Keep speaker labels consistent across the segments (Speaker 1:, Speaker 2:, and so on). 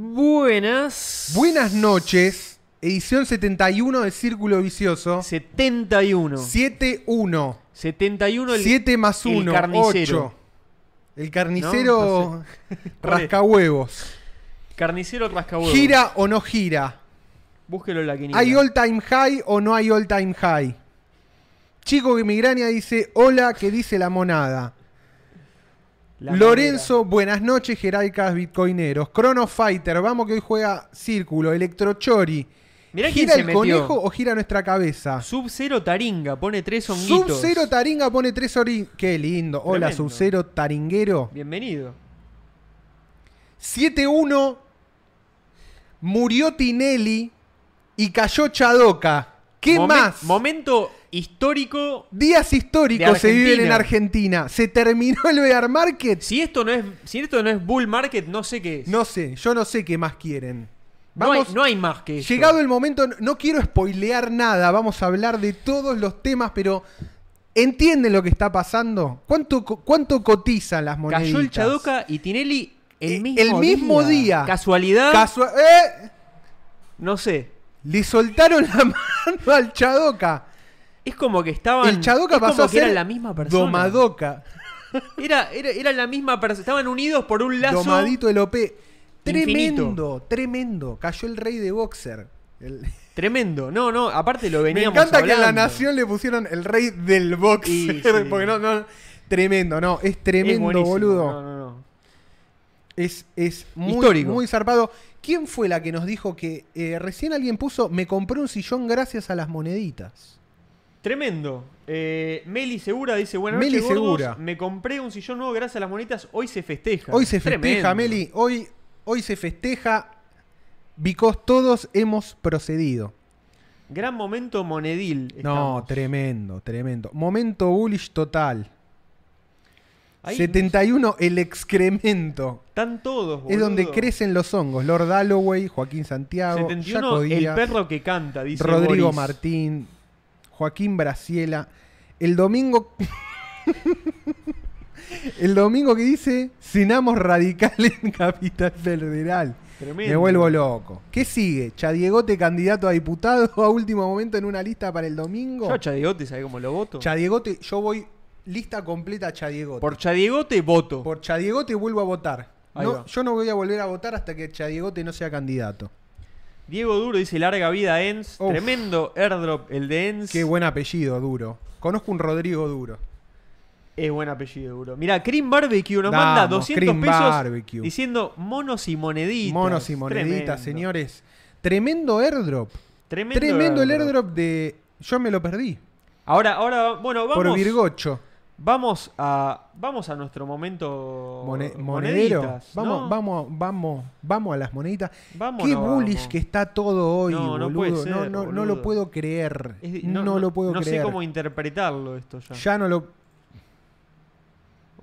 Speaker 1: Buenas.
Speaker 2: Buenas noches, edición 71 de Círculo Vicioso.
Speaker 1: 71.
Speaker 2: 7-1.
Speaker 1: 71 el,
Speaker 2: 7 más
Speaker 1: el
Speaker 2: 1,
Speaker 1: carnicero.
Speaker 2: 8. El carnicero
Speaker 1: No
Speaker 2: rascahuevos.
Speaker 1: carnicero rascahuevo.
Speaker 2: ¿Gira o no gira?
Speaker 1: Búsquelo en la quiniela.
Speaker 2: ¿Hay all time high o no hay all time high? Chico que migraña dice, hola, que dice la monada.
Speaker 1: La
Speaker 2: Lorenzo, buenas noches, Jeraicas Bitcoineros. Chrono Fighter, vamos que hoy juega Círculo, Electrochori.
Speaker 1: manera. Mirá quién
Speaker 2: ¿Gira
Speaker 1: se
Speaker 2: el
Speaker 1: metió.
Speaker 2: conejo o gira nuestra cabeza?
Speaker 1: Sub-Zero Taringa, pone tres honguitos.
Speaker 2: Sub-Zero Taringa pone tres orín. Qué lindo. Hola,
Speaker 1: Tremendo.
Speaker 2: Sub-Zero Taringuero.
Speaker 1: Bienvenido.
Speaker 2: 7-1. Murió Tinelli y cayó Chadoca. ¿Qué
Speaker 1: Momen-
Speaker 2: más?
Speaker 1: Momento histórico.
Speaker 2: Días
Speaker 1: De
Speaker 2: históricos se
Speaker 1: Argentina.
Speaker 2: viven en Argentina. ¿Se terminó el bear market?
Speaker 1: Si esto no es, si esto no es bull market, no sé qué es.
Speaker 2: No sé, yo no sé qué más quieren.
Speaker 1: No hay-
Speaker 2: Vamos,
Speaker 1: no hay más que eso.
Speaker 2: llegado el momento, no quiero spoilear nada, vamos a hablar de todos los temas, pero ¿entienden lo que está pasando? ¿Cuánto, co- cuánto cotizan las monedas?
Speaker 1: Cayó el Chadoca y Tinelli
Speaker 2: Eh,
Speaker 1: el mismo,
Speaker 2: el mismo día.
Speaker 1: Casualidad. no sé.
Speaker 2: eh, Le soltaron la mano al Chadoca.
Speaker 1: Es como que estaban.
Speaker 2: El Chadoca
Speaker 1: es como
Speaker 2: pasó a
Speaker 1: que
Speaker 2: ser
Speaker 1: era la misma persona.
Speaker 2: Domadoca.
Speaker 1: Era, era, era la misma persona. Estaban unidos por un lazo.
Speaker 2: Domadito el OP. Tremendo,
Speaker 1: Infinito.
Speaker 2: tremendo. Cayó el rey de boxer. El-
Speaker 1: Tremendo. No, no. Aparte lo
Speaker 2: Me
Speaker 1: veníamos
Speaker 2: encanta que a la
Speaker 1: hablando.
Speaker 2: nación le pusieron el rey del boxer.
Speaker 1: Y sí.
Speaker 2: Porque no, no. Tremendo, no. Es
Speaker 1: Es
Speaker 2: tremendo,
Speaker 1: buenísimo.
Speaker 2: boludo.
Speaker 1: No, no, no.
Speaker 2: Es, es muy,
Speaker 1: Histórico.
Speaker 2: muy zarpado. ¿Quién fue la que nos dijo que eh, recién alguien puso, me compré un sillón gracias a las moneditas?
Speaker 1: Tremendo. Eh, Meli Segura dice, buenas
Speaker 2: Meli
Speaker 1: noches, gordos.
Speaker 2: Segura.
Speaker 1: Me compré un sillón nuevo gracias a las monitas. Hoy se festeja.
Speaker 2: Hoy se festeja,
Speaker 1: Tremendo.
Speaker 2: Meli. Hoy, hoy se festeja. Because todos hemos procedido.
Speaker 1: Gran momento monedil.
Speaker 2: No,
Speaker 1: estamos.
Speaker 2: tremendo, tremendo. Momento bullish total.
Speaker 1: Ahí
Speaker 2: 71, el excremento.
Speaker 1: Están todos, boludo.
Speaker 2: Es donde crecen los hongos. Lord Dalloway, Joaquín Santiago,
Speaker 1: 71,
Speaker 2: Jaco
Speaker 1: el
Speaker 2: Díaz,
Speaker 1: perro que canta, dice
Speaker 2: Rodrigo
Speaker 1: Boris.
Speaker 2: Martín, Joaquín Braciela. El domingo. el domingo que dice cenamos radical en Capital Federal.
Speaker 1: Tremendo.
Speaker 2: Me vuelvo loco. ¿Qué sigue? ¿Chadiegote candidato a diputado a último momento en una lista para el domingo?
Speaker 1: Yo a Chadiegote, ¿sabés cómo lo voto?
Speaker 2: Chadiegote, yo voy lista completa a Chadiegote.
Speaker 1: Por Chadiegote voto.
Speaker 2: Por Chadiegote vuelvo a votar.
Speaker 1: Ahí
Speaker 2: No,
Speaker 1: va.
Speaker 2: yo no voy a volver a votar hasta que Chadiegote no sea candidato.
Speaker 1: Diego Duro dice larga vida Ens.
Speaker 2: Uf.
Speaker 1: Tremendo airdrop el de Ens.
Speaker 2: Qué buen apellido, Duro. Conozco un Rodrigo Duro.
Speaker 1: Es buen apellido, Duro. Mira, Cream Barbecue nos
Speaker 2: Vamos,
Speaker 1: manda 200
Speaker 2: Cream
Speaker 1: pesos
Speaker 2: Barbecue.
Speaker 1: diciendo monos y moneditas.
Speaker 2: Monos y moneditas,
Speaker 1: Tremendo.
Speaker 2: señores. Tremendo airdrop.
Speaker 1: Tremendo,
Speaker 2: Tremendo, el airdrop de... Yo me lo perdí.
Speaker 1: Ahora, ahora, bueno, vamos.
Speaker 2: Por Virgocho.
Speaker 1: Vamos a, vamos a nuestro momento
Speaker 2: Mone- monedero.
Speaker 1: Oh, moneditas, ¿no?
Speaker 2: Vamos, vamos, vamos, vamos a las moneditas.
Speaker 1: Vamos,
Speaker 2: Qué
Speaker 1: no
Speaker 2: bullish
Speaker 1: vamos.
Speaker 2: que está todo hoy,
Speaker 1: No,
Speaker 2: boludo.
Speaker 1: no
Speaker 2: No,
Speaker 1: puede ser,
Speaker 2: no, no
Speaker 1: boludo.
Speaker 2: lo puedo creer.
Speaker 1: Es-
Speaker 2: no, lo puedo
Speaker 1: no
Speaker 2: creer.
Speaker 1: sé cómo interpretarlo esto ya.
Speaker 2: ya no lo.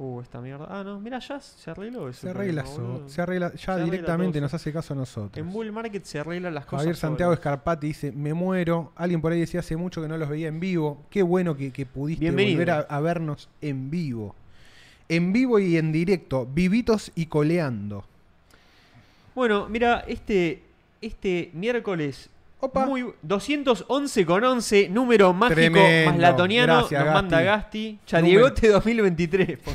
Speaker 1: Uh, esta mierda. Ah, no, mira, ya se arregló eso.
Speaker 2: Se arregla, so- se arregla ya
Speaker 1: arregla
Speaker 2: directamente
Speaker 1: todo.
Speaker 2: nos hace caso a nosotros.
Speaker 1: En Bull Market se arreglan las cosas.
Speaker 2: Javier Santiago
Speaker 1: solas.
Speaker 2: Escarpati dice: Me muero. Alguien por ahí decía hace mucho que no los veía en vivo. Qué bueno que, que pudiste
Speaker 1: Bienvenido.
Speaker 2: volver a, a vernos en vivo. En vivo y en directo, vivitos y coleando.
Speaker 1: Bueno, mira, este, este miércoles.
Speaker 2: Opa.
Speaker 1: Muy, 211 con 11, número mágico
Speaker 2: Tremendo.
Speaker 1: más latoniano.
Speaker 2: Gracias,
Speaker 1: nos
Speaker 2: Gasti.
Speaker 1: manda Gasti. Chadiegote 2023. por-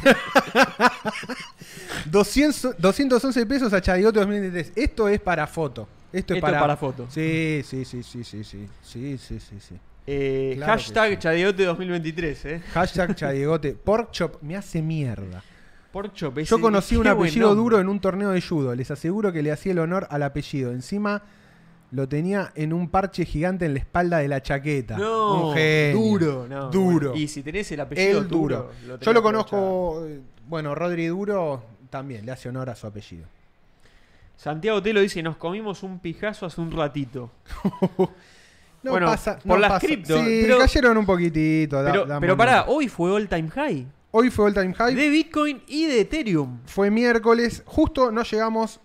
Speaker 2: 200, 211 pesos a Chadiote 2023. Esto es para foto.
Speaker 1: Esto
Speaker 2: Esto es
Speaker 1: es
Speaker 2: para,
Speaker 1: para foto.
Speaker 2: Sí, sí, sí, sí, sí, sí. Sí, sí, sí, sí.
Speaker 1: Eh,
Speaker 2: Claro que
Speaker 1: hashtag
Speaker 2: sí.
Speaker 1: Chadiegote 2023, ¿eh?
Speaker 2: Hashtag Chadiegote. Pork chop me hace mierda.
Speaker 1: Porcho,
Speaker 2: Yo conocí un apellido duro en un torneo de judo. Les aseguro que le hacía el honor al apellido. Encima lo tenía en un parche gigante en la espalda de la chaqueta.
Speaker 1: No,
Speaker 2: Un genio.
Speaker 1: duro, no,
Speaker 2: Duro.
Speaker 1: bueno. Y si tenés el apellido
Speaker 2: El duro. Yo
Speaker 1: tenés
Speaker 2: lo
Speaker 1: aprovechado.
Speaker 2: conozco. eh, Bueno, Rodri Duro también le hace honor a su apellido.
Speaker 1: Santiago Telo dice, nos comimos un pijazo hace un ratito.
Speaker 2: No
Speaker 1: Bueno,
Speaker 2: pasa.
Speaker 1: por
Speaker 2: no
Speaker 1: las
Speaker 2: pasa.
Speaker 1: cripto,
Speaker 2: Sí,
Speaker 1: pero-
Speaker 2: cayeron un poquitito. da-
Speaker 1: Pero,
Speaker 2: da
Speaker 1: pero
Speaker 2: moneda.
Speaker 1: pará, hoy fue all time high.
Speaker 2: Hoy fue all time high.
Speaker 1: De Bitcoin y de Ethereum.
Speaker 2: Fue miércoles. Justo no llegamos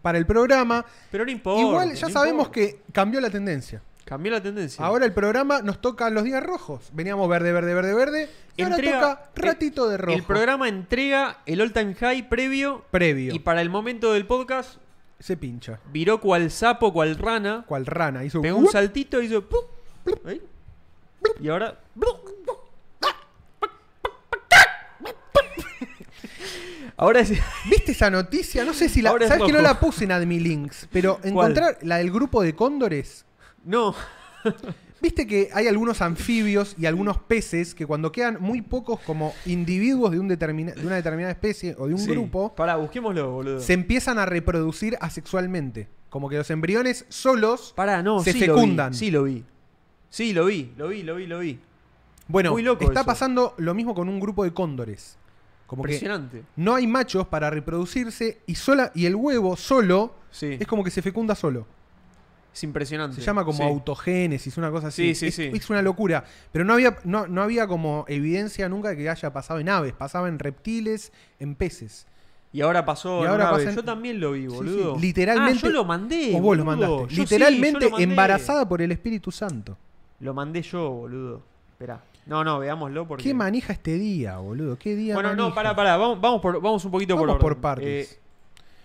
Speaker 2: para el programa.
Speaker 1: Pero no importa.
Speaker 2: Igual ya
Speaker 1: no
Speaker 2: sabemos
Speaker 1: importa.
Speaker 2: que cambió la tendencia.
Speaker 1: Cambió la tendencia.
Speaker 2: Ahora el programa nos toca los días rojos. Veníamos verde, verde, verde, verde. Y
Speaker 1: Entrega-
Speaker 2: ahora toca ratito de rojo.
Speaker 1: El programa entrega el all time high previo.
Speaker 2: previo.
Speaker 1: Y para el momento del podcast
Speaker 2: Se pincha.
Speaker 1: Viró cual sapo, cual rana.
Speaker 2: Cual rana. Hizo
Speaker 1: Pegó un saltito y hizo. ¡pup! Ahí. Y ahora. Ahora es.
Speaker 2: ¿Viste esa noticia? No sé si la.
Speaker 1: Ahora es
Speaker 2: ¿Sabes que no
Speaker 1: Goku.
Speaker 2: la puse en Admilinks? Pero encontrar la del grupo de cóndores.
Speaker 1: No.
Speaker 2: ¿Viste que hay algunos anfibios y algunos peces que cuando quedan muy pocos como individuos de, un determina- de una determinada especie o de un grupo,
Speaker 1: Pará, busquémoslo, boludo.
Speaker 2: se empiezan a reproducir asexualmente? Como que los embriones solos.
Speaker 1: Pará, no.
Speaker 2: se
Speaker 1: sí Lo
Speaker 2: fecundan.
Speaker 1: vi, sí, lo vi. Sí, lo vi, lo vi, lo vi, lo vi.
Speaker 2: Bueno,
Speaker 1: muy loco
Speaker 2: está
Speaker 1: eso.
Speaker 2: pasando lo mismo con un grupo de cóndores. Como que
Speaker 1: Impresionante.
Speaker 2: no hay machos para reproducirse y, sola, y el huevo solo
Speaker 1: Sí.
Speaker 2: es como que se fecunda solo.
Speaker 1: Es impresionante.
Speaker 2: Se llama como
Speaker 1: Sí.
Speaker 2: autogénesis, una cosa
Speaker 1: Sí,
Speaker 2: así.
Speaker 1: sí,
Speaker 2: es,
Speaker 1: sí.
Speaker 2: es una locura. Pero no había, no, no había como evidencia nunca de que haya pasado en aves. Pasaba en reptiles, en peces.
Speaker 1: Y ahora pasó.
Speaker 2: Y
Speaker 1: en
Speaker 2: ahora
Speaker 1: una
Speaker 2: pasa
Speaker 1: vez.
Speaker 2: en-
Speaker 1: Yo también lo vi,
Speaker 2: Sí,
Speaker 1: boludo.
Speaker 2: sí, literalmente-
Speaker 1: Ah, yo lo mandé.
Speaker 2: o vos
Speaker 1: boludo.
Speaker 2: lo mandaste.
Speaker 1: Yo sí, yo
Speaker 2: Literalmente
Speaker 1: lo mandé.
Speaker 2: embarazada por el Espíritu Santo.
Speaker 1: Lo mandé yo, boludo. Esperá. No, no, veámoslo porque.
Speaker 2: Qué manija este día, boludo. Qué día
Speaker 1: Bueno, no,
Speaker 2: manija.
Speaker 1: pará, pará. Vamos, vamos, por, vamos un poquito
Speaker 2: Vamos
Speaker 1: por
Speaker 2: por,
Speaker 1: orden.
Speaker 2: partes.
Speaker 1: Eh,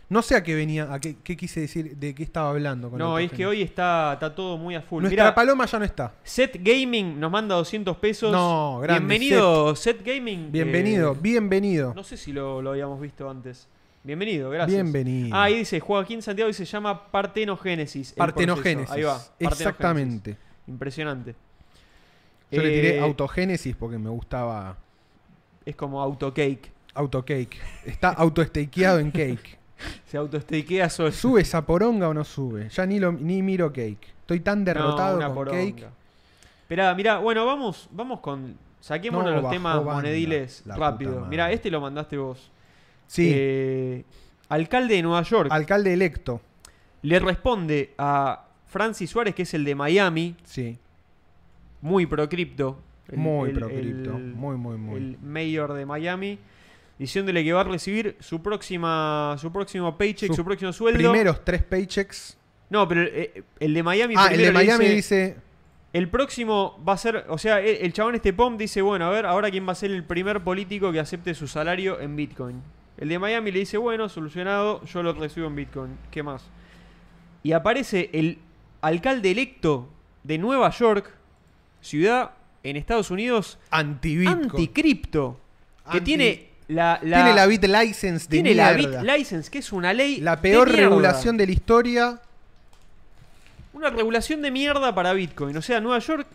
Speaker 2: no sé a qué venía, a qué, qué quise decir, de qué estaba hablando. con
Speaker 1: no, es
Speaker 2: autogénesis.
Speaker 1: que hoy está, está todo muy a full.
Speaker 2: Nuestra
Speaker 1: Mirá,
Speaker 2: paloma ya no está.
Speaker 1: Set Gaming nos manda 200 pesos.
Speaker 2: No, grande,
Speaker 1: Bienvenido, Set, Gaming.
Speaker 2: Bienvenido,
Speaker 1: Eh,
Speaker 2: bienvenido.
Speaker 1: no sé si lo, lo habíamos visto antes. Bienvenido, gracias.
Speaker 2: Bienvenido.
Speaker 1: Ah, ahí dice, Joaquín Santiago y se llama Partenogénesis. el
Speaker 2: Partenogénesis.
Speaker 1: proceso. Ahí va. partenogénesis.
Speaker 2: Exactamente.
Speaker 1: Impresionante.
Speaker 2: Yo le tiré
Speaker 1: Eh,
Speaker 2: autogénesis porque me gustaba
Speaker 1: Es como autocake.
Speaker 2: autocake. Está autoestequeado en cake.
Speaker 1: Se autostakea solo.
Speaker 2: ¿Sube esa poronga o no sube? Ya ni, lo, ni miro cake. Estoy tan derrotado con cake.
Speaker 1: Espera, mira, bueno, vamos, vamos con. Saquémonos
Speaker 2: No,
Speaker 1: los
Speaker 2: bajó
Speaker 1: temas
Speaker 2: banda,
Speaker 1: monediles
Speaker 2: la puta
Speaker 1: rápido.
Speaker 2: madre.
Speaker 1: Mira, este lo mandaste vos.
Speaker 2: Sí,
Speaker 1: Eh, alcalde de Nueva York
Speaker 2: alcalde electo.
Speaker 1: le responde a Francis Suárez, que es el de Miami,
Speaker 2: Sí,
Speaker 1: muy procripto.
Speaker 2: muy procripto. muy, muy, muy.
Speaker 1: El mayor de Miami, diciéndole que va a recibir su próxima, su próximo paycheck,
Speaker 2: Sus
Speaker 1: su, próximo sueldo.
Speaker 2: Primeros tres paychecks.
Speaker 1: No, pero eh, el de Miami.
Speaker 2: ah, el de
Speaker 1: primero le
Speaker 2: Miami
Speaker 1: dice-
Speaker 2: dice
Speaker 1: El próximo va a ser, o sea, el, el chabón este POM dice, bueno, a ver, ahora quién va a ser el primer político que acepte su salario en Bitcoin. El de Miami le dice, bueno, solucionado, yo lo recibo en Bitcoin, ¿qué más? Y aparece el alcalde electo de Nueva York, ciudad en Estados Unidos,
Speaker 2: anti-Bitcoin.
Speaker 1: anticripto, que
Speaker 2: Anti-
Speaker 1: tiene la, la-
Speaker 2: tiene la bit license de
Speaker 1: tiene la bit
Speaker 2: mierda.
Speaker 1: license, que es una ley
Speaker 2: La peor
Speaker 1: de mierda.
Speaker 2: regulación de la historia.
Speaker 1: una regulación de mierda para Bitcoin, o sea, Nueva York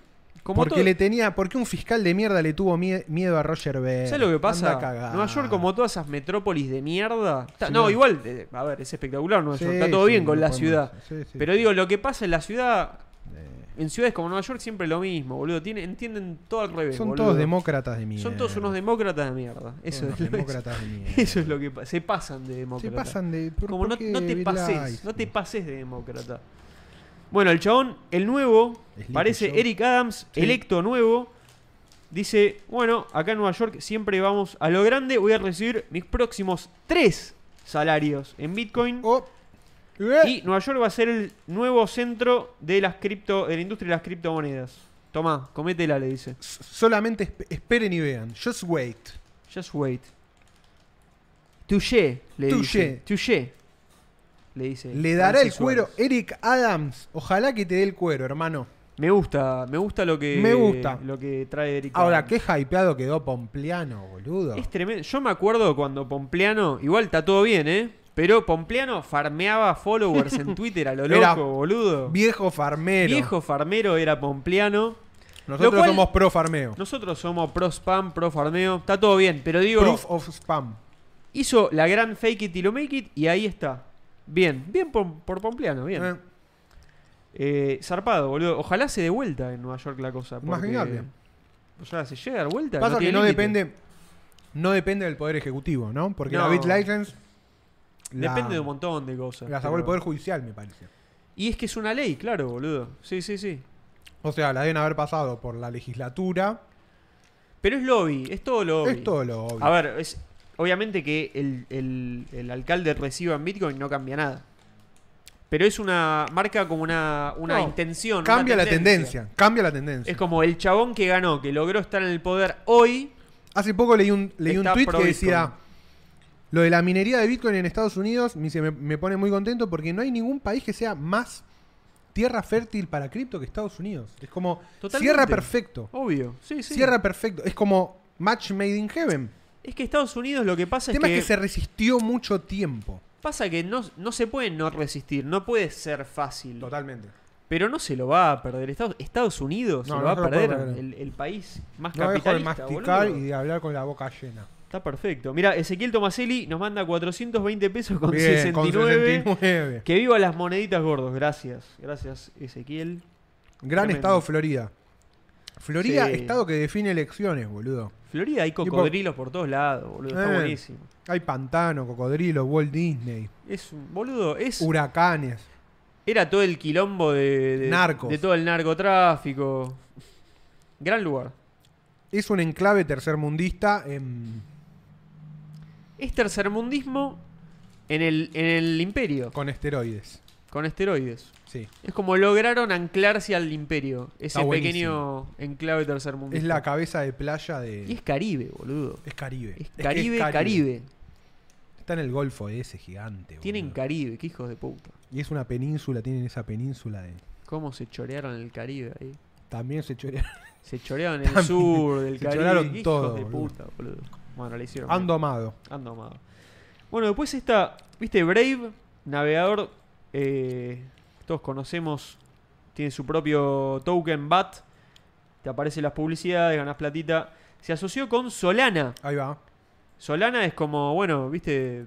Speaker 1: como
Speaker 2: Porque
Speaker 1: todo-
Speaker 2: le tenía, porque un fiscal de mierda le tuvo mie- miedo a Roger Ver.
Speaker 1: ¿Sabes lo que pasa?
Speaker 2: Anda a cagar.
Speaker 1: Nueva York, como todas esas metrópolis de mierda. está-
Speaker 2: Sí.
Speaker 1: No, igual, eh, a ver, es espectacular Nueva
Speaker 2: Sí,
Speaker 1: York. Está todo
Speaker 2: sí,
Speaker 1: bien con
Speaker 2: no
Speaker 1: la
Speaker 2: podemos-
Speaker 1: ciudad.
Speaker 2: sí, sí.
Speaker 1: Pero digo, lo que pasa en la ciudad,
Speaker 2: Eh,
Speaker 1: en ciudades como Nueva York, siempre lo mismo, boludo. Tiene- entienden todo al revés.
Speaker 2: son
Speaker 1: boludo.
Speaker 2: todos demócratas de mierda.
Speaker 1: Son todos unos demócratas de mierda. Eso, es,
Speaker 2: Todos
Speaker 1: lo,
Speaker 2: demócratas de mierda.
Speaker 1: eso es lo que pasa. Se pasan de
Speaker 2: Se
Speaker 1: demócratas.
Speaker 2: pasan de. ¿por-
Speaker 1: Como
Speaker 2: por
Speaker 1: no,
Speaker 2: qué
Speaker 1: no te
Speaker 2: Bill
Speaker 1: pases,
Speaker 2: Lies?
Speaker 1: no te pases de demócrata. Bueno, el chabón, el nuevo,
Speaker 2: Sleepy
Speaker 1: parece
Speaker 2: Joe.
Speaker 1: Eric Adams,
Speaker 2: Sí.
Speaker 1: electo nuevo. Dice, bueno, acá en Nueva York siempre vamos a lo grande, voy a recibir mis próximos tres salarios en Bitcoin.
Speaker 2: Oh.
Speaker 1: Y Nueva York va a ser el nuevo centro de las cripto, de la industria de las criptomonedas. Tomá, cométela, le dice.
Speaker 2: S- Solamente esp- esperen y vean. Just wait.
Speaker 1: Just wait. Touché, le
Speaker 2: Touché.
Speaker 1: dice. Touché. Le dice.
Speaker 2: Le dará el
Speaker 1: Francis
Speaker 2: cuero
Speaker 1: Suárez.
Speaker 2: Eric Adams. Ojalá que te dé el cuero, hermano.
Speaker 1: Me gusta, me gusta lo que
Speaker 2: Me gusta.
Speaker 1: lo que trae Eric.
Speaker 2: Ahora,
Speaker 1: Adams.
Speaker 2: qué hypeado quedó Pompliano, boludo.
Speaker 1: es tremendo. Yo me acuerdo cuando Pompleano, igual está todo bien, ¿eh? Pero Pompleano farmeaba followers en Twitter a lo loco,
Speaker 2: Era
Speaker 1: boludo.
Speaker 2: Viejo farmero.
Speaker 1: Viejo farmero era Pompleano.
Speaker 2: Nosotros
Speaker 1: Lo cual-
Speaker 2: somos pro farmeo.
Speaker 1: Nosotros somos pro spam, pro farmeo, está todo bien, pero digo,
Speaker 2: Proof of spam.
Speaker 1: hizo la gran fake it y lo make it y ahí está. Bien, bien por, por Pompleano, bien.
Speaker 2: Eh,
Speaker 1: Eh, zarpado, boludo. Ojalá se dé vuelta en Nueva York la cosa. porque-
Speaker 2: Imaginable.
Speaker 1: O sea, se llega a dar vuelta.
Speaker 2: pasa que
Speaker 1: tiene
Speaker 2: no
Speaker 1: límite.
Speaker 2: depende, no depende del poder ejecutivo, ¿no? Porque la
Speaker 1: No.
Speaker 2: bit license la-
Speaker 1: Depende de un montón de cosas.
Speaker 2: La sacó
Speaker 1: pero-
Speaker 2: el poder judicial, me parece.
Speaker 1: Y es que es una ley, claro, boludo. Sí, sí, sí.
Speaker 2: O sea, la deben haber pasado por la legislatura.
Speaker 1: Pero es lobby, es todo lobby.
Speaker 2: Es todo lo obvio.
Speaker 1: A ver, es, obviamente que el, el- el alcalde reciba en Bitcoin no cambia nada. Pero es una. marca como una, una
Speaker 2: No,
Speaker 1: intención. una
Speaker 2: cambia la tendencia. Cambia la tendencia.
Speaker 1: Es como el chabón que ganó, que logró estar en el poder hoy.
Speaker 2: Hace poco leí un, leí un
Speaker 1: Está
Speaker 2: tweet
Speaker 1: pro
Speaker 2: que decía:
Speaker 1: Bitcoin.
Speaker 2: Lo de la minería de Bitcoin en Estados Unidos me, dice, me, me pone muy contento porque no hay ningún país que sea más tierra fértil para cripto que Estados Unidos. Es como
Speaker 1: Totalmente.
Speaker 2: cierra perfecto.
Speaker 1: Obvio. Sí, sí.
Speaker 2: Cierra perfecto. Es como match made in heaven.
Speaker 1: Es que Estados Unidos lo que pasa
Speaker 2: El
Speaker 1: es
Speaker 2: tema
Speaker 1: que,
Speaker 2: es que se resistió mucho tiempo.
Speaker 1: pasa que no, no se puede no resistir, no puede ser fácil.
Speaker 2: Totalmente.
Speaker 1: Pero no se lo va a perder. Estados, Estados Unidos
Speaker 2: No,
Speaker 1: se lo
Speaker 2: no
Speaker 1: va
Speaker 2: se
Speaker 1: a
Speaker 2: lo puede
Speaker 1: perder.
Speaker 2: perder.
Speaker 1: El, el país más
Speaker 2: No dejo de
Speaker 1: capitalista.
Speaker 2: masticar
Speaker 1: boludo.
Speaker 2: y de hablar con la boca llena.
Speaker 1: Está perfecto. Mira, Ezequiel Tomaselli nos manda 420 pesos con,
Speaker 2: Bien,
Speaker 1: 69,
Speaker 2: con 69.
Speaker 1: Que viva las moneditas gordos. Gracias. Gracias, Ezequiel.
Speaker 2: Gran
Speaker 1: Tremendo.
Speaker 2: estado Florida. Florida,
Speaker 1: Sí.
Speaker 2: estado que define elecciones, boludo.
Speaker 1: Florida hay cocodrilos por todos lados, boludo. Está
Speaker 2: Eh.
Speaker 1: buenísimo.
Speaker 2: Hay pantano, cocodrilo, Walt Disney,
Speaker 1: Es, un- boludo, es,
Speaker 2: huracanes.
Speaker 1: era todo el quilombo de, de,
Speaker 2: Narcos.
Speaker 1: de todo el narcotráfico. Gran lugar.
Speaker 2: Es un enclave tercermundista en-
Speaker 1: Es tercermundismo en el, en el imperio,
Speaker 2: con esteroides.
Speaker 1: con esteroides.
Speaker 2: Sí.
Speaker 1: Es como lograron anclarse al imperio, ese
Speaker 2: Está
Speaker 1: pequeño enclave tercermundista.
Speaker 2: Es la cabeza de playa de.
Speaker 1: Y es Caribe, boludo.
Speaker 2: Es Caribe.
Speaker 1: Es
Speaker 2: Es que es
Speaker 1: Caribe, Caribe.
Speaker 2: Está en el Golfo ese gigante.
Speaker 1: Tienen
Speaker 2: boludo.
Speaker 1: Caribe, qué hijos de puta.
Speaker 2: Y es una península, tienen esa península de.
Speaker 1: Cómo se chorearon el Caribe ahí.
Speaker 2: También se chorea.
Speaker 1: Se chorearon el
Speaker 2: También.
Speaker 1: sur del
Speaker 2: Se
Speaker 1: Caribe.
Speaker 2: chorearon
Speaker 1: qué hijos
Speaker 2: todo,
Speaker 1: de
Speaker 2: boludo.
Speaker 1: puta, boludo. Bueno, le hicieron.
Speaker 2: Han
Speaker 1: bien.
Speaker 2: domado.
Speaker 1: Han domado. Bueno, después está, viste, Brave, navegador, eh, todos conocemos, tiene su propio token BAT, te aparecen las publicidades, ganas platita. Se asoció con Solana.
Speaker 2: Ahí va.
Speaker 1: Solana es como, bueno, viste,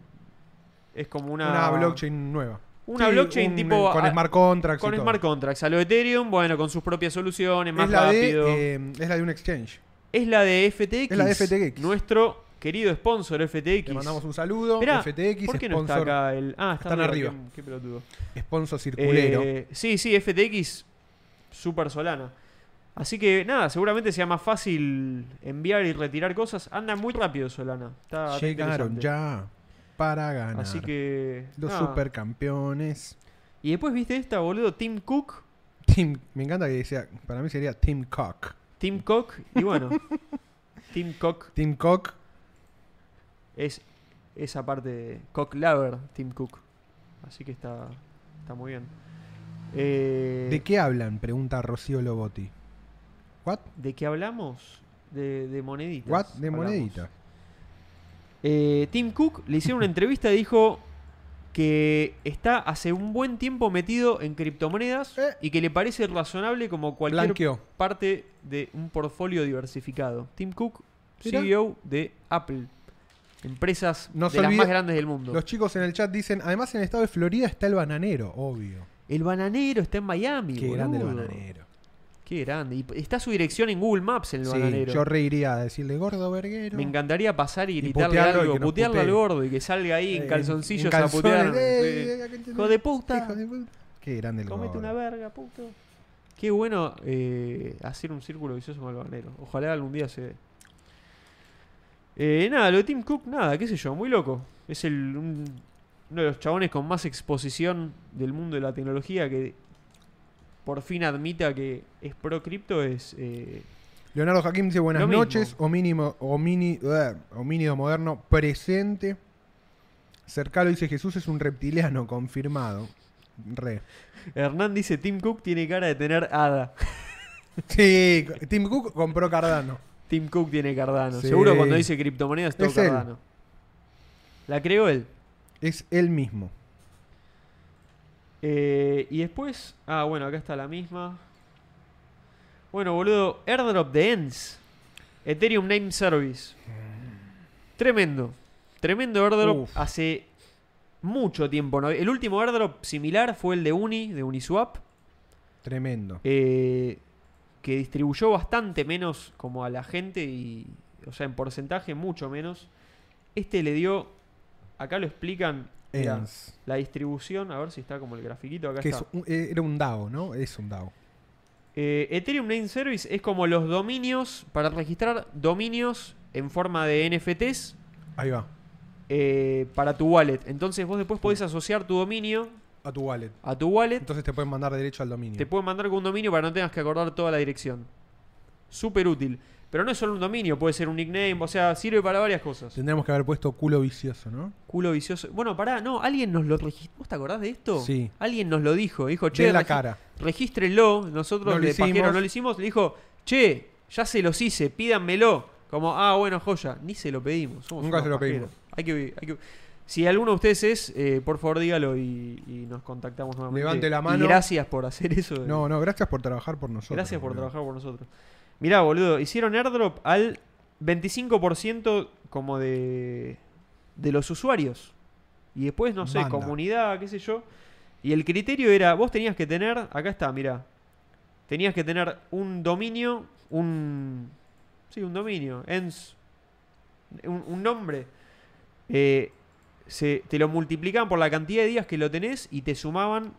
Speaker 1: es como una,
Speaker 2: Una, blockchain nueva.
Speaker 1: Una
Speaker 2: Sí,
Speaker 1: blockchain
Speaker 2: un- eh,
Speaker 1: tipo
Speaker 2: Con
Speaker 1: a-
Speaker 2: smart contracts. y
Speaker 1: Con
Speaker 2: todo.
Speaker 1: smart contracts, a lo Ethereum, bueno, con sus propias soluciones, más
Speaker 2: es la,
Speaker 1: rápido.
Speaker 2: de, eh, es la de un exchange.
Speaker 1: es la de FTX.
Speaker 2: es la de FTX.
Speaker 1: Nuestro querido sponsor FTX.
Speaker 2: Le mandamos un saludo.
Speaker 1: Esperá,
Speaker 2: FTX,
Speaker 1: ¿Por qué no está
Speaker 2: sponsor,
Speaker 1: acá el.? Ah, está
Speaker 2: Están arriba.
Speaker 1: Qué, qué pelotudo.
Speaker 2: sponsor circulero.
Speaker 1: Eh, sí, sí, FTX. Super Solana. Así que nada, seguramente sea más fácil enviar y retirar cosas. Anda muy rápido Solana. Está está
Speaker 2: Llegaron
Speaker 1: ah, interesante.
Speaker 2: ya para ganar.
Speaker 1: Así que. ah.
Speaker 2: Los
Speaker 1: nada.
Speaker 2: supercampeones.
Speaker 1: Y después viste esta, boludo. Tim Cook.
Speaker 2: Tim, me encanta que decía, para mí sería Tim Cock.
Speaker 1: Tim Cook. Y bueno. Tim Cook
Speaker 2: Tim Cock,
Speaker 1: es esa parte de Cock Lover, Tim Cook. Así que está, está muy bien. Eh,
Speaker 2: ¿de qué hablan? Pregunta Rocío Lobotti. ¿What?
Speaker 1: ¿de qué hablamos? De, de moneditas.
Speaker 2: ¿What? De
Speaker 1: hablamos.
Speaker 2: monedita.
Speaker 1: Eh, Tim Cook le hicieron una entrevista y dijo que está hace un buen tiempo metido en criptomonedas
Speaker 2: Eh.
Speaker 1: y que le parece razonable como cualquier
Speaker 2: Blanqueó.
Speaker 1: parte de un portfolio diversificado. Tim Cook,
Speaker 2: Mirá.
Speaker 1: CEO de Apple, empresas
Speaker 2: No se
Speaker 1: de las
Speaker 2: olvide-
Speaker 1: más grandes del mundo.
Speaker 2: Los chicos en el chat dicen, además en el estado de Florida está el bananero, obvio.
Speaker 1: El bananero está en Miami.
Speaker 2: Qué grande el
Speaker 1: boludo.
Speaker 2: bananero.
Speaker 1: Qué grande. Y p- está su dirección en Google Maps el
Speaker 2: Sí,
Speaker 1: bananero.
Speaker 2: yo reiría a decirle gordo verguero.
Speaker 1: Me encantaría pasar y
Speaker 2: Y
Speaker 1: gritarle
Speaker 2: putearlo y
Speaker 1: algo,
Speaker 2: que nos
Speaker 1: putearle al
Speaker 2: putee.
Speaker 1: gordo y que salga ahí en
Speaker 2: Eh,
Speaker 1: calzoncillos
Speaker 2: en
Speaker 1: a
Speaker 2: calzones,
Speaker 1: putearme.
Speaker 2: eh,
Speaker 1: Sí.
Speaker 2: eh, acá entendés.
Speaker 1: Hijo de puta.
Speaker 2: Hijo de puta. Qué grande el
Speaker 1: Comete
Speaker 2: gordo.
Speaker 1: una verga, puto. Qué bueno eh, hacer un círculo vicioso con el bananero. Ojalá algún día se dé. Eh, nada, lo de Tim Cook, nada, qué sé yo, muy loco. Es el, un- uno de los chabones con más exposición del mundo de la tecnología que por fin admita que es pro cripto. Es, eh,
Speaker 2: Leonardo Jaquín dice buenas
Speaker 1: Lo mismo.
Speaker 2: noches, homínimo, homini, eh, homínido moderno presente. Cercalo dice Jesús es un reptiliano, confirmado. Re.
Speaker 1: Hernán dice: Tim Cook tiene cara de tener hada.
Speaker 2: Sí, Tim Cook compró Cardano.
Speaker 1: Tim Cook tiene Cardano.
Speaker 2: Sí.
Speaker 1: Seguro cuando dice criptomonedas, todo
Speaker 2: Es él.
Speaker 1: Cardano. La creó él.
Speaker 2: Es él mismo.
Speaker 1: Eh, y después. Ah, bueno, acá está la misma. Bueno, boludo. Airdrop de ENS. Ethereum Name Service. Tremendo. Tremendo airdrop.
Speaker 2: Uf.
Speaker 1: Hace mucho tiempo. ¿no? El último airdrop similar fue el de Uni, de Uniswap.
Speaker 2: Tremendo.
Speaker 1: eh, que distribuyó bastante menos como a la gente y, o sea, en porcentaje mucho menos. Este le dio, acá lo explican, mirá,
Speaker 2: Ens.
Speaker 1: la distribución, a ver si está como el grafiquito, acá
Speaker 2: Que es
Speaker 1: está.
Speaker 2: un- eh, era un DAO, ¿no? Es un DAO.
Speaker 1: Eh, Ethereum Name Service es como los dominios, para registrar dominios en forma de NFTs
Speaker 2: Ahí va,
Speaker 1: eh, para tu wallet. Entonces vos después podés asociar tu dominio
Speaker 2: a tu wallet.
Speaker 1: a tu wallet
Speaker 2: Entonces te pueden mandar derecho al dominio.
Speaker 1: Te pueden mandar con un dominio para que no tengas que acordar toda la dirección. Súper útil. Pero no es solo un dominio, puede ser un nickname, o sea, sirve para varias cosas.
Speaker 2: Tendríamos que haber puesto culo vicioso, ¿no?
Speaker 1: Culo vicioso. Bueno, pará, no, alguien nos lo registró. ¿Vos te acordás de esto?
Speaker 2: Sí.
Speaker 1: Alguien nos lo dijo. Dijo, che,
Speaker 2: De la
Speaker 1: regi-
Speaker 2: cara.
Speaker 1: regístrenlo. Nosotros
Speaker 2: No lo
Speaker 1: de pajero
Speaker 2: hicimos.
Speaker 1: no lo hicimos. Le dijo, che, ya se los hice, pídanmelo. Como, ah, bueno, joya. Ni se lo pedimos. somos
Speaker 2: Nunca
Speaker 1: unos
Speaker 2: se lo
Speaker 1: pajeros.
Speaker 2: pedimos.
Speaker 1: Hay que, vi- hay que- Si alguno de ustedes es, eh, por favor dígalo y, y nos contactamos nuevamente.
Speaker 2: Levante la
Speaker 1: Y
Speaker 2: mano.
Speaker 1: gracias por hacer eso. de-
Speaker 2: No, no, gracias por trabajar por nosotros.
Speaker 1: Gracias por
Speaker 2: boludo.
Speaker 1: trabajar por nosotros. Mirá, boludo, hicieron airdrop al 25% como de, de los usuarios. Y después, no sé,
Speaker 2: Banda.
Speaker 1: comunidad, qué sé yo. Y el criterio era, vos tenías que tener, acá está, mirá. Tenías que tener un dominio, un... Sí, un dominio, ens, un, un nombre. Eh, se, te lo multiplicaban por la cantidad de días que lo tenés y te sumaban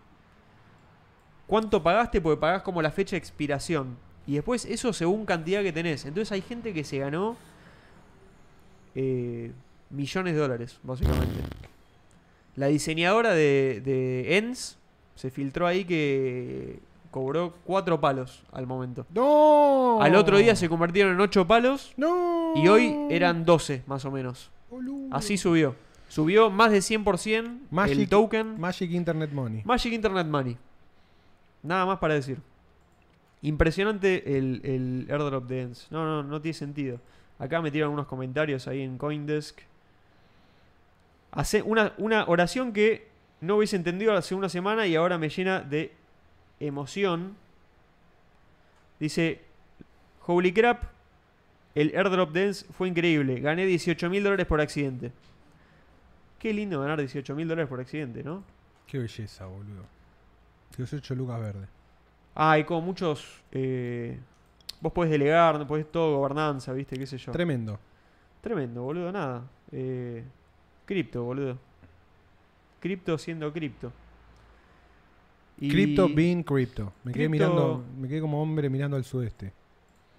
Speaker 1: cuánto pagaste, porque pagás como la fecha de expiración. Y después eso según cantidad que tenés. Entonces hay gente que se ganó eh, millones de dólares, básicamente. La diseñadora de, de ENS se filtró ahí que cobró cuatro palos al momento.
Speaker 2: No.
Speaker 1: Al otro día se convirtieron en ocho palos
Speaker 2: No.
Speaker 1: y hoy eran 12 más o menos.
Speaker 2: Boludo.
Speaker 1: Así subió. Subió más de 100% el
Speaker 2: Magic-
Speaker 1: token.
Speaker 2: Magic Internet Money.
Speaker 1: Magic Internet Money. Nada más para decir. Impresionante el, el airdrop de ENS. No, no, no tiene sentido. Acá me tiran unos comentarios ahí en Coindesk. Hace una, una oración que no hubiese entendido hace una semana y ahora me llena de emoción. Dice, holy crap, el airdrop de ENS fue increíble. Gané 18 mil dólares por accidente. Qué lindo ganar 18 mil dólares por accidente, ¿no?
Speaker 2: Qué belleza, boludo. 18 lucas verde.
Speaker 1: Ah, hay como muchos. eh, vos podés delegar, no podés todo, gobernanza, ¿viste? ¿Qué sé yo?
Speaker 2: Tremendo.
Speaker 1: Tremendo, boludo, nada. Eh, cripto, boludo. Cripto siendo cripto. Y-
Speaker 2: Crypto being crypto. Me quedé
Speaker 1: Crypto-
Speaker 2: mirando, me quedé como hombre mirando al sudeste.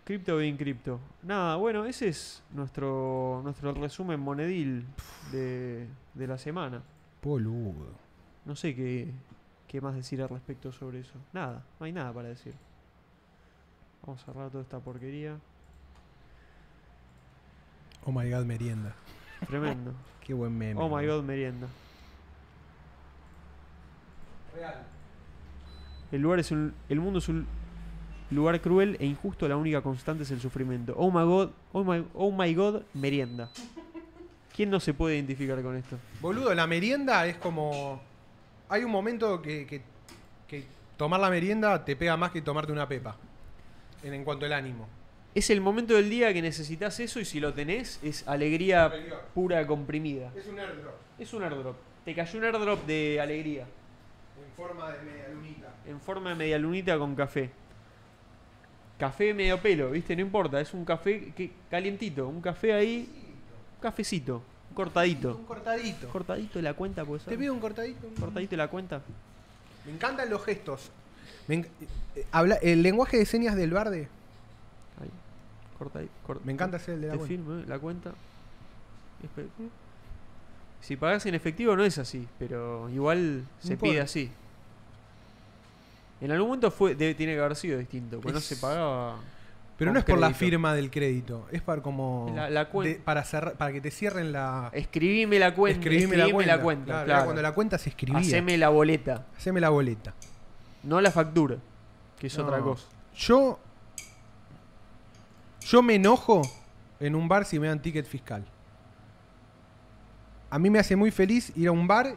Speaker 1: Cripto bien cripto. Nada, bueno, ese es nuestro, nuestro resumen monedil de, de la semana.
Speaker 2: Boludo.
Speaker 1: No sé qué, qué más decir al respecto sobre eso. Nada, no hay nada para decir. Vamos a cerrar toda esta porquería.
Speaker 2: Oh my god, merienda.
Speaker 1: Tremendo.
Speaker 2: Qué buen meme.
Speaker 1: Oh my
Speaker 2: boludo.
Speaker 1: god, merienda. El, lugar es un- el mundo es un lugar cruel e injusto, la única constante es el sufrimiento. Oh my god, oh my, oh my god, merienda. ¿Quién no se puede identificar con esto?
Speaker 2: Boludo, la merienda es como. Hay un momento que, que- que tomar la merienda te pega más que tomarte una pepa. En, en cuanto al ánimo.
Speaker 1: Es el momento del día que necesitas eso y si lo tenés es alegría
Speaker 2: Superior.
Speaker 1: pura comprimida.
Speaker 2: Es un airdrop
Speaker 1: Es un airdrop. Te cayó un airdrop de alegría
Speaker 2: en forma de media lunita.
Speaker 1: en forma de media lunita con café. Café medio pelo, ¿viste? No importa, es un café que, calientito, un café ahí, un cafecito, un cortadito.
Speaker 2: Un cortadito.
Speaker 1: Cortadito de la cuenta, pues.
Speaker 2: Te pido un cortadito. un-
Speaker 1: Cortadito de la cuenta.
Speaker 2: Me encantan los gestos. Me enc- eh, habla, el lenguaje de señas del barde.
Speaker 1: Ahí. Cortadito. cor-
Speaker 2: Me encanta hacer el de la
Speaker 1: Te
Speaker 2: cuenta.
Speaker 1: firmo, eh, la cuenta. Espe- ¿eh? Si pagas en efectivo no es así, pero igual se
Speaker 2: importa.
Speaker 1: pide así. En algún momento fue, debe- tiene que haber sido distinto, porque no
Speaker 2: Es-
Speaker 1: se pagaba.
Speaker 2: Pero
Speaker 1: Con
Speaker 2: no es por la
Speaker 1: crédito.
Speaker 2: firma del crédito, es para como
Speaker 1: La- la cuen-
Speaker 2: de- para cerrar, para que te cierren la
Speaker 1: Escribime la cuenta. Escribime, la cuenta.
Speaker 2: Claro, era
Speaker 1: claro.
Speaker 2: cuando la cuenta se escribía. Haceme,
Speaker 1: Haceme la boleta,
Speaker 2: la boleta.
Speaker 1: no la factura, que es
Speaker 2: No.
Speaker 1: otra cosa.
Speaker 2: Yo yo me enojo en un bar si me dan ticket fiscal. A mí me hace muy feliz ir a un bar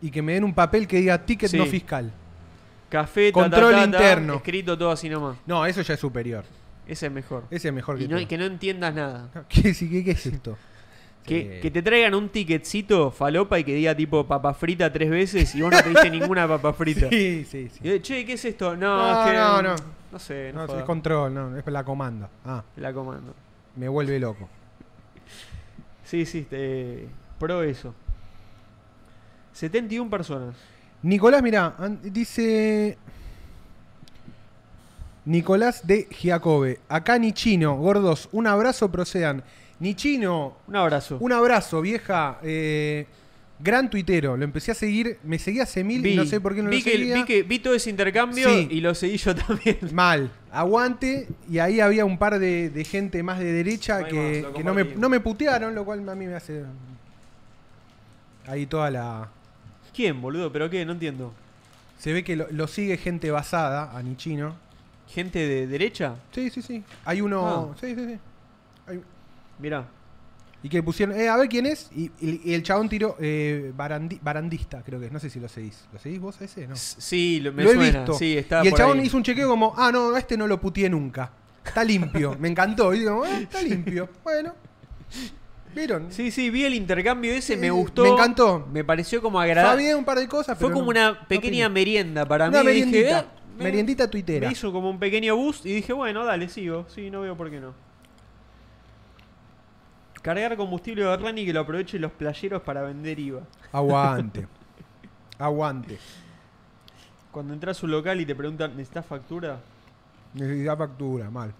Speaker 2: y que me den un papel que diga ticket
Speaker 1: Sí.
Speaker 2: no fiscal.
Speaker 1: Café, ta, ta,
Speaker 2: Control
Speaker 1: ta, ta,
Speaker 2: interno.
Speaker 1: escrito todo así nomás.
Speaker 2: No, eso ya es superior.
Speaker 1: Ese es mejor.
Speaker 2: Ese es mejor
Speaker 1: Y
Speaker 2: que
Speaker 1: no,
Speaker 2: todo.
Speaker 1: y que no entiendas nada.
Speaker 2: ¿Qué, sí, qué- qué es esto?
Speaker 1: Que,
Speaker 2: Sí.
Speaker 1: que te traigan un ticketcito falopa y que diga tipo papa frita tres veces y vos no te diste ninguna papa frita.
Speaker 2: Sí, sí, sí.
Speaker 1: Y, eh, che, ¿qué es esto? No,
Speaker 2: No,
Speaker 1: es que,
Speaker 2: no,
Speaker 1: mm,
Speaker 2: no.
Speaker 1: no sé, no,
Speaker 2: No,
Speaker 1: jodas.
Speaker 2: es control, no, es la comanda. Ah,
Speaker 1: La comando.
Speaker 2: me vuelve loco.
Speaker 1: Sí, sí, te- pro eso. 71 personas.
Speaker 2: Nicolás, mirá, an- dice. Nicolás de Giacobbe. Acá ni chino, gordos, un abrazo procedan. Ni chino,
Speaker 1: Un abrazo.
Speaker 2: un abrazo, vieja. eh, Gran tuitero, lo empecé a seguir, me seguía hace mil y no sé por qué no
Speaker 1: vi
Speaker 2: lo
Speaker 1: que-
Speaker 2: seguía.
Speaker 1: vi que- vi todo ese intercambio
Speaker 2: Sí.
Speaker 1: y lo seguí yo también.
Speaker 2: Mal, aguante. Y ahí había un par de, de gente más de derecha
Speaker 1: No hay
Speaker 2: que,
Speaker 1: más, lo
Speaker 2: que no, me,
Speaker 1: compartimos.
Speaker 2: no me putearon, lo cual a mí me hace. Ahí toda la.
Speaker 1: ¿Quién, boludo? ¿Pero qué? No entiendo.
Speaker 2: Se ve que lo, lo sigue gente basada, a Nichino.
Speaker 1: ¿Gente de derecha?
Speaker 2: Sí, sí, sí. Hay uno.
Speaker 1: Ah.
Speaker 2: Sí, sí, sí. Hay-
Speaker 1: Mirá.
Speaker 2: y que pusieron, eh, a ver quién es. Y, y- y el chabón tiró eh, barandi- barandista, creo que es. No sé si lo seguís. ¿Lo seguís vos a ese? No.
Speaker 1: S- Sí, lo- me
Speaker 2: lo he
Speaker 1: suena.
Speaker 2: visto.
Speaker 1: Sí, estaba
Speaker 2: y el
Speaker 1: por
Speaker 2: chabón
Speaker 1: ahí.
Speaker 2: hizo un chequeo como, ah, no, a este no lo putié nunca. Está limpio. Me encantó. Y digo, "Ah, está limpio. Bueno. ¿Vieron?
Speaker 1: Sí, sí, vi el intercambio ese,
Speaker 2: Sí,
Speaker 1: me gustó.
Speaker 2: me encantó.
Speaker 1: Me pareció como
Speaker 2: Fue
Speaker 1: agradable.
Speaker 2: bien un par de cosas,
Speaker 1: Fue
Speaker 2: pero
Speaker 1: como
Speaker 2: no-
Speaker 1: una
Speaker 2: no
Speaker 1: pequeña
Speaker 2: opino.
Speaker 1: merienda para
Speaker 2: Una
Speaker 1: mí. Dije,
Speaker 2: meriendita.
Speaker 1: "Ah, me-
Speaker 2: meriendita tuitera.
Speaker 1: Me hizo como un pequeño boost y dije, bueno, dale, sigo. Sí, no veo por qué no. Cargar combustible de Berlani que lo aprovechen los playeros para vender IVA.
Speaker 2: Aguante. Aguante.
Speaker 1: Cuando entras a un local y te preguntan, ¿necesitas factura?
Speaker 2: Necesidad factura, mal.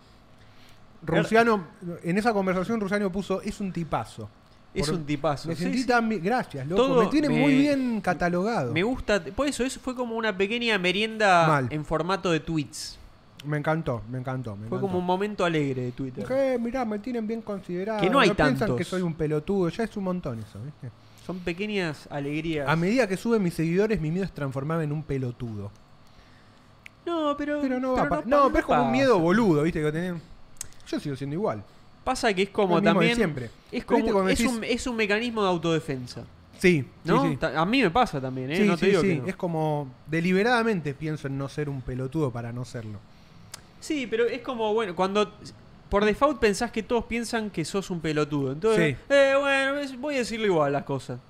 Speaker 2: Rusiano, en esa conversación Rusiano puso, es un tipazo.
Speaker 1: Es
Speaker 2: Por-
Speaker 1: un tipazo.
Speaker 2: Me
Speaker 1: Sí,
Speaker 2: sentí
Speaker 1: sí.
Speaker 2: tan bi- Gracias, loco.
Speaker 1: Todo
Speaker 2: me tiene
Speaker 1: me-
Speaker 2: muy bien catalogado.
Speaker 1: Me
Speaker 2: Me,
Speaker 1: gusta, por eso, eso fue como una pequeña merienda
Speaker 2: Mal.
Speaker 1: en formato de tweets.
Speaker 2: encantó, me encantó. Me
Speaker 1: Fue
Speaker 2: encantó.
Speaker 1: como un momento alegre de Twitter.
Speaker 2: Que, mirá, me tienen bien considerado.
Speaker 1: Que no hay
Speaker 2: piensan
Speaker 1: tantos.
Speaker 2: que soy un pelotudo. Ya es un montón eso, ¿viste?
Speaker 1: Son pequeñas alegrías.
Speaker 2: A medida que suben mis seguidores, mi miedo es transformarme en un pelotudo.
Speaker 1: No, pero.
Speaker 2: Pero no va a pa-
Speaker 1: pa-
Speaker 2: No, pero es como un
Speaker 1: pasa.
Speaker 2: miedo boludo, ¿viste? Que tenés- Yo sigo siendo igual.
Speaker 1: Pasa que es como
Speaker 2: Lo mismo de
Speaker 1: también.
Speaker 2: siempre.
Speaker 1: Es
Speaker 2: Pero
Speaker 1: como.
Speaker 2: viste cuando
Speaker 1: Es
Speaker 2: decís-
Speaker 1: un, es un mecanismo de autodefensa.
Speaker 2: Sí,
Speaker 1: ¿No?
Speaker 2: sí, sí.
Speaker 1: Ta- A mí me pasa también, ¿eh?
Speaker 2: Sí,
Speaker 1: no te
Speaker 2: sí,
Speaker 1: digo
Speaker 2: sí.
Speaker 1: que no.
Speaker 2: Es como deliberadamente pienso en no ser un pelotudo para no serlo.
Speaker 1: Sí, pero es como, bueno, cuando. Por default pensás que todos piensan que sos un pelotudo. Entonces,
Speaker 2: Sí.
Speaker 1: eh, bueno, es- voy a decirle igual las cosas.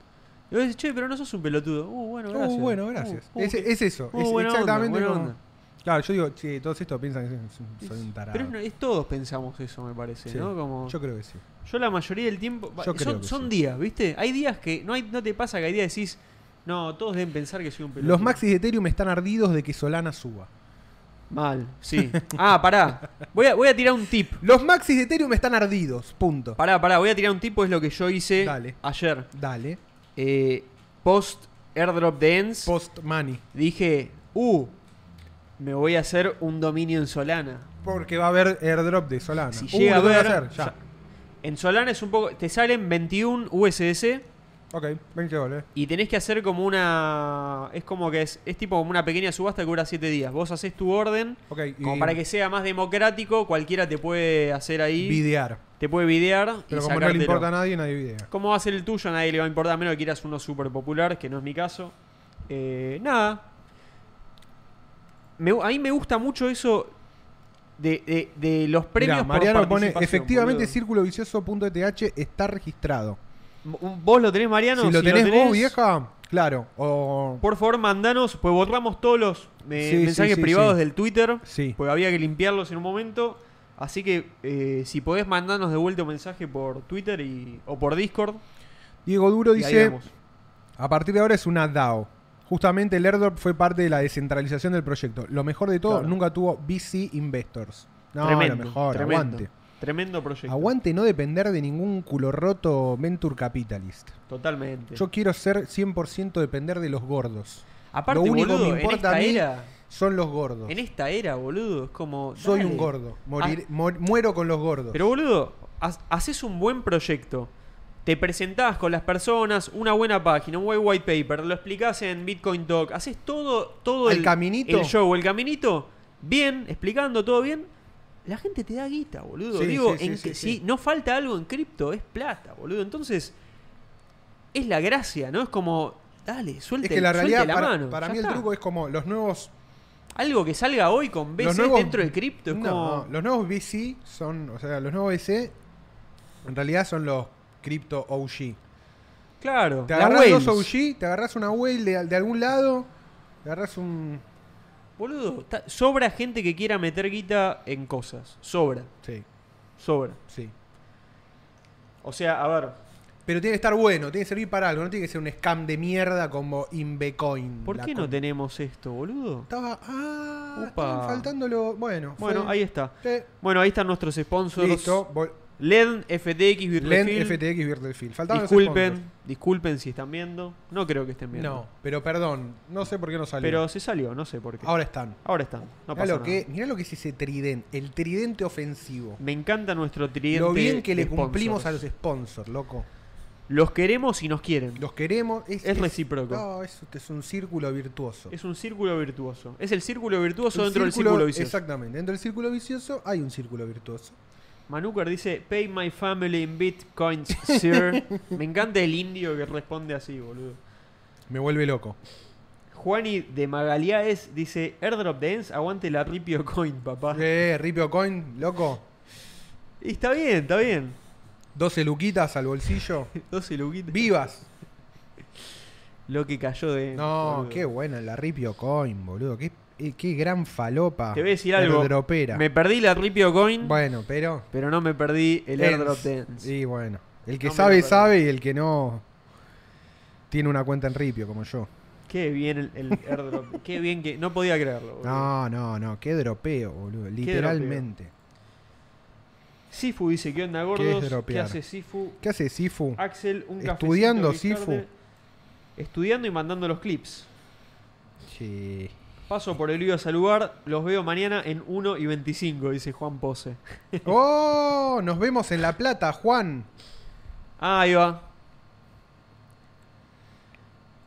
Speaker 1: Y vos decís, che, pero no sos un pelotudo. Uh, bueno, gracias.
Speaker 2: Uh, bueno, gracias.
Speaker 1: Uh, uh,
Speaker 2: es,
Speaker 1: qué-
Speaker 2: es eso.
Speaker 1: uh,
Speaker 2: es
Speaker 1: buena onda,
Speaker 2: exactamente
Speaker 1: buena
Speaker 2: como-
Speaker 1: onda.
Speaker 2: Claro, yo digo, che, todos estos piensan que soy- soy un tarado.
Speaker 1: Pero es, no- es todos pensamos eso, me parece,
Speaker 2: Sí,
Speaker 1: ¿no? Como,
Speaker 2: Yo
Speaker 1: yo,
Speaker 2: creo que sí.
Speaker 1: la mayoría del tiempo... va,
Speaker 2: Yo creo
Speaker 1: son
Speaker 2: que
Speaker 1: son
Speaker 2: sí.
Speaker 1: días, ¿viste? Hay días que no hay no te pasa que hay días que decís, no, todos deben pensar que soy un pelotudo.
Speaker 2: Los maxis de Ethereum están ardidos de que Solana suba.
Speaker 1: Mal, sí. Ah, pará. Voy a, voy a tirar un tip.
Speaker 2: Los maxis de Ethereum están ardidos, punto.
Speaker 1: Pará, pará, voy a tirar un tip, pues es lo que yo hice
Speaker 2: Dale.
Speaker 1: ayer.
Speaker 2: Dale.
Speaker 1: Eh, post airdrop de ENS,
Speaker 2: Post money.
Speaker 1: dije, uh, me voy a hacer un dominio en Solana.
Speaker 2: Porque va a haber airdrop de Solana.
Speaker 1: Si
Speaker 2: Uh,
Speaker 1: llega
Speaker 2: lo
Speaker 1: a
Speaker 2: voy
Speaker 1: ver,
Speaker 2: hacer, ya.
Speaker 1: ya. En Solana es un poco... Te salen 21 USDC.
Speaker 2: Ok, 20 dólares.
Speaker 1: Y tenés que hacer como una. Es como que es, es tipo como una pequeña subasta que dura 7 días. Vos haces tu orden.
Speaker 2: Ok, y
Speaker 1: Como para que sea más democrático, cualquiera te puede hacer ahí.
Speaker 2: videar.
Speaker 1: Te puede videar.
Speaker 2: Pero
Speaker 1: y
Speaker 2: como no le
Speaker 1: sacártelo.
Speaker 2: importa a nadie, nadie videa.
Speaker 1: ¿Cómo va a ser el tuyo? A nadie le va a importar, a menos que quieras uno súper popular, que no es mi caso. Eh, nada. Me gu- a mí me gusta mucho eso de, de- de los premios
Speaker 2: Mirá,
Speaker 1: por
Speaker 2: Mariano pone,
Speaker 1: participación,
Speaker 2: efectivamente,
Speaker 1: boludo.
Speaker 2: circulovicioso.th está registrado.
Speaker 1: ¿Vos lo tenés, Mariano?
Speaker 2: si lo tenés, vos, vieja, claro. O...
Speaker 1: Por favor, mandanos, pues borramos todos los eh,
Speaker 2: Sí, sí,
Speaker 1: mensajes
Speaker 2: sí,
Speaker 1: privados
Speaker 2: sí.
Speaker 1: del Twitter,
Speaker 2: Sí.
Speaker 1: porque había que limpiarlos en un momento. Así que eh, si podés mandarnos de vuelta un mensaje por Twitter y, o por Discord,
Speaker 2: Diego Duro
Speaker 1: y ahí
Speaker 2: dice,
Speaker 1: vemos.
Speaker 2: a partir de ahora es una DAO. Justamente el airdrop fue parte de la descentralización del proyecto. Lo mejor de todo,
Speaker 1: Claro.
Speaker 2: nunca tuvo VC Investors. No,
Speaker 1: tremendo,
Speaker 2: lo mejor,
Speaker 1: tremendo,
Speaker 2: aguante.
Speaker 1: Tremendo proyecto.
Speaker 2: Aguante no depender de ningún culo roto venture capitalist.
Speaker 1: Totalmente.
Speaker 2: Yo quiero ser 100% depender de los gordos.
Speaker 1: Aparte,
Speaker 2: lo único que
Speaker 1: boludo,
Speaker 2: me importa
Speaker 1: en
Speaker 2: a
Speaker 1: esta
Speaker 2: mí-
Speaker 1: era,
Speaker 2: Son los gordos.
Speaker 1: en esta era, boludo, es como
Speaker 2: Soy
Speaker 1: dale. Ah.
Speaker 2: un gordo. Morir- mor- muero con los gordos.
Speaker 1: Pero boludo, ha- haces un buen proyecto. Te presentás con las personas, una buena página, un buen white paper, lo explicás en Bitcoin Talk, haces todo, todo
Speaker 2: Al caminito.
Speaker 1: el show, el caminito, bien, explicando todo bien. La gente te da guita, boludo.
Speaker 2: Sí,
Speaker 1: Digo,
Speaker 2: sí, sí,
Speaker 1: en
Speaker 2: sí,
Speaker 1: que-
Speaker 2: sí.
Speaker 1: si no falta algo en cripto, es plata, boludo. Entonces, es la gracia, ¿no? Es como, dale, suelte,
Speaker 2: es que la
Speaker 1: suelte
Speaker 2: realidad,
Speaker 1: la
Speaker 2: para,
Speaker 1: mano.
Speaker 2: para
Speaker 1: ya
Speaker 2: mí el
Speaker 1: está.
Speaker 2: truco es como los nuevos
Speaker 1: Algo que salga hoy con BC
Speaker 2: Los nuevos-
Speaker 1: dentro de cripto es
Speaker 2: No,
Speaker 1: como.
Speaker 2: no, los nuevos VC son, o sea, los nuevos VC en realidad son los cripto OG.
Speaker 1: Claro,
Speaker 2: Te
Speaker 1: la
Speaker 2: agarras dos
Speaker 1: Whales.
Speaker 2: OG, te agarras una whale de, de algún lado, te agarras un.
Speaker 1: Boludo, ta- sobra gente que quiera meter guita en cosas. Sobra,
Speaker 2: Sí,
Speaker 1: sobra.
Speaker 2: sí.
Speaker 1: O sea, a ver,
Speaker 2: Pero tiene que estar bueno, tiene que servir para algo, no tiene que ser un scam de mierda como Inbecoin.
Speaker 1: ¿por
Speaker 2: la
Speaker 1: qué no
Speaker 2: con-
Speaker 1: tenemos esto, boludo?
Speaker 2: Estaba. Ah,
Speaker 1: Upa.
Speaker 2: estaban faltando lo. Bueno,
Speaker 1: Bueno,
Speaker 2: fue-
Speaker 1: ahí está.
Speaker 2: Sí.
Speaker 1: Bueno, ahí están nuestros sponsors.
Speaker 2: Listo, vol-
Speaker 1: LED, FTX,
Speaker 2: Len,
Speaker 1: Virrefill.
Speaker 2: FTX, Virtualfield. Faltaban los
Speaker 1: Disculpen, disculpen si están viendo. No creo que estén
Speaker 2: sponsors.
Speaker 1: viendo.
Speaker 2: No, pero perdón, no sé por qué no salió.
Speaker 1: Pero se salió, no sé por qué. Ahora,
Speaker 2: Ahora
Speaker 1: están,
Speaker 2: están.
Speaker 1: no
Speaker 2: mirá,
Speaker 1: pasa
Speaker 2: lo
Speaker 1: nada.
Speaker 2: que, mirá lo que es ese tridente, el tridente ofensivo.
Speaker 1: Me encanta nuestro tridente.
Speaker 2: Lo bien que
Speaker 1: de
Speaker 2: le cumplimos
Speaker 1: sponsors.
Speaker 2: a los sponsors, loco.
Speaker 1: Los queremos y nos quieren.
Speaker 2: Los queremos.
Speaker 1: Es recíproco.
Speaker 2: no, es, este es un círculo virtuoso.
Speaker 1: Es un círculo virtuoso. Es el círculo virtuoso
Speaker 2: Un
Speaker 1: dentro del círculo vicioso.
Speaker 2: Exactamente. Dentro del círculo vicioso hay un círculo virtuoso.
Speaker 1: Manuker dice, pay my family in bitcoins, sir. Me encanta el indio que responde así, boludo.
Speaker 2: Me vuelve loco.
Speaker 1: Juani de Magaliaes dice, airdrop dance, aguante la ripio coin, papá.
Speaker 2: Eh, Ripio Coin, loco.
Speaker 1: Y está bien, está bien.
Speaker 2: 12 luquitas al bolsillo.
Speaker 1: 12 luquitas.
Speaker 2: ¡Vivas!
Speaker 1: Lo que cayó de...
Speaker 2: No,
Speaker 1: boludo.
Speaker 2: qué buena la Ripio Coin, boludo. Qué, eh, qué gran falopa.
Speaker 1: Te voy a decir algo.
Speaker 2: airdropera.
Speaker 1: Me perdí la ripio coin,
Speaker 2: Bueno, pero.
Speaker 1: pero no me perdí el airdrop
Speaker 2: Ens.
Speaker 1: dance.
Speaker 2: Sí, bueno. El que
Speaker 1: No me
Speaker 2: sabe,
Speaker 1: lo
Speaker 2: sabe y el que no. Tiene una cuenta en Ripio, como yo.
Speaker 1: Qué bien el, el airdrop. qué bien que... No podía creerlo. boludo.
Speaker 2: No, no, no. Qué dropeo, boludo. Literalmente.
Speaker 1: Sifu dice, ¿qué onda, gordos? ¿Qué,
Speaker 2: dropear?
Speaker 1: hace Sifu?
Speaker 2: ¿Qué hace Sifu?
Speaker 1: Axel, un cafecito
Speaker 2: Estudiando,
Speaker 1: que es
Speaker 2: Sifu.
Speaker 1: tarde. Estudiando y mandando los clips.
Speaker 2: Sí.
Speaker 1: Paso por el video a saludar. Los veo mañana en 1 y 25, dice Juan Pose.
Speaker 2: ¡Oh! Nos vemos en La Plata, Juan.
Speaker 1: Ah, ahí va.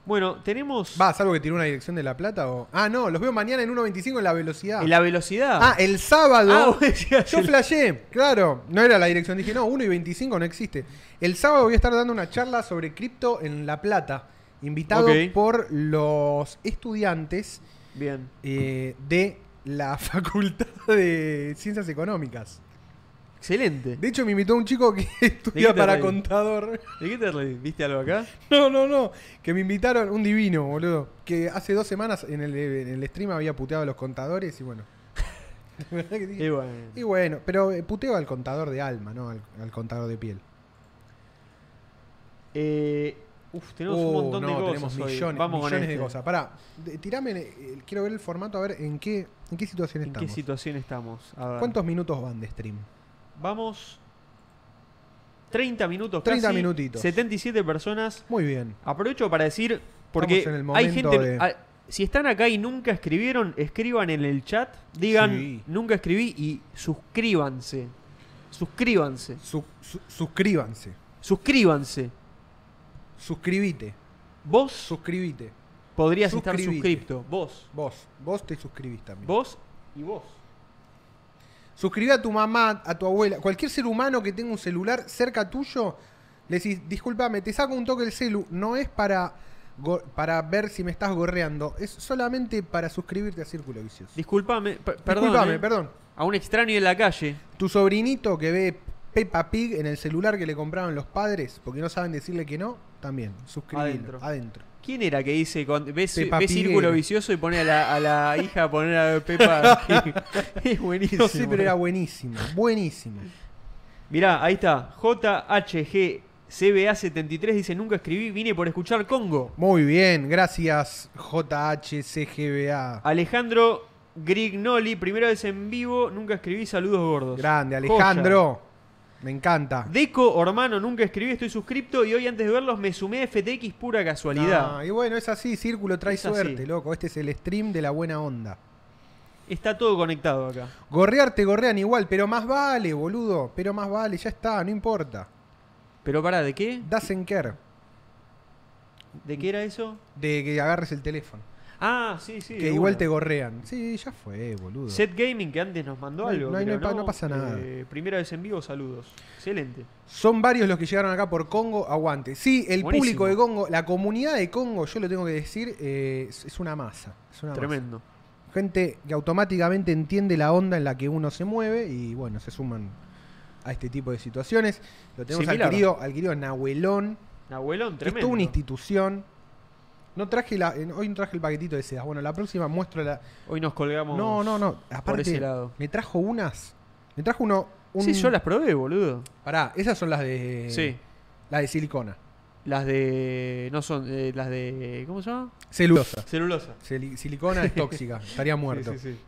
Speaker 1: Bueno, tenemos
Speaker 2: Va, salvo que tiene una dirección de La Plata o. Ah, no, los veo mañana en 1.25 en la velocidad.
Speaker 1: la velocidad.
Speaker 2: Ah, el sábado.
Speaker 1: Ah, vos decías
Speaker 2: Yo
Speaker 1: el-
Speaker 2: flasheé, claro, no era la dirección, dije, no, 1 y 25 no existe. El sábado voy a estar dando una charla sobre cripto en La Plata, invitado
Speaker 1: Ok.
Speaker 2: por los estudiantes
Speaker 1: Bien.
Speaker 2: eh, de la Facultad de Ciencias Económicas.
Speaker 1: Excelente.
Speaker 2: De hecho, me invitó un chico que
Speaker 1: ¿De qué
Speaker 2: estudia
Speaker 1: te
Speaker 2: para
Speaker 1: reís?
Speaker 2: contador.
Speaker 1: ¿De qué te reís? ¿Viste algo acá?
Speaker 2: No, no, no. Que me invitaron, un divino, boludo. Que hace dos semanas en el, en el stream había puteado a los contadores y bueno. La verdad que dije,
Speaker 1: Y bueno.
Speaker 2: y bueno, pero eh, puteo al contador de alma, no al, al contador de piel.
Speaker 1: Eh, uf, tenemos un
Speaker 2: Uh,
Speaker 1: montón de
Speaker 2: no,
Speaker 1: cosas.
Speaker 2: tenemos
Speaker 1: hoy.
Speaker 2: millones,
Speaker 1: Vamos con
Speaker 2: millones de
Speaker 1: este.
Speaker 2: cosas. Pará, de- tirame, eh, quiero ver el formato a ver en qué, en qué situación
Speaker 1: ¿En qué
Speaker 2: estamos.
Speaker 1: situación estamos? A ver.
Speaker 2: ¿Cuántos minutos van de stream?
Speaker 1: Vamos. 30 minutos
Speaker 2: 30
Speaker 1: casi,
Speaker 2: minutitos.
Speaker 1: 77 personas.
Speaker 2: Muy bien.
Speaker 1: Aprovecho para decir, porque
Speaker 2: Estamos en el
Speaker 1: hay
Speaker 2: momento
Speaker 1: gente.
Speaker 2: de-
Speaker 1: ah, si están acá y nunca escribieron, escriban en el chat. Digan,
Speaker 2: Sí.
Speaker 1: nunca escribí y suscríbanse. Suscríbanse.
Speaker 2: Su- su- suscríbanse.
Speaker 1: Suscríbanse.
Speaker 2: Suscribite.
Speaker 1: Vos
Speaker 2: Suscribite.
Speaker 1: podrías estar
Speaker 2: suscribite.
Speaker 1: suscripto. Vos.
Speaker 2: Vos. Vos te suscribís también.
Speaker 1: Vos y vos.
Speaker 2: Suscribí a tu mamá, a tu abuela, cualquier ser humano que tenga un celular cerca tuyo, le decís, discúlpame, te saco un toque el celu, no es para, go- para ver si me estás gorreando, es solamente para suscribirte a Círculo Vicioso.
Speaker 1: Disculpame, per- perdón.
Speaker 2: Disculpame,
Speaker 1: eh.
Speaker 2: perdón.
Speaker 1: A un extraño en la calle.
Speaker 2: Tu sobrinito que ve Peppa Pig en el celular que le compraron los padres, porque no saben decirle que no, también, suscribilo,
Speaker 1: Adentro.
Speaker 2: adentro.
Speaker 1: ¿Quién era que dice cuando ves,
Speaker 2: Pepa
Speaker 1: ves círculo
Speaker 2: Piguero.
Speaker 1: vicioso y pone a la, a la hija a poner a Pepa? es buenísimo.
Speaker 2: No sé, pero era buenísimo, buenísimo.
Speaker 1: Mirá, ahí está. JHGCBA73 dice: Nunca escribí, vine por escuchar Congo.
Speaker 2: Muy bien, gracias JHCGBA.
Speaker 1: Alejandro Grignoli, primera vez en vivo, nunca escribí, saludos gordos.
Speaker 2: Grande,
Speaker 1: Joya.
Speaker 2: Alejandro. Me encanta.
Speaker 1: Deco, hermano, nunca escribí, estoy suscripto y hoy antes de verlos me sumé a FTX pura casualidad.
Speaker 2: Ah, y bueno, es así, círculo trae
Speaker 1: Es así.
Speaker 2: suerte, loco. Este es el stream de la buena onda.
Speaker 1: Está todo conectado acá.
Speaker 2: Gorrear te gorrean igual, pero más vale, boludo. Pero más vale, ya está, no importa.
Speaker 1: Pero pará, ¿de qué?
Speaker 2: Doesn't care
Speaker 1: ¿De qué era eso?
Speaker 2: de que agarres el teléfono.
Speaker 1: Ah, sí, sí.
Speaker 2: que
Speaker 1: de
Speaker 2: igual
Speaker 1: una.
Speaker 2: te gorrean. Sí, ya fue, boludo.
Speaker 1: Set Gaming que antes nos mandó
Speaker 2: No,
Speaker 1: algo.
Speaker 2: no hay- no
Speaker 1: creo,
Speaker 2: hay pa- no pasa nada.
Speaker 1: Eh, primera vez en vivo, saludos. Excelente.
Speaker 2: Son varios los que llegaron acá por Congo, aguante. Sí, el
Speaker 1: Buenísimo.
Speaker 2: público de Congo, la comunidad de Congo, yo lo tengo que decir, eh, es, es una masa. Es una masa.
Speaker 1: Tremendo.
Speaker 2: Gente que automáticamente entiende la onda en la que uno se mueve y bueno, se suman a este tipo de situaciones. Lo tenemos al
Speaker 1: Similar.
Speaker 2: querido, al querido Nahuelón,
Speaker 1: Nahuelón,
Speaker 2: que es
Speaker 1: tremendo.
Speaker 2: toda una institución. No traje la, eh, hoy no traje el paquetito de sedas. Bueno, la próxima muestro la.
Speaker 1: Hoy nos colgamos.
Speaker 2: No, no, no. Aparte,
Speaker 1: ese lado.
Speaker 2: me trajo unas. Me trajo uno. Un,
Speaker 1: Sí, yo las probé, boludo.
Speaker 2: Pará, esas son las de.
Speaker 1: Sí.
Speaker 2: Las de silicona.
Speaker 1: Eh, Las de. No son. eh, las de. ¿Cómo se llama?
Speaker 2: Celulosa.
Speaker 1: Celulosa.
Speaker 2: Celi- silicona es tóxica. Estaría muerto.
Speaker 1: Sí, sí, sí.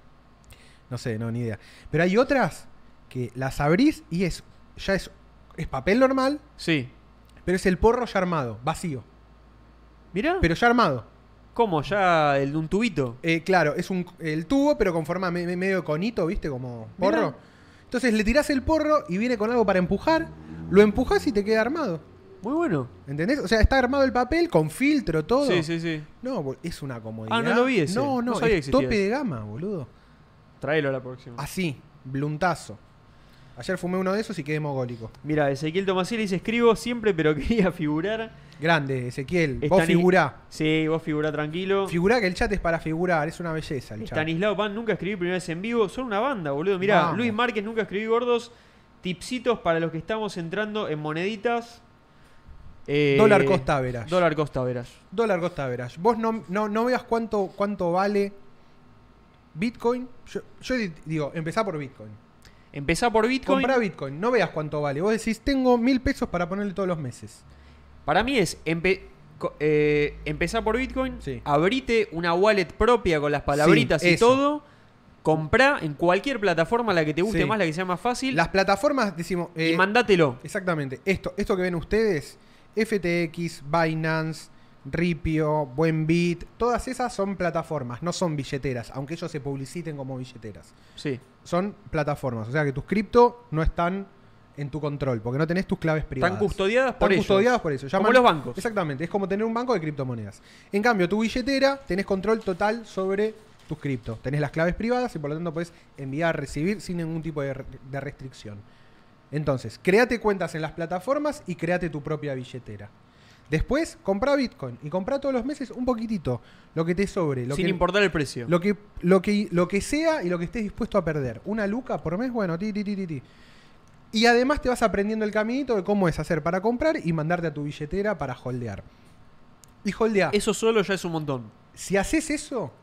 Speaker 2: No sé, no, ni idea. Pero hay otras que las abrís y es ya es, es papel normal,
Speaker 1: Sí.
Speaker 2: pero es el porro ya armado, vacío.
Speaker 1: Mirá.
Speaker 2: Pero ya armado.
Speaker 1: ¿Cómo? Ya el de un tubito.
Speaker 2: Eh, claro, es un, el tubo, pero con forma me- me- medio de conito, ¿viste? Como
Speaker 1: Mirá.
Speaker 2: porro. Entonces le tirás el porro y viene con algo para empujar, lo empujás y te queda armado.
Speaker 1: Muy bueno.
Speaker 2: ¿Entendés? O sea, está armado el papel con filtro, todo.
Speaker 1: Sí, sí, sí.
Speaker 2: No, bol- es una comodidad.
Speaker 1: Ah, no lo vi ese.
Speaker 2: No, no,
Speaker 1: No sabía
Speaker 2: es
Speaker 1: que existía
Speaker 2: tope
Speaker 1: ese.
Speaker 2: de gama, boludo.
Speaker 1: Tráelo a la próxima.
Speaker 2: Así, bluntazo. Ayer fumé uno de esos y quedé mogólico.
Speaker 1: Mira, Ezequiel Tomaselli dice, escribo siempre, pero quería figurar.
Speaker 2: Grande, Ezequiel. Vos
Speaker 1: Estani-
Speaker 2: figurá.
Speaker 1: Sí, vos figurá tranquilo.
Speaker 2: Figurá que el chat es para figurar, es una belleza el chat.
Speaker 1: Estanislao Pan, nunca escribí primera vez en vivo. Son una banda, boludo. Mirá,
Speaker 2: Vamos.
Speaker 1: Luis Márquez, nunca escribí gordos. Tipsitos para los que estamos entrando en moneditas. Eh,
Speaker 2: Dólar costa average.
Speaker 1: Dólar costa veras.
Speaker 2: Dólar cost average. Vos no, no, no veas cuánto, cuánto vale Bitcoin. Yo, yo di- digo, empezá por Bitcoin.
Speaker 1: Empezá por Bitcoin.
Speaker 2: Comprá Bitcoin, no veas cuánto vale. Vos decís, tengo mil pesos para ponerle todos los meses.
Speaker 1: Para mí es empe- co- eh, empezá por Bitcoin,
Speaker 2: Sí.
Speaker 1: abrite una wallet propia con las palabritas
Speaker 2: Sí,
Speaker 1: y
Speaker 2: eso.
Speaker 1: todo, comprá en cualquier plataforma la que te guste
Speaker 2: Sí.
Speaker 1: más, la que sea más fácil,
Speaker 2: Las plataformas, decimos...
Speaker 1: y
Speaker 2: eh,
Speaker 1: mandátelo.
Speaker 2: Exactamente. Esto, esto que ven ustedes, FTX, Binance, Ripio, Buenbit, todas esas son plataformas, no son billeteras, aunque ellos se publiciten como billeteras.
Speaker 1: Sí.
Speaker 2: Son plataformas, o sea que tus cripto no están en tu control, porque no tenés tus claves privadas.
Speaker 1: Están custodiadas por
Speaker 2: Están
Speaker 1: ellos.
Speaker 2: custodiadas por eso.
Speaker 1: Como
Speaker 2: Llaman-
Speaker 1: los bancos.
Speaker 2: Exactamente, es como tener un banco de criptomonedas. En cambio, tu billetera tenés control total sobre tus cripto. Tenés las claves privadas y por lo tanto podés enviar, recibir sin ningún tipo de, re- de restricción. Entonces, créate cuentas en las plataformas y créate tu propia billetera. Después, compra Bitcoin y compra todos los meses un poquitito, lo que te sobre, lo
Speaker 1: Sin
Speaker 2: que,
Speaker 1: importar el precio.
Speaker 2: lo que, lo, que, lo que sea y lo que estés dispuesto a perder. Una luca por mes, bueno, ti, ti, ti, ti, ti. Y además te vas aprendiendo el caminito de cómo es hacer para comprar y mandarte a tu billetera para holdear. Y holdea.
Speaker 1: Eso solo ya es un montón.
Speaker 2: Si haces eso,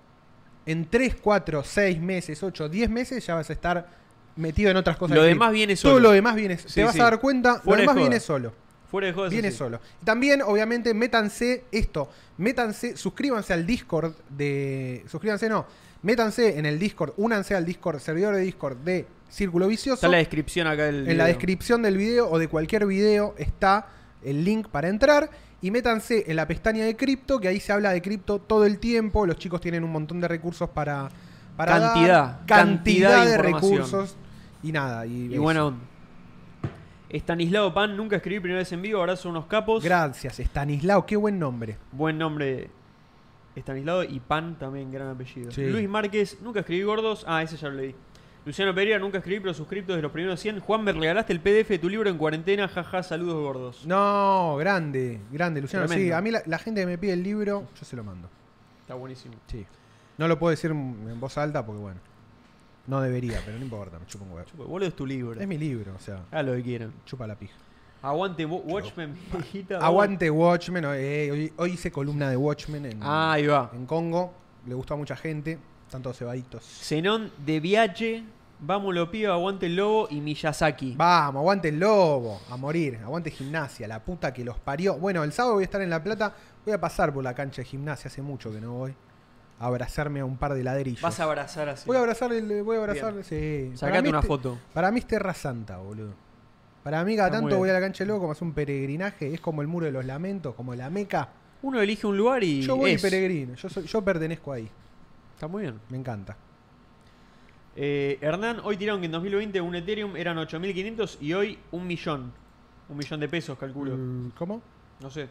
Speaker 2: en 3, 4, 6 meses, 8, 10 meses ya vas a estar metido en otras cosas.
Speaker 1: Lo
Speaker 2: de
Speaker 1: demás
Speaker 2: cripto.
Speaker 1: viene
Speaker 2: Todo
Speaker 1: solo.
Speaker 2: lo demás viene
Speaker 1: Sí,
Speaker 2: Te vas
Speaker 1: sí.
Speaker 2: a dar cuenta,
Speaker 1: Fuera de
Speaker 2: lo demás
Speaker 1: joda.
Speaker 2: viene solo.
Speaker 1: Fuera de jodas.
Speaker 2: Viene
Speaker 1: sí.
Speaker 2: solo. Y también, obviamente, métanse esto. Métanse, suscríbanse al Discord de. Suscríbanse, no. Métanse en el Discord, únanse al Discord, servidor de Discord de Círculo Vicioso.
Speaker 1: Está en la descripción acá del
Speaker 2: en la
Speaker 1: video.
Speaker 2: descripción del video o de cualquier video está el link para entrar. Y métanse en la pestaña de cripto, que ahí se habla de cripto todo el tiempo. Los chicos tienen un montón de recursos para. para dar.
Speaker 1: Cantidad,
Speaker 2: cantidad,
Speaker 1: cantidad de
Speaker 2: de,
Speaker 1: información.
Speaker 2: recursos. Y nada. Y,
Speaker 1: Y
Speaker 2: eso.
Speaker 1: buena onda. Estanislao Pan, nunca escribí primera vez en vivo, ahora son unos capos.
Speaker 2: Gracias, Stanislao. Qué buen nombre.
Speaker 1: Buen nombre Estanislao y Pan también, gran apellido.
Speaker 2: Sí.
Speaker 1: Luis Márquez, nunca escribí gordos. Ah, ese ya lo leí. Luciano Pereira, nunca escribí, pero suscripto desde los primeros 100. Juan, me regalaste el PDF de tu libro en cuarentena. Jaja, saludos gordos.
Speaker 2: No, grande, grande, Luciano.
Speaker 1: Tremendo.
Speaker 2: Sí, a mí la, la gente que me pide el libro, yo se lo mando.
Speaker 1: Está buenísimo.
Speaker 2: Sí. No lo puedo decir m- en voz alta porque, bueno, no debería, pero no importa, me chupa un huevo.
Speaker 1: Chupa, boludo, es tu libro.
Speaker 2: Es mi libro, o sea,
Speaker 1: Hagan lo que quieran.
Speaker 2: chupa la pija.
Speaker 1: Aguante, Wa- Watchmen, hijita.
Speaker 2: Ah, Aguante Watchmen, eh, hoy, hoy hice columna de Watchmen en,
Speaker 1: Ah, ahí va.
Speaker 2: en Congo, le gustó a mucha gente, están todos cebaditos.
Speaker 1: Zenón de Viaje, vámonos, piba, aguante el lobo y Miyazaki.
Speaker 2: Vamos, aguante el lobo, a morir, aguante gimnasia, la puta que los parió. Bueno, el sábado voy a estar en La Plata, voy a pasar por la cancha de gimnasia, hace mucho que no voy. A abrazarme a un par de ladrillos.
Speaker 1: Vas a abrazar así.
Speaker 2: Voy a abrazar el. Voy a abrazar. Sí. Para mí
Speaker 1: Sacate una
Speaker 2: este-
Speaker 1: foto.
Speaker 2: Para mí es Terra Santa, boludo. Para mí, cada
Speaker 1: Está muy
Speaker 2: tanto voy
Speaker 1: bien.
Speaker 2: a la cancha de loco, como es un peregrinaje, es como el muro de los lamentos, como la meca.
Speaker 1: Uno elige un lugar y.
Speaker 2: Yo voy y
Speaker 1: es.
Speaker 2: peregrino, yo, soy- yo pertenezco ahí.
Speaker 1: Está muy bien.
Speaker 2: Me encanta.
Speaker 1: Eh, Hernán, hoy tiraron que en 2020 un Ethereum eran 8.500 y hoy un millón. Un millón de pesos, calculo.
Speaker 2: Mm, ¿Cómo?
Speaker 1: No sé.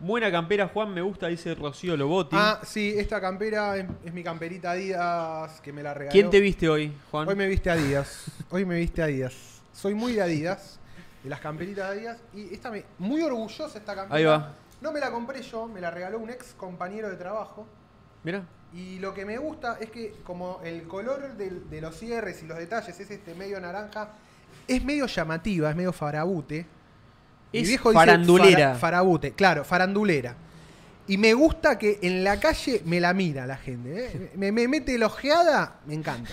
Speaker 1: Buena campera, Juan, me gusta, dice Rocío Loboti.
Speaker 2: Ah, sí, esta campera es, es mi camperita Adidas que me la regaló.
Speaker 1: ¿Quién te viste hoy, Juan?
Speaker 2: Hoy me viste Adidas. Hoy me viste Adidas. Soy muy de Adidas, de las camperitas de Adidas. Y esta me. Muy orgullosa esta campera.
Speaker 1: Ahí va.
Speaker 2: No me la compré yo, me la regaló un ex compañero de trabajo.
Speaker 1: Mirá.
Speaker 2: Y lo que me gusta es que como el color del- de los cierres y los detalles es este medio naranja, es medio llamativa, es medio farabute. Mi
Speaker 1: Es
Speaker 2: dice
Speaker 1: farandulera.
Speaker 2: fara- farabute, claro, farandulera. Y me gusta que en la calle me la mira la gente. ¿eh? Me, me mete la ojeada, me encanta.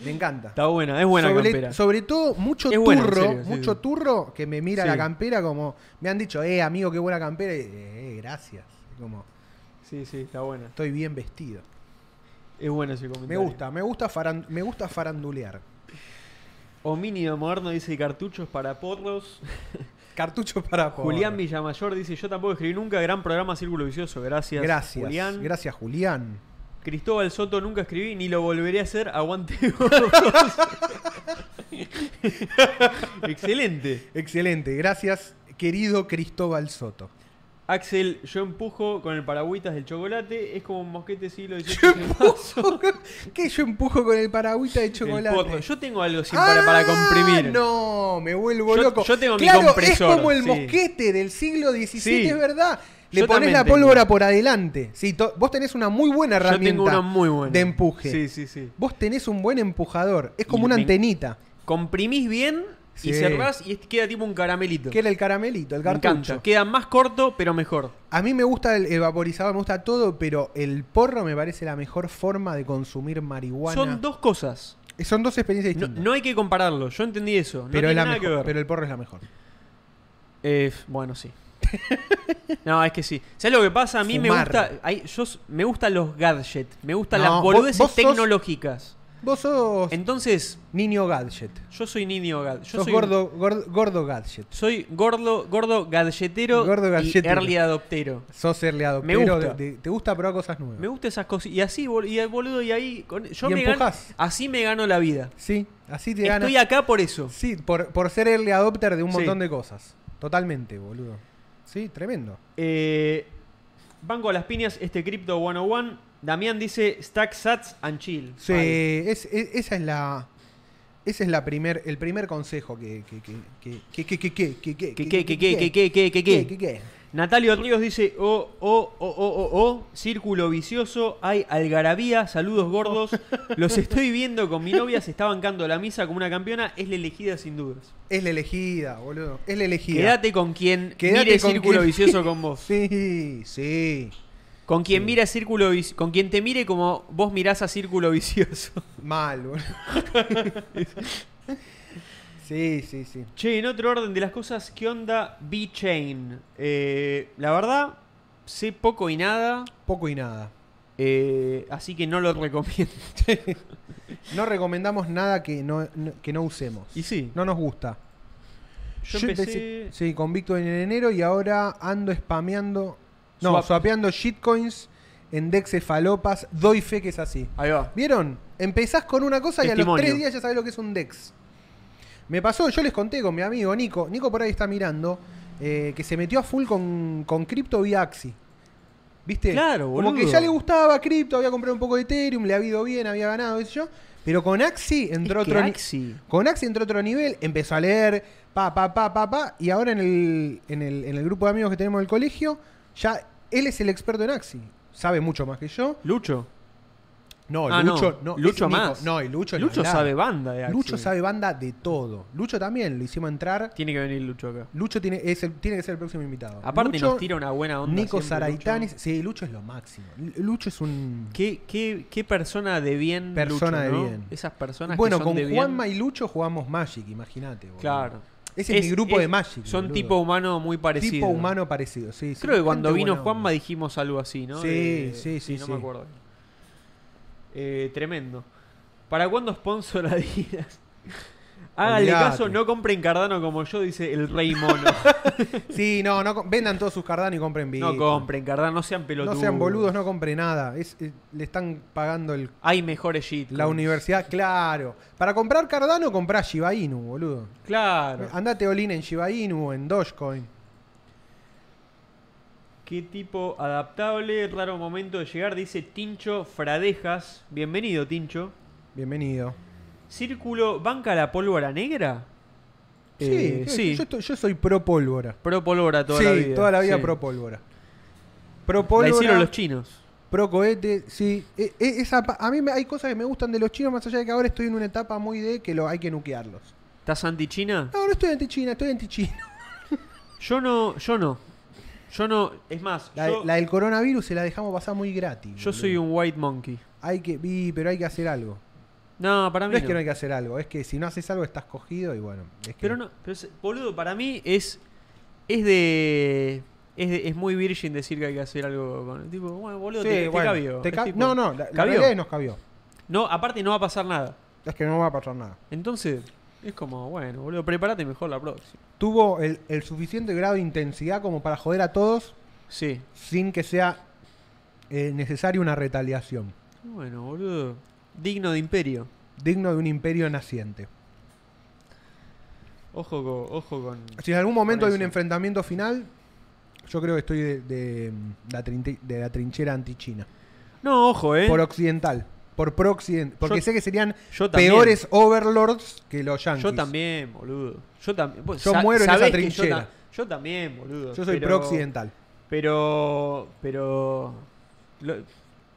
Speaker 2: Me encanta.
Speaker 1: Está buena, es buena
Speaker 2: sobre,
Speaker 1: campera.
Speaker 2: sobre todo, mucho
Speaker 1: Es
Speaker 2: turro,
Speaker 1: buena, en serio, sí,
Speaker 2: mucho
Speaker 1: sí.
Speaker 2: turro que me mira
Speaker 1: Sí.
Speaker 2: la campera como, me han dicho, eh, amigo, qué buena campera. Y, eh, gracias. Como,
Speaker 1: Sí, sí, está buena.
Speaker 2: estoy bien vestido.
Speaker 1: Es bueno ese comentario.
Speaker 2: Me gusta, me gusta, faran- me gusta farandulear.
Speaker 1: Homínido moderno dice cartuchos para porros.
Speaker 2: Cartucho para
Speaker 1: Julián
Speaker 2: porro.
Speaker 1: Villamayor dice: Yo tampoco escribí nunca. Gran programa Círculo Vicioso. Gracias,
Speaker 2: Gracias.
Speaker 1: Julián.
Speaker 2: Gracias, Julián.
Speaker 1: Cristóbal Soto nunca escribí ni lo volveré a hacer. Aguante. Excelente.
Speaker 2: Excelente. Gracias, querido Cristóbal Soto.
Speaker 1: Axel, yo empujo con el paragüitas del chocolate. Es como un mosquete siglo XVIII.
Speaker 2: Yo empujo. ¿Qué yo empujo con el paragüita de
Speaker 1: El
Speaker 2: chocolate? Ah,
Speaker 1: porro. Yo tengo algo siempre para, para comprimir.
Speaker 2: No, me vuelvo
Speaker 1: Yo-
Speaker 2: loco.
Speaker 1: yo tengo mi
Speaker 2: claro,
Speaker 1: compresor,
Speaker 2: Es como el
Speaker 1: sí.
Speaker 2: mosquete del siglo XVII,
Speaker 1: Sí.
Speaker 2: es verdad. Le
Speaker 1: Yo
Speaker 2: pones
Speaker 1: también
Speaker 2: la
Speaker 1: tengo.
Speaker 2: pólvora por adelante. Sí, to- vos tenés una muy buena
Speaker 1: yo
Speaker 2: herramienta
Speaker 1: tengo una muy buena.
Speaker 2: de empuje.
Speaker 1: Sí, sí, sí.
Speaker 2: Vos tenés un buen empujador. Es como
Speaker 1: Y
Speaker 2: una
Speaker 1: me-
Speaker 2: antenita.
Speaker 1: Comprimís bien
Speaker 2: Sí.
Speaker 1: y cerrás y es- queda tipo un caramelito.
Speaker 2: Que era el caramelito, el
Speaker 1: Me
Speaker 2: cartucho.
Speaker 1: encanta. Queda más corto, pero mejor.
Speaker 2: A mí me gusta el, el vaporizador, me gusta todo, pero el porro me parece la mejor forma de consumir marihuana.
Speaker 1: Son dos cosas.
Speaker 2: Eh, Son dos experiencias
Speaker 1: No,
Speaker 2: distintas.
Speaker 1: no hay que compararlo. Yo entendí eso. No
Speaker 2: pero,
Speaker 1: tiene
Speaker 2: es la
Speaker 1: nada que
Speaker 2: mejor-
Speaker 1: ver.
Speaker 2: pero el porro es la mejor.
Speaker 1: Eh, f- bueno, sí. no, es que sí. ¿Sabes lo que pasa? A mí me
Speaker 2: Fumar.
Speaker 1: gusta. hay- yo, s- me gustan los gadgets. Me gustan
Speaker 2: No,
Speaker 1: las
Speaker 2: vos-
Speaker 1: boludeces
Speaker 2: vos sos-
Speaker 1: tecnológicas.
Speaker 2: Vos sos
Speaker 1: Entonces,
Speaker 2: niño gadget.
Speaker 1: yo soy niño gadget. Yo
Speaker 2: sos
Speaker 1: soy, un-
Speaker 2: gordo, gordo, gordo gadget.
Speaker 1: soy gordo, gordo gadgetero
Speaker 2: Gordo
Speaker 1: y
Speaker 2: gadgetero.
Speaker 1: early adoptero.
Speaker 2: Sos early
Speaker 1: Me
Speaker 2: adoptero.
Speaker 1: gusta.
Speaker 2: de- de- te gusta probar cosas nuevas.
Speaker 1: Me gustan esas cosas. Y así, bol- y, boludo, y ahí. con- yo
Speaker 2: Y
Speaker 1: me gano-
Speaker 2: empujás.
Speaker 1: así me gano la vida.
Speaker 2: Sí, así te ganas.
Speaker 1: Estoy acá por eso.
Speaker 2: Sí, por, por ser early adopter de un
Speaker 1: Sí.
Speaker 2: montón de cosas. Totalmente, boludo. Sí, tremendo.
Speaker 1: Eh, banco a las piñas, este Crypto 101. Damián dice stack sats and chill.
Speaker 2: Sí,
Speaker 1: Vale.
Speaker 2: es- es- esa es la. Ese es la primer, el primer consejo que. que, que, que, que, que, que, que,
Speaker 1: Que,
Speaker 2: que,
Speaker 1: que, que, que, que, que, que, que, que. Natalio Ríos dice, oh, oh, oh, oh, oh, oh, círculo vicioso, hay algarabía, saludos gordos, los estoy viendo con mi novia, se está bancando la misa como una campeona, es la elegida sin dudas.
Speaker 2: Es la elegida, boludo. Es la elegida.
Speaker 1: Quédate con quien
Speaker 2: Quédate
Speaker 1: mire
Speaker 2: con
Speaker 1: círculo
Speaker 2: quien-
Speaker 1: vicioso con vos.
Speaker 2: Sí, sí.
Speaker 1: Con quien mira círculo vic- con quien te mire como vos mirás a círculo vicioso.
Speaker 2: Mal, boludo. sí, sí, sí.
Speaker 1: Che, en otro orden de las cosas, ¿qué onda B-Chain? Eh, la verdad, sé poco y nada,
Speaker 2: Poco y nada.
Speaker 1: eh, así que no lo recomiendo.
Speaker 2: No recomendamos nada que no, no- que no usemos.
Speaker 1: Y sí,
Speaker 2: No nos gusta.
Speaker 1: yo,
Speaker 2: Yo
Speaker 1: empecé...
Speaker 2: sí, con Bitcoin en enero y ahora ando spameando. No,
Speaker 1: Swap.
Speaker 2: swapeando shitcoins en dexes falopas. Doy fe que es así.
Speaker 1: Ahí va.
Speaker 2: ¿Vieron? Empezás con una cosa y a los
Speaker 1: Testimonio.
Speaker 2: tres días ya sabés lo que es un DEX. Me pasó, yo les conté con mi amigo Nico, Nico por ahí está mirando, eh, que se metió a full con, con cripto vía Axi. ¿Viste?
Speaker 1: Claro,
Speaker 2: Como que
Speaker 1: boludo.
Speaker 2: ya le gustaba cripto, había comprado un poco de Ethereum, le había ido bien, había ganado, qué sé yo. Pero con Axi entró
Speaker 1: Es que
Speaker 2: otro ni-
Speaker 1: Axi.
Speaker 2: Con Axi entró otro nivel, empezó a leer, pa, pa, pa, pa, pa. Y ahora en el, en el, en el grupo de amigos que tenemos del colegio, ya él es el experto en Axi. Sabe mucho más que yo.
Speaker 1: Lucho.
Speaker 2: No,
Speaker 1: Ah, no.
Speaker 2: Lucho, no.
Speaker 1: Lucho
Speaker 2: ese Nico.
Speaker 1: más.
Speaker 2: No, y Lucho, ni
Speaker 1: Lucho
Speaker 2: hablar.
Speaker 1: sabe banda de Axi.
Speaker 2: Lucho sabe banda de todo. Lucho también lo hicimos entrar.
Speaker 1: Tiene que venir Lucho acá.
Speaker 2: Lucho tiene, es el- tiene que ser el próximo invitado.
Speaker 1: Aparte
Speaker 2: Lucho,
Speaker 1: nos tira una buena onda.
Speaker 2: Nico
Speaker 1: siempre,
Speaker 2: Saraitanis.
Speaker 1: Lucho.
Speaker 2: Sí, Lucho es lo máximo. L- Lucho es un.
Speaker 1: ¿Qué, qué, qué persona de bien
Speaker 2: Persona
Speaker 1: Lucho,
Speaker 2: de
Speaker 1: ¿no?
Speaker 2: bien.
Speaker 1: Esas personas
Speaker 2: Bueno,
Speaker 1: que son
Speaker 2: con
Speaker 1: de bien.
Speaker 2: Juanma y Lucho jugamos Magic, imagínate. boludo.
Speaker 1: Claro.
Speaker 2: Ese es, mi grupo de Magic.
Speaker 1: Son
Speaker 2: boludo.
Speaker 1: tipo humano muy parecido.
Speaker 2: Tipo humano parecido, sí. sí.
Speaker 1: Creo que cuando
Speaker 2: Gente
Speaker 1: vino
Speaker 2: buena
Speaker 1: Juanma
Speaker 2: onda.
Speaker 1: dijimos algo así, ¿no?
Speaker 2: Sí,
Speaker 1: De-
Speaker 2: sí, sí,
Speaker 1: No
Speaker 2: sí.
Speaker 1: me acuerdo. Eh, tremendo. ¿Para cuándo sponsor Adidas? Háganle
Speaker 2: Olvidate.
Speaker 1: caso, no compren Cardano como yo, dice el rey mono.
Speaker 2: Sí, no, no, com- vendan todos sus Cardano y compren Bitcoin.
Speaker 1: no compren Cardano, no sean pelotudos.
Speaker 2: No sean boludos, no compren nada. Es- es- le están pagando el
Speaker 1: Hay mejores shitcoins.
Speaker 2: La universidad, claro. Para comprar Cardano, comprá Shiba Inu, boludo.
Speaker 1: Claro.
Speaker 2: Andate all in en Shiba Inu o en Dogecoin.
Speaker 1: Qué tipo adaptable, raro momento de llegar, dice Tincho Fradejas. Bienvenido, Tincho.
Speaker 2: Bienvenido.
Speaker 1: Círculo, ¿banca la pólvora negra?
Speaker 2: Sí,
Speaker 1: Eh,
Speaker 2: yo-
Speaker 1: sí.
Speaker 2: Yo, estoy- yo soy pro pólvora.
Speaker 1: Pro pólvora toda
Speaker 2: sí,
Speaker 1: la vida.
Speaker 2: toda la vida
Speaker 1: sí.
Speaker 2: pro pólvora. Pro
Speaker 1: La hicieron
Speaker 2: pólvora,
Speaker 1: los chinos.
Speaker 2: pro cohete, sí. E- e- esa pa- a mí me- hay cosas que me gustan de los chinos, más allá de que ahora estoy en una etapa muy de que lo, hay que nuquearlos.
Speaker 1: ¿Estás anti-China?
Speaker 2: No, no estoy anti-China, estoy anti-China.
Speaker 1: Yo no, yo no. Yo no, es más,
Speaker 2: La,
Speaker 1: yo,
Speaker 2: la del coronavirus se la dejamos pasar muy gratis.
Speaker 1: yo soy un Ah, white monkey.
Speaker 2: Hay que, vi, pero hay que hacer algo.
Speaker 1: No, para mí no.
Speaker 2: No es que no hay que hacer algo, es que si no haces algo estás cogido y bueno. es que-
Speaker 1: Pero no, pero es- boludo, para mí es es de es, de- es muy virgen decir que hay que hacer algo con tipo, bueno, boludo,
Speaker 2: Sí,
Speaker 1: te, te
Speaker 2: bueno,
Speaker 1: cabió.
Speaker 2: te
Speaker 1: Es
Speaker 2: ca-
Speaker 1: tipo,
Speaker 2: no, no, la, la
Speaker 1: cabió.
Speaker 2: realidad es que nos cabió.
Speaker 1: No, aparte no va a pasar nada.
Speaker 2: Es que no va a pasar nada.
Speaker 1: Entonces, Es como, bueno, boludo, prepárate mejor la próxima.
Speaker 2: Tuvo el, el suficiente grado de intensidad como para joder a todos
Speaker 1: Sí.
Speaker 2: sin que sea eh, necesaria una retaliación.
Speaker 1: Bueno, boludo. Digno de imperio.
Speaker 2: Digno de un imperio naciente.
Speaker 1: Ojo con. Ojo con.
Speaker 2: Si en algún momento
Speaker 1: Con
Speaker 2: hay un
Speaker 1: eso.
Speaker 2: enfrentamiento final, yo creo que estoy de, de, mm, la, trin- de la trinchera anti-China.
Speaker 1: No, ojo, eh.
Speaker 2: Por occidental. Por pro-occident. Porque
Speaker 1: Yo-
Speaker 2: sé que serían
Speaker 1: yo también.
Speaker 2: peores overlords que los yankees.
Speaker 1: Yo también, boludo. Yo también. Vos
Speaker 2: Yo
Speaker 1: sa-
Speaker 2: muero en esa
Speaker 1: sabés que yo
Speaker 2: trinchera.
Speaker 1: ta- Yo, también, boludo.
Speaker 2: Yo soy
Speaker 1: pero-
Speaker 2: pro-occidental.
Speaker 1: Pero. Pero. lo-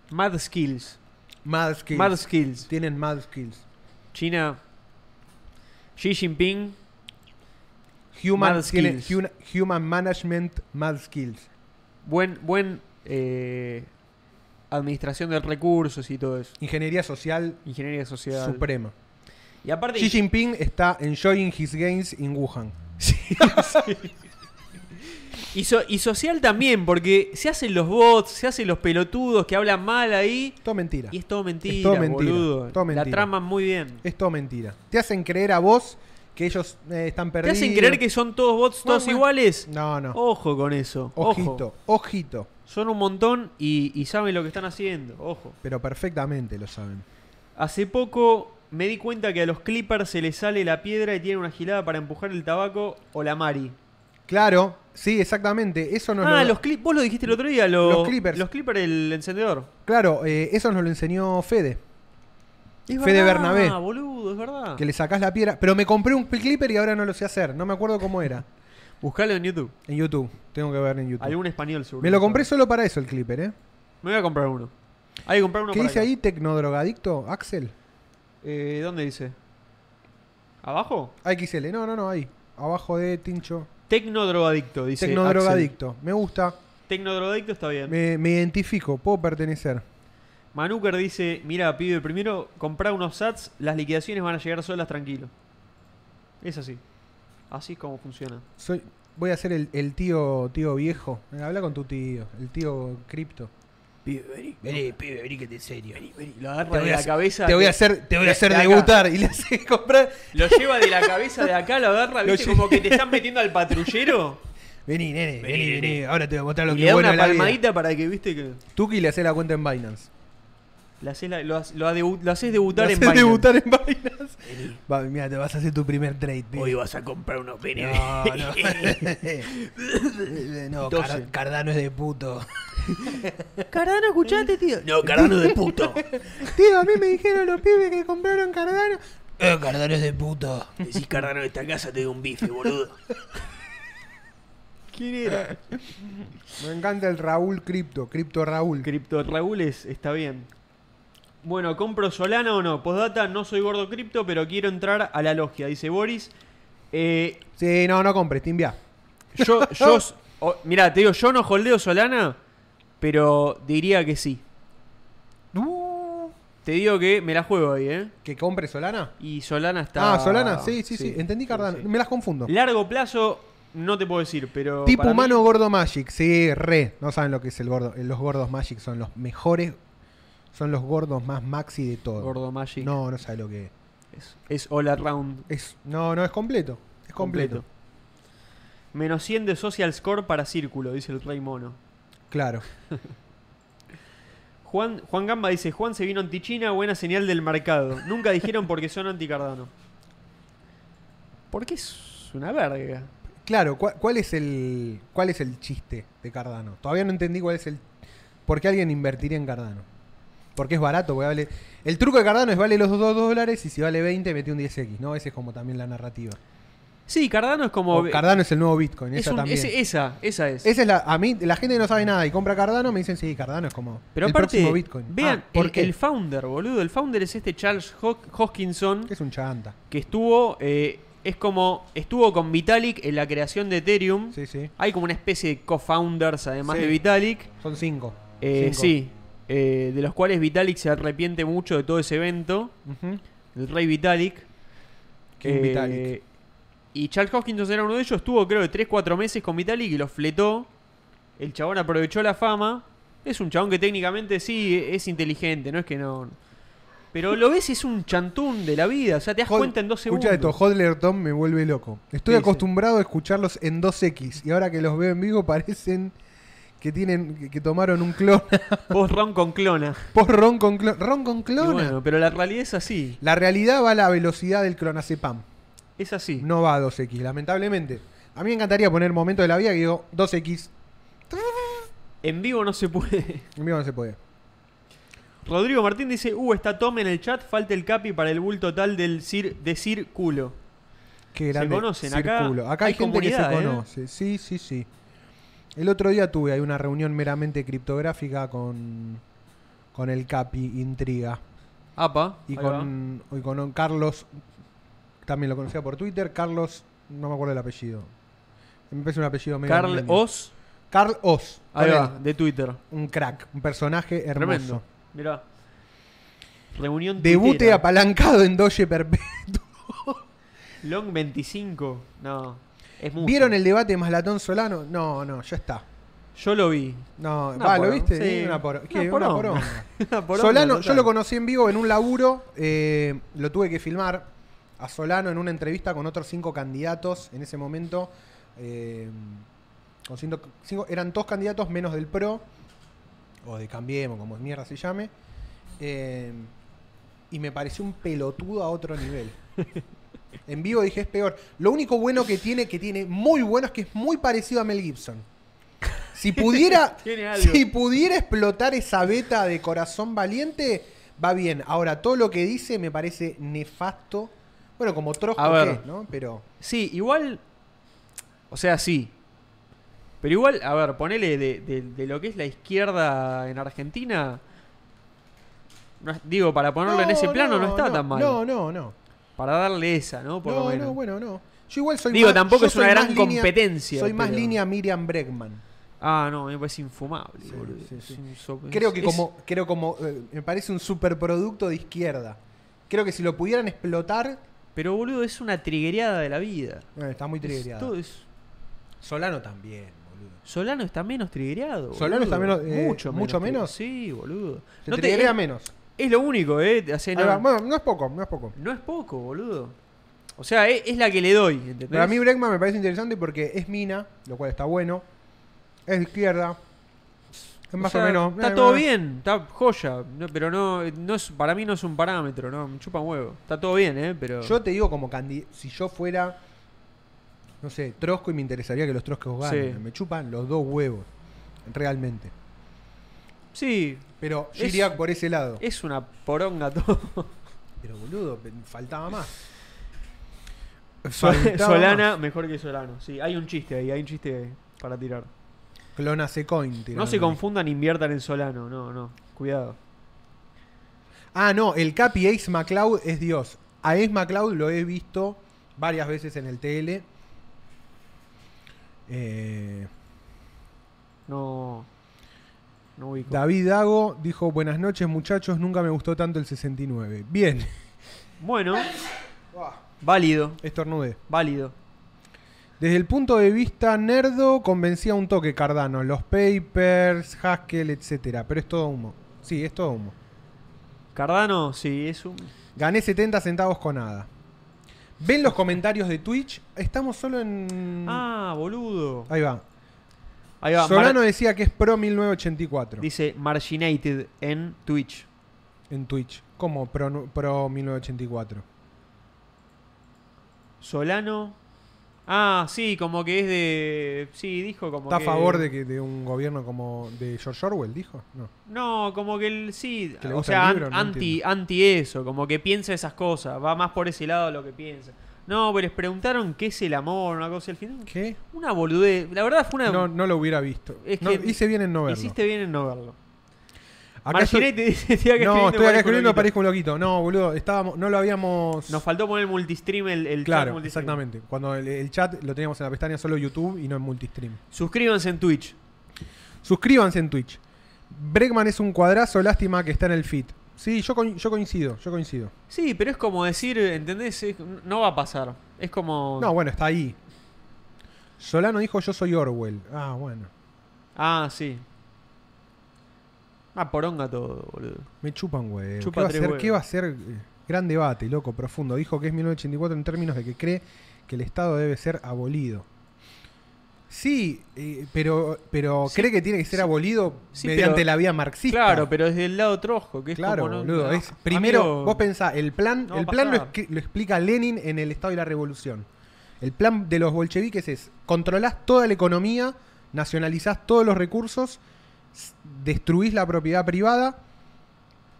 Speaker 1: mad skills.
Speaker 2: Mad skills.
Speaker 1: Mad skills.
Speaker 2: Tienen mad skills.
Speaker 1: China. Xi Jinping.
Speaker 2: Human,
Speaker 1: Mad
Speaker 2: tiene
Speaker 1: skills.
Speaker 2: huna- human management, mad skills.
Speaker 1: Buen. Buen. eh, administración de recursos y todo eso.
Speaker 2: Ingeniería social
Speaker 1: Ingeniería social.
Speaker 2: suprema.
Speaker 1: Y aparte.
Speaker 2: Xi Jinping está enjoying his gains in Wuhan.
Speaker 1: Y, so- y social también, porque se hacen los bots, se hacen los pelotudos que hablan mal ahí.
Speaker 2: Todo mentira.
Speaker 1: Y es todo mentira,
Speaker 2: Es todo mentira,
Speaker 1: boludo.
Speaker 2: todo mentira.
Speaker 1: La traman muy bien.
Speaker 2: Es todo mentira. Te hacen creer a vos que ellos eh, están
Speaker 1: ¿Te
Speaker 2: perdidos.
Speaker 1: hacen creer que son todos bots,
Speaker 2: Bueno,
Speaker 1: todos
Speaker 2: bueno.
Speaker 1: iguales?
Speaker 2: No, no.
Speaker 1: Ojo con eso.
Speaker 2: Ojito,
Speaker 1: Ojo.
Speaker 2: ojito.
Speaker 1: Son un montón y, y saben lo que están haciendo. Ojo.
Speaker 2: Pero perfectamente lo saben.
Speaker 1: Hace poco me di cuenta que a los Clippers se les sale la piedra y tienen una gilada para empujar el tabaco o la Mari.
Speaker 2: Claro, sí, exactamente. Eso nos
Speaker 1: ah,
Speaker 2: lo...
Speaker 1: los Clippers. Vos lo dijiste el otro día. Los,
Speaker 2: Los Clippers.
Speaker 1: Los Clippers, el encendedor.
Speaker 2: Claro, eh, eso nos lo enseñó Fede.
Speaker 1: Es
Speaker 2: Fede
Speaker 1: verdad,
Speaker 2: Bernabé.
Speaker 1: boludo, es verdad.
Speaker 2: Que le sacás la piedra. Pero me compré un clipper y ahora no lo sé hacer. No me acuerdo cómo era.
Speaker 1: Buscalo en YouTube.
Speaker 2: En YouTube. Tengo que ver en YouTube.
Speaker 1: Algún español seguro.
Speaker 2: Me lo compré solo para eso el clipper, ¿eh?
Speaker 1: Me voy a comprar uno. Hay que comprar uno
Speaker 2: ¿Qué
Speaker 1: para
Speaker 2: dice
Speaker 1: acá.
Speaker 2: ahí? Tecnodrogadicto, Axel.
Speaker 1: Eh, ¿Dónde dice? ¿Abajo?
Speaker 2: XL. No, no, no, ahí. Abajo de Tincho.
Speaker 1: Tecnodrogadicto, dice.
Speaker 2: Tecnodrogadicto. Me gusta.
Speaker 1: Axel. Tecnodrogadicto está bien.
Speaker 2: Me, me identifico. Puedo pertenecer.
Speaker 1: Manuker dice: Mira, pibe, primero comprar unos sats, las liquidaciones van a llegar solas tranquilo. Es así. Así es como funciona.
Speaker 2: Soy, voy a ser el, el tío tío viejo. Eh, Habla con tu tío. El tío cripto.
Speaker 1: Pibe, vení.
Speaker 2: Vení, pibe, vení que te serio.
Speaker 1: Lo agarra de la cabeza.
Speaker 2: Te voy a hacer, te voy a
Speaker 1: de-
Speaker 2: hacer
Speaker 1: de acá.
Speaker 2: debutar. Y le haces comprar.
Speaker 1: Lo lleva de la cabeza de acá, lo agarra,
Speaker 2: Lo
Speaker 1: ¿viste?
Speaker 2: lle-
Speaker 1: Como que te están metiendo al patrullero.
Speaker 2: Vení, nene, vení,
Speaker 1: Vení,
Speaker 2: vení.
Speaker 1: nene.
Speaker 2: Ahora te voy a mostrar lo
Speaker 1: Y
Speaker 2: que
Speaker 1: le
Speaker 2: es
Speaker 1: da
Speaker 2: bueno de
Speaker 1: una
Speaker 2: la vida.
Speaker 1: palmadita para que, viste, que.
Speaker 2: Tuki le hace la cuenta en Binance.
Speaker 1: le haces la- lo, haces- lo ha debu- lo haces debutar
Speaker 2: Le
Speaker 1: en
Speaker 2: haces
Speaker 1: Binance.
Speaker 2: debutar en Binance. Va, mira, te vas a hacer tu primer trade, pibe.
Speaker 1: vas a comprar unos BNB.
Speaker 2: No, no. no, Car-
Speaker 1: Doce.
Speaker 2: Cardano es de puto.
Speaker 1: Cardano, escuchate, tío.
Speaker 3: No, Cardano de puto.
Speaker 2: Tío, a mí me dijeron los pibes que compraron Cardano.
Speaker 3: Eh, Cardano es de puto. Decís Cardano de esta casa, te doy un bife, boludo.
Speaker 1: ¿Quién era?
Speaker 2: Me encanta el Raúl Cripto, Cripto Raúl.
Speaker 1: Cripto Raúl es- está bien. Bueno, ¿compro Solana o no? Postdata, no soy gordo cripto, pero quiero entrar a la logia, dice Boris. Eh,
Speaker 2: Sí, no, no compres, te envía.
Speaker 1: yo, yo, o- mirá, te digo, yo no holdeo Solana, pero diría que sí. Te digo que me la juego ahí, ¿eh?
Speaker 2: ¿Que compre Solana?
Speaker 1: Y Solana está...
Speaker 2: Ah, Solana, sí, sí, sí. Entendí Cardano.
Speaker 1: sí.
Speaker 2: Me las confundo.
Speaker 1: Largo plazo, no te puedo decir, pero...
Speaker 2: tipo
Speaker 1: para mí-
Speaker 2: humano gordo Magic. Sí, re. No saben lo que es el gordo. eh, Los gordos Magic son los mejores. Son los gordos más maxi de todo.
Speaker 1: Gordo Magic.
Speaker 2: No, no sabe lo que es.
Speaker 1: Es, es all around.
Speaker 2: es. No, no, es completo. Es completo.
Speaker 1: Menos 100 de social score para círculo, dice el rey mono.
Speaker 2: Claro.
Speaker 1: Juan, Juan Gamba dice, Juan se vino anti-China, buena señal del mercado. Nunca dijeron por qué son anticardano. Porque es una verga.
Speaker 2: Claro, ¿cuál, cuál es el, ¿cuál es el chiste de Cardano? Todavía no entendí cuál es el. ¿Por qué alguien invertiría en Cardano? Porque es barato, porque vale. El truco de Cardano es vale los 2 dólares y si vale 20 mete un 10x, ¿no? Ese es como también la narrativa.
Speaker 1: Sí, Cardano es como...
Speaker 2: O Cardano es el nuevo Bitcoin,
Speaker 1: es
Speaker 2: esa
Speaker 1: un-
Speaker 2: también.
Speaker 1: es- esa, esa es.
Speaker 2: Esa es la. A mí, la gente que no sabe nada y compra Cardano me dicen, sí, Cardano es como.
Speaker 1: Pero
Speaker 2: el
Speaker 1: aparte,
Speaker 2: próximo Bitcoin.
Speaker 1: vean,
Speaker 2: Ah, ¿por
Speaker 1: el,
Speaker 2: qué?
Speaker 1: el founder, boludo. El founder es este Charles Ho- Hoskinson.
Speaker 2: Que es un chanta.
Speaker 1: que estuvo eh, es como estuvo con Vitalik en la creación de Ethereum
Speaker 2: Sí, sí.
Speaker 1: hay como una especie de co-founders además
Speaker 2: Sí.
Speaker 1: de Vitalik
Speaker 2: Son 5.
Speaker 1: Eh, sí eh, de los cuales Vitalik se arrepiente mucho de todo ese evento el rey Vitalik
Speaker 2: King
Speaker 1: Eh,
Speaker 2: Vitalik.
Speaker 1: y Charles Hoskinson era uno de ellos estuvo creo de 3-4 meses con Vitalik y los fletó el chabón aprovechó la fama es un chabón que técnicamente sí es inteligente no es que no Pero lo ves, es un chantún de la vida. O sea, te das
Speaker 2: Hod-
Speaker 1: cuenta en dos segundos.
Speaker 2: Escucha esto, Hodler Tom me vuelve loco. Estoy
Speaker 1: Sí,
Speaker 2: acostumbrado a escucharlos en 2X y ahora que los veo en vivo parecen que tienen que- que tomaron un clon.
Speaker 1: Vos ron con clona.
Speaker 2: Post ron con clon. Ron con
Speaker 1: Y
Speaker 2: clona.
Speaker 1: bueno, pero la realidad es así.
Speaker 2: La realidad va a la velocidad del clonazepam.
Speaker 1: Es así.
Speaker 2: No va a 2X, lamentablemente. A mí me encantaría poner momento de la vida que digo 2X.
Speaker 1: En vivo no se puede.
Speaker 2: En vivo no se puede.
Speaker 1: Rodrigo Martín dice, uh, está Tom en el chat, falta el capi para el bull total del cir decir culo.
Speaker 2: Qué
Speaker 1: Se
Speaker 2: grande
Speaker 1: conocen, acá
Speaker 2: círculo. Acá hay,
Speaker 1: hay
Speaker 2: gente que se
Speaker 1: comunidad, ¿eh?
Speaker 2: conoce. Sí, sí, sí. El otro día tuve ahí una reunión meramente criptográfica con, con el Capi Intriga.
Speaker 1: Apa.
Speaker 2: Y
Speaker 1: ahí va.
Speaker 2: con, y con un Carlos, también lo conocía por Twitter. Carlos, no me acuerdo el apellido. Me parece un apellido medio.
Speaker 1: Carl
Speaker 2: armenio.
Speaker 1: Oz,
Speaker 2: Carl Oz.
Speaker 1: ahí
Speaker 2: con
Speaker 1: va,
Speaker 2: él.
Speaker 1: de Twitter.
Speaker 2: Un crack, un personaje hermoso.
Speaker 1: Tremendo. Mirá. Reunión
Speaker 2: Debute
Speaker 1: tuitera.
Speaker 2: apalancado en Doge Perpetuo.
Speaker 1: Long 25. No. Es mucho.
Speaker 2: ¿Vieron el debate Maslatón Solano? No, no, ya está.
Speaker 1: Yo lo vi.
Speaker 2: No,
Speaker 1: Una
Speaker 2: va, ¿lo
Speaker 1: poronga,
Speaker 2: viste?
Speaker 1: sí.
Speaker 2: Una, por-
Speaker 1: Una
Speaker 2: ¿qué? Una
Speaker 1: poronga.
Speaker 2: poronga.
Speaker 1: Una poronga
Speaker 2: Solano, yo
Speaker 1: total.
Speaker 2: lo conocí en vivo en un laburo, eh, lo tuve que filmar a Solano en una entrevista con otros cinco candidatos en ese momento. eh, con ciento- cinco- eran dos candidatos menos del PRO, o de Cambiemos, como mierda se llame. eh, y me pareció un pelotudo a otro nivel. en vivo dije, es peor. Lo único bueno que tiene, que tiene muy bueno, es que es muy parecido a Mel Gibson. Si pudiera,
Speaker 1: Tiene algo.
Speaker 2: si pudiera explotar esa beta de corazón valiente, va bien. Ahora, todo lo que dice me parece nefasto. Bueno, como Trotsky,
Speaker 1: A ver.
Speaker 2: que es, ¿no? Pero
Speaker 1: Sí, igual. O sea, sí. Pero igual, a ver, ponele de, de- de lo que es la izquierda en Argentina. no es- digo, para ponerlo en ese plano no, está tan mal.
Speaker 2: No, no, no.
Speaker 1: Para darle esa, ¿no? Por lo
Speaker 2: No,
Speaker 1: menos.
Speaker 2: no, bueno, no. Yo igual soy
Speaker 1: Digo,
Speaker 2: más-
Speaker 1: tampoco
Speaker 2: yo
Speaker 1: es una
Speaker 2: soy
Speaker 1: gran
Speaker 2: más línea-
Speaker 1: competencia,
Speaker 2: Soy más
Speaker 1: pero-
Speaker 2: línea Miriam Bregman.
Speaker 1: Ah, no, me parece infumable,
Speaker 2: Sí,
Speaker 1: boludo.
Speaker 2: sí, sí.
Speaker 1: Es un so-
Speaker 2: Creo que
Speaker 1: es-
Speaker 2: como, creo como eh, me parece un superproducto de izquierda. Creo que si lo pudieran explotar,
Speaker 1: Pero, boludo, es una triguereada de la vida.
Speaker 2: eh, está muy
Speaker 1: Es todo-
Speaker 2: triggerado.
Speaker 1: es-
Speaker 2: Solano también, boludo.
Speaker 1: Solano está menos trigueado.
Speaker 2: Solano está menos, eh,
Speaker 1: mucho,
Speaker 2: mucho
Speaker 1: tri-
Speaker 2: menos.
Speaker 1: Sí, boludo.
Speaker 2: Se
Speaker 1: No te-
Speaker 2: triguea
Speaker 1: es,
Speaker 2: menos.
Speaker 1: es lo único, ¿eh? O sea,
Speaker 2: Ahí va.
Speaker 1: no,
Speaker 2: Bueno, no es poco, no es poco.
Speaker 1: no es poco, boludo. O sea, es, es la que le doy, ¿entendés?
Speaker 2: Para mí Bregman me parece interesante porque es mina, lo cual está bueno. Es de izquierda. Es
Speaker 1: O
Speaker 2: más
Speaker 1: sea,
Speaker 2: o menos.
Speaker 1: Está
Speaker 2: eh,
Speaker 1: todo
Speaker 2: eh,
Speaker 1: bien, está joya. no- pero no, no es, para mí no es un parámetro, no. Me chupa un huevo. Está todo bien, ¿eh? Pero.
Speaker 2: Yo te digo como candi si yo fuera, no sé, Trosco y me interesaría que los Troscos ganen.
Speaker 1: Sí.
Speaker 2: Me chupan los dos huevos, realmente.
Speaker 1: Sí,
Speaker 2: Pero yo
Speaker 1: Es-
Speaker 2: iría por ese lado.
Speaker 1: es una poronga todo.
Speaker 2: Pero boludo, pe- faltaba más.
Speaker 1: Sol-
Speaker 2: Faltaba
Speaker 1: Solana,
Speaker 2: más.
Speaker 1: mejor que Solano. Sí, hay un chiste ahí, hay un chiste para tirar.
Speaker 2: Clonase coin.
Speaker 1: No se confundan, inviertan en Solano. No, no. Cuidado.
Speaker 2: Ah, no, el Capi Ace McLeod es Dios. A Ace McLeod lo he visto varias veces en el TL. Eh,
Speaker 1: No. No ubico.
Speaker 2: David Dago dijo, buenas noches muchachos, nunca me gustó tanto el 69. Bien.
Speaker 1: Bueno,
Speaker 2: Ah.
Speaker 1: válido.
Speaker 2: Estornudé.
Speaker 1: Válido.
Speaker 2: Desde el punto de vista nerdo, convencía un toque Cardano. Los papers, Haskell, etcétera. Pero es todo humo. Sí, es todo humo.
Speaker 1: Cardano, sí, es un.
Speaker 2: Gané 70 centavos con nada. Ven los comentarios de Twitch. Estamos solo en.
Speaker 1: Ah, boludo.
Speaker 2: Ahí va.
Speaker 1: Ahí va.
Speaker 2: Solano
Speaker 1: Mar-
Speaker 2: decía que es pro 1984
Speaker 1: dice Marginated en Twitch.
Speaker 2: en Twitch. ¿Cómo pro, nu- pro 1984?
Speaker 1: Solano. Ah, sí, como que es de. Sí, dijo como
Speaker 2: ¿Está a
Speaker 1: que-
Speaker 2: favor de, que, de un gobierno como de George Orwell, dijo? No.
Speaker 1: No, como que el. Sí,
Speaker 2: ¿Que le
Speaker 1: o
Speaker 2: gusta
Speaker 1: sea,
Speaker 2: el libro?
Speaker 1: an-
Speaker 2: No
Speaker 1: anti,
Speaker 2: entiendo.
Speaker 1: anti eso. Como que piensa esas cosas. Va más por ese lado lo que piensa. No, pero les preguntaron qué es el amor, una cosa. y Al final,
Speaker 2: ¿Qué?
Speaker 1: una boludez. La verdad fue una.
Speaker 2: No, no lo hubiera visto.
Speaker 1: Es
Speaker 2: No,
Speaker 1: que
Speaker 2: hice bien en no verlo.
Speaker 1: Hiciste bien en no verlo.
Speaker 2: Acá estoy-
Speaker 1: Marginate dice, "Estoy acá
Speaker 2: No, estoy acá escribiendo,
Speaker 1: parezco un loquito".
Speaker 2: parezco un loquito. No, boludo, estábamos, no lo habíamos.
Speaker 1: Nos faltó poner multistream el, el chat
Speaker 2: claro,
Speaker 1: multistream.
Speaker 2: exactamente. Cuando el, el chat lo teníamos en la pestaña solo YouTube y no en multistream.
Speaker 1: Suscríbanse en Twitch.
Speaker 2: Suscríbanse en Twitch. Bregman es un cuadrazo, lástima que está en el feed. Sí, yo, coin- yo coincido, yo coincido.
Speaker 1: Sí, pero es como decir, ¿entendés? Es- no va a pasar. Es como.
Speaker 2: No, bueno, está ahí. Ah, Solano dijo yo soy Orwell. Ah, bueno.
Speaker 1: Ah, sí. Ah, poronga todo, boludo.
Speaker 2: Me chupan, güey. ¿Qué,
Speaker 1: Chupa
Speaker 2: va a
Speaker 1: tres
Speaker 2: ser?
Speaker 1: huevos.
Speaker 2: ¿Qué va a ser? eh, Gran debate, loco, profundo. Dijo que es 1984 en términos de que cree que el Estado debe ser abolido. Sí, eh, pero, pero
Speaker 1: Sí,
Speaker 2: cree que tiene que ser
Speaker 1: sí.
Speaker 2: abolido
Speaker 1: Sí,
Speaker 2: mediante
Speaker 1: pero-
Speaker 2: la vía marxista.
Speaker 1: Claro, pero desde el lado trojo, que es
Speaker 2: Claro,
Speaker 1: como no-
Speaker 2: boludo.
Speaker 1: no,
Speaker 2: es, primero,
Speaker 1: amigo,
Speaker 2: vos pensás, el plan,
Speaker 1: no va
Speaker 2: el
Speaker 1: a
Speaker 2: plan lo,
Speaker 1: pasar.
Speaker 2: escri- lo explica Lenin en el Estado y la Revolución. El plan de los bolcheviques es controlás toda la economía, nacionalizás todos los recursos, s- destruís la propiedad privada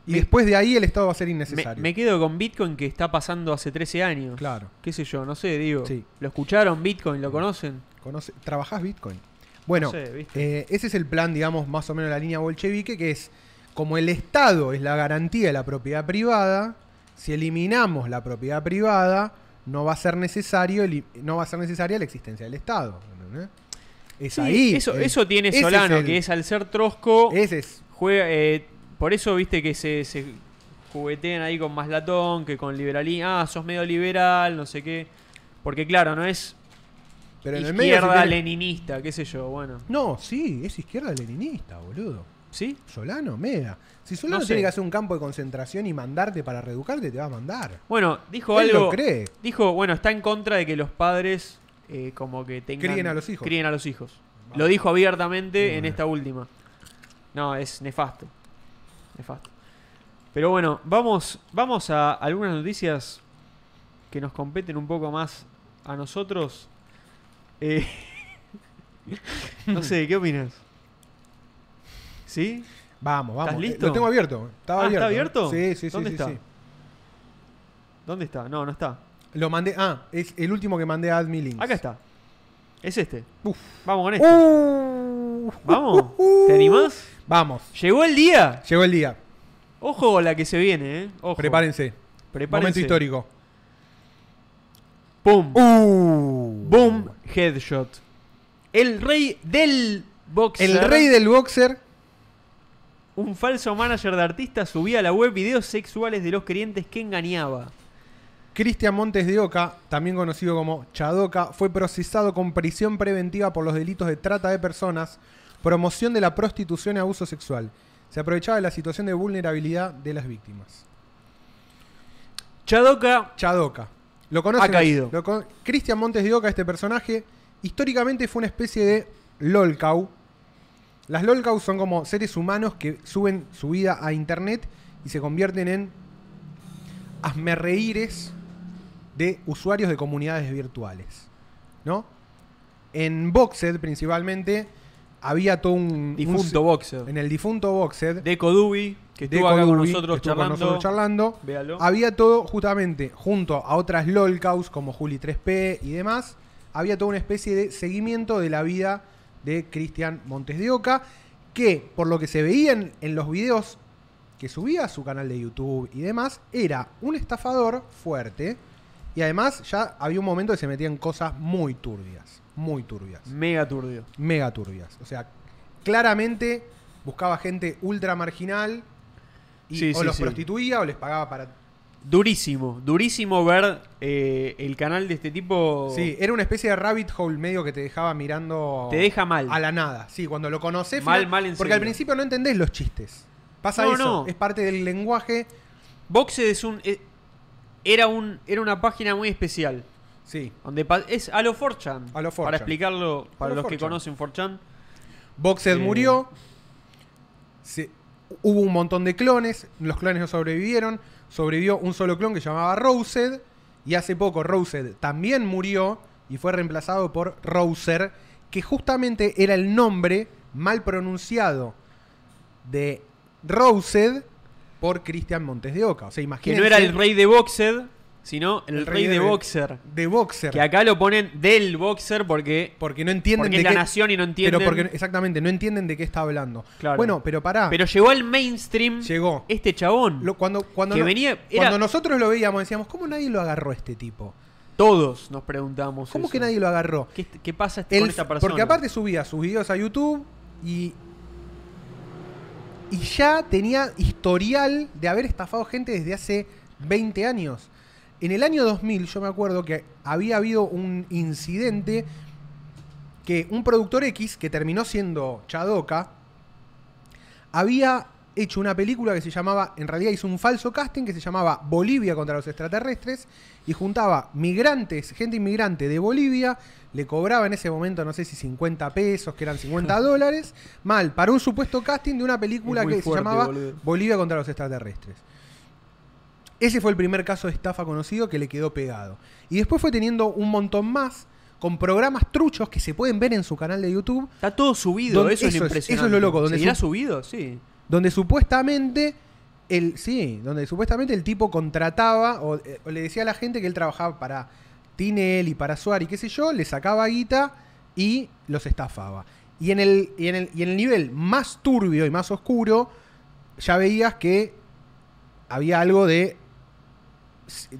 Speaker 2: y
Speaker 1: Me-
Speaker 2: después de ahí el Estado va a ser
Speaker 1: me,
Speaker 2: innecesario.
Speaker 1: me quedo con Bitcoin que está pasando hace 13 años.
Speaker 2: Claro.
Speaker 1: Qué sé yo, no sé, digo.
Speaker 2: Sí.
Speaker 1: ¿Lo escucharon Bitcoin? ¿Lo conocen?
Speaker 2: Conoce- ¿Trabajás Bitcoin? Bueno,
Speaker 1: No sé, ¿viste?
Speaker 2: eh, ese es el plan, digamos, más o menos la línea bolchevique, que es como el Estado es la garantía de la propiedad privada, si eliminamos la propiedad privada, no va a ser necesario el- no va a ser necesaria la existencia del Estado. ¿entendés? Es
Speaker 1: Sí,
Speaker 2: ahí.
Speaker 1: Eso,
Speaker 2: eh,
Speaker 1: eso tiene
Speaker 2: ese es
Speaker 1: Solano,
Speaker 2: el-
Speaker 1: que es al ser trosco.
Speaker 2: Ese es.
Speaker 1: Juega, eh, por eso viste que se, se juguetean ahí con más latón que con liberalismo. Ah, sos medio liberal, no sé qué. Porque claro, no es
Speaker 2: Pero en el medio. si
Speaker 1: izquierda
Speaker 2: tenés-
Speaker 1: leninista, qué sé yo, bueno.
Speaker 2: No, sí, es izquierda leninista, boludo.
Speaker 1: ¿Sí?
Speaker 2: Solano, mega. Si Solano
Speaker 1: No sé.
Speaker 2: tiene que hacer un campo de concentración y mandarte para reeducarte, te va a mandar.
Speaker 1: Bueno, dijo
Speaker 2: Él
Speaker 1: algo.
Speaker 2: lo cree.
Speaker 1: Dijo, bueno, está en contra de que los padres eh, como que tengan...
Speaker 2: Críen a los hijos.
Speaker 1: críen a los hijos.
Speaker 2: Ah.
Speaker 1: Lo dijo abiertamente en
Speaker 2: Bueno.
Speaker 1: esta última. No, es nefasto. Nefasto. Pero bueno, vamos, vamos a algunas noticias que nos competen un poco más a nosotros. Eh, no sé, ¿qué opinas? ¿Sí?
Speaker 2: Vamos, vamos.
Speaker 1: ¿Estás
Speaker 2: Eh,
Speaker 1: listo?
Speaker 2: Lo tengo abierto. Estaba
Speaker 1: Ah, ¿está
Speaker 2: abierto.
Speaker 1: abierto?
Speaker 2: Sí, sí, sí.
Speaker 1: ¿Dónde
Speaker 2: sí,
Speaker 1: está?
Speaker 2: sí.
Speaker 1: ¿Dónde está? No, no está.
Speaker 2: Lo mandé. Ah, es el último que mandé a Admin Links.
Speaker 1: Acá está. Es este.
Speaker 2: Uf.
Speaker 1: Vamos con este.
Speaker 2: Uh,
Speaker 1: Vamos.
Speaker 2: uh,
Speaker 1: ¿Te animás?
Speaker 2: Vamos.
Speaker 1: Llegó el día.
Speaker 2: Llegó el día.
Speaker 1: Ojo con la que se viene, ¿eh? Ojo.
Speaker 2: Prepárense.
Speaker 1: Prepárense.
Speaker 2: Momento histórico.
Speaker 1: Pum.
Speaker 2: Uh.
Speaker 1: Boom. Headshot. El rey del boxeo.
Speaker 2: El rey del boxer.
Speaker 1: Un falso manager de artistas subía a la web videos sexuales de los clientes que engañaba.
Speaker 2: Cristian Montes de Oca, también conocido como Chadoca, fue procesado con prisión preventiva por los delitos de trata de personas, promoción de la prostitución y abuso sexual. Se aprovechaba de la situación de vulnerabilidad de las víctimas.
Speaker 1: Chadoka.
Speaker 2: Chadoca. Lo conocen.
Speaker 1: Ha caído.
Speaker 2: Lo con- Cristian Montes de Oca, este personaje, históricamente fue una especie de lolcow. Las lolcow son como seres humanos que suben su vida a internet y se convierten en asmerreíres de usuarios de comunidades virtuales. ¿No? En Boxed, principalmente, había todo un...
Speaker 1: Difunto
Speaker 2: un-
Speaker 1: boxer.
Speaker 2: en el difunto Boxed.
Speaker 1: Deco Dubi, que estuvo
Speaker 2: Deco
Speaker 1: acá con
Speaker 2: Dubi,
Speaker 1: nosotros
Speaker 2: estuvo con
Speaker 1: charlando.
Speaker 2: nosotros charlando.
Speaker 1: Véalo.
Speaker 2: Había todo, justamente, junto a otras lolcaus como Juli 3P y demás, había toda una especie de seguimiento de la vida de Cristian Montes de Oca, que por lo que se veían en los videos que subía a su canal de YouTube y demás, era un estafador fuerte y además ya había un momento que se metían cosas muy turbias, muy turbias
Speaker 1: Mega turbio.
Speaker 2: mega turbias. O sea, claramente buscaba gente ultra marginal y
Speaker 1: Sí,
Speaker 2: o
Speaker 1: sí,
Speaker 2: los
Speaker 1: sí.
Speaker 2: prostituía o les pagaba para.
Speaker 1: Durísimo. Durísimo ver eh, el canal de este tipo.
Speaker 2: Sí, era una especie de rabbit hole medio que te dejaba mirando.
Speaker 1: Te deja mal.
Speaker 2: A la nada. Sí, cuando lo conoces.
Speaker 1: Mal,
Speaker 2: final-
Speaker 1: mal en
Speaker 2: Porque
Speaker 1: serio.
Speaker 2: al principio no entendés los chistes. Pasa
Speaker 1: No,
Speaker 2: eso.
Speaker 1: no.
Speaker 2: Es parte del lenguaje.
Speaker 1: Boxed es un. e- Era un. Era una página muy especial.
Speaker 2: Sí.
Speaker 1: Donde pa- es a lo 4chan.
Speaker 2: A lo 4chan.
Speaker 1: Para explicarlo para
Speaker 2: lo
Speaker 1: los que
Speaker 2: 4chan.
Speaker 1: conocen 4chan.
Speaker 2: Boxed
Speaker 1: Eh.
Speaker 2: murió. Se- hubo un montón de clones. Los clones no sobrevivieron. Sobrevivió un solo clon que se llamaba Roused. Y hace poco Roused también murió y fue reemplazado por Rouser, que justamente era el nombre mal pronunciado de Roused por Cristian Montes de Oca. O sea,
Speaker 1: Que
Speaker 2: imagínense.
Speaker 1: no era el rey de Boxed, sino el, rey, de, Boxer.
Speaker 2: De Boxer.
Speaker 1: Que acá lo ponen del Boxer porque.
Speaker 2: Porque no entienden
Speaker 1: Porque
Speaker 2: de
Speaker 1: es la
Speaker 2: qué-
Speaker 1: nación y no entienden.
Speaker 2: Pero porque, exactamente, no entienden de qué está hablando.
Speaker 1: Claro.
Speaker 2: Bueno, pero pará.
Speaker 1: Pero llegó al mainstream.
Speaker 2: Llegó.
Speaker 1: Este chabón.
Speaker 2: Lo- cuando, cuando,
Speaker 1: Que
Speaker 2: no-
Speaker 1: venía- era-
Speaker 2: cuando nosotros lo veíamos, decíamos, ¿cómo nadie lo agarró a este tipo?
Speaker 1: Todos nos preguntamos.
Speaker 2: ¿Cómo
Speaker 1: eso.
Speaker 2: que nadie lo agarró?
Speaker 1: ¿Qué, qué pasa este
Speaker 2: Él-
Speaker 1: con esta persona?
Speaker 2: Porque aparte subía sus videos a YouTube y. Y ya tenía historial de haber estafado gente desde hace 20 años. En el año 2000, yo me acuerdo que había habido un incidente que un productor X, que terminó siendo Chadoka, había hecho una película que se llamaba, en realidad hizo un falso casting que se llamaba Bolivia contra los extraterrestres y juntaba migrantes, gente inmigrante de Bolivia, le cobraba en ese momento no sé si 50 pesos, que eran 50 dólares, mal, para un supuesto casting de una película
Speaker 1: Es muy
Speaker 2: que
Speaker 1: fuerte,
Speaker 2: se llamaba
Speaker 1: boludo.
Speaker 2: Bolivia contra los extraterrestres. Ese fue el primer caso de estafa conocido que le quedó pegado. Y después fue teniendo un montón más con programas truchos que se pueden ver en su canal de YouTube
Speaker 1: Está todo subido,
Speaker 2: Don-
Speaker 1: eso, es
Speaker 2: eso
Speaker 1: lo
Speaker 2: es-
Speaker 1: impresionante.
Speaker 2: eso es lo loco, donde
Speaker 1: ¿Seguirá
Speaker 2: su-
Speaker 1: subido? Sí.
Speaker 2: donde supuestamente el sí, donde supuestamente el tipo contrataba o, eh, o le decía a la gente que él trabajaba para Tinel y para Suar y qué sé yo, le sacaba guita y los estafaba. Y en el y en el y en el nivel más turbio y más oscuro ya veías que había algo de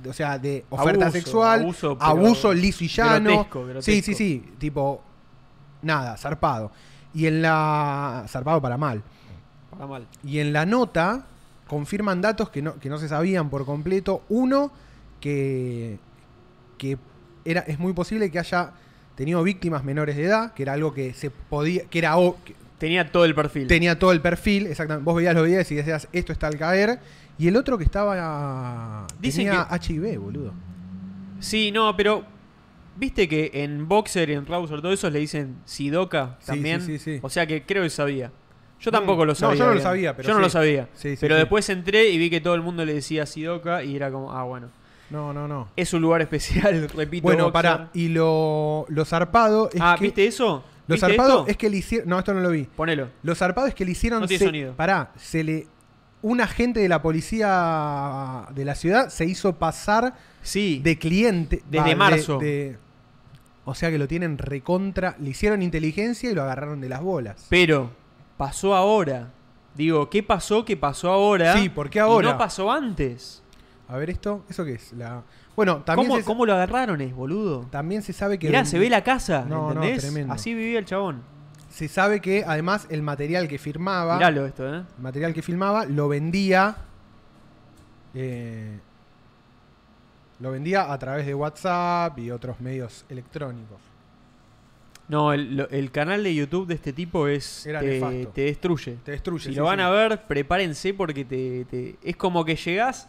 Speaker 2: o sea, de oferta
Speaker 1: Abuso,
Speaker 2: sexual,
Speaker 1: abuso,
Speaker 2: abuso,
Speaker 1: pero
Speaker 2: liso y llano.
Speaker 1: grotesco, grotesco.
Speaker 2: Sí, sí, sí, tipo nada, zarpado. Y en la zarpado para mal.
Speaker 1: Está mal.
Speaker 2: Y en la nota confirman datos que no, que no se sabían por completo. Uno, que, que era, es muy posible que haya tenido víctimas menores de edad, que era algo que se podía, que era o- que
Speaker 1: Tenía todo el perfil.
Speaker 2: tenía todo el perfil, exactamente. Vos veías los videos y decías, esto está al caer. Y el otro que estaba
Speaker 1: Dicen
Speaker 2: tenía
Speaker 1: que-
Speaker 2: HIV, boludo.
Speaker 1: Sí, no, pero. Viste que en Boxer y en Trouser, todo eso le dicen Sidoca
Speaker 2: Sí,
Speaker 1: también.
Speaker 2: sí, sí, sí.
Speaker 1: O sea que creo que sabía. Yo tampoco
Speaker 2: Mm,
Speaker 1: lo
Speaker 2: no,
Speaker 1: sabía.
Speaker 2: yo no lo
Speaker 1: bien.
Speaker 2: sabía, pero
Speaker 1: Yo no lo
Speaker 2: sí.
Speaker 1: sabía.
Speaker 2: Sí, sí,
Speaker 1: pero
Speaker 2: sí.
Speaker 1: después entré y vi que todo el mundo le decía Sidoca y era como, ah, bueno.
Speaker 2: No, no, no.
Speaker 1: Es un lugar especial, repito.
Speaker 2: Bueno,
Speaker 1: Boxer.
Speaker 2: para Y lo, lo zarpado es
Speaker 1: ah,
Speaker 2: que.
Speaker 1: ¿viste eso?
Speaker 2: Lo
Speaker 1: ¿Viste
Speaker 2: zarpado
Speaker 1: esto?
Speaker 2: es que le hicieron. No, esto no lo vi.
Speaker 1: Ponelo.
Speaker 2: Lo zarpado es que le hicieron.
Speaker 1: No tiene
Speaker 2: se-
Speaker 1: sonido.
Speaker 2: Pará, se le. Un agente de la policía de la ciudad se hizo pasar
Speaker 1: Sí.
Speaker 2: de cliente.
Speaker 1: Desde
Speaker 2: de-
Speaker 1: marzo.
Speaker 2: de- o sea que lo tienen recontra. Le hicieron inteligencia y lo agarraron de las bolas.
Speaker 1: Pero pasó ahora. Digo, ¿qué pasó que pasó ahora?
Speaker 2: Sí, ¿por qué ahora?
Speaker 1: Y no pasó antes.
Speaker 2: A ver, esto. ¿Eso qué es? La... Bueno, también,
Speaker 1: ¿Cómo,
Speaker 2: se,
Speaker 1: cómo lo agarraron, es, boludo?
Speaker 2: también se sabe que.
Speaker 1: Mirá, se ve la casa,
Speaker 2: No, no,
Speaker 1: ¿entendés?
Speaker 2: tremendo.
Speaker 1: Así vivía el chabón.
Speaker 2: Se sabe que además el material que firmaba.
Speaker 1: Miralo esto, ¿eh?
Speaker 2: el material que filmaba, lo vendía. eh, lo vendía a través de WhatsApp y otros medios electrónicos.
Speaker 1: No, el, lo- el canal de YouTube de este tipo es...
Speaker 2: Era
Speaker 1: te,
Speaker 2: nefasto.
Speaker 1: te destruye.
Speaker 2: Te destruye.
Speaker 1: si
Speaker 2: sí,
Speaker 1: lo van
Speaker 2: sí.
Speaker 1: a ver, prepárense porque te, te- Es como que llegás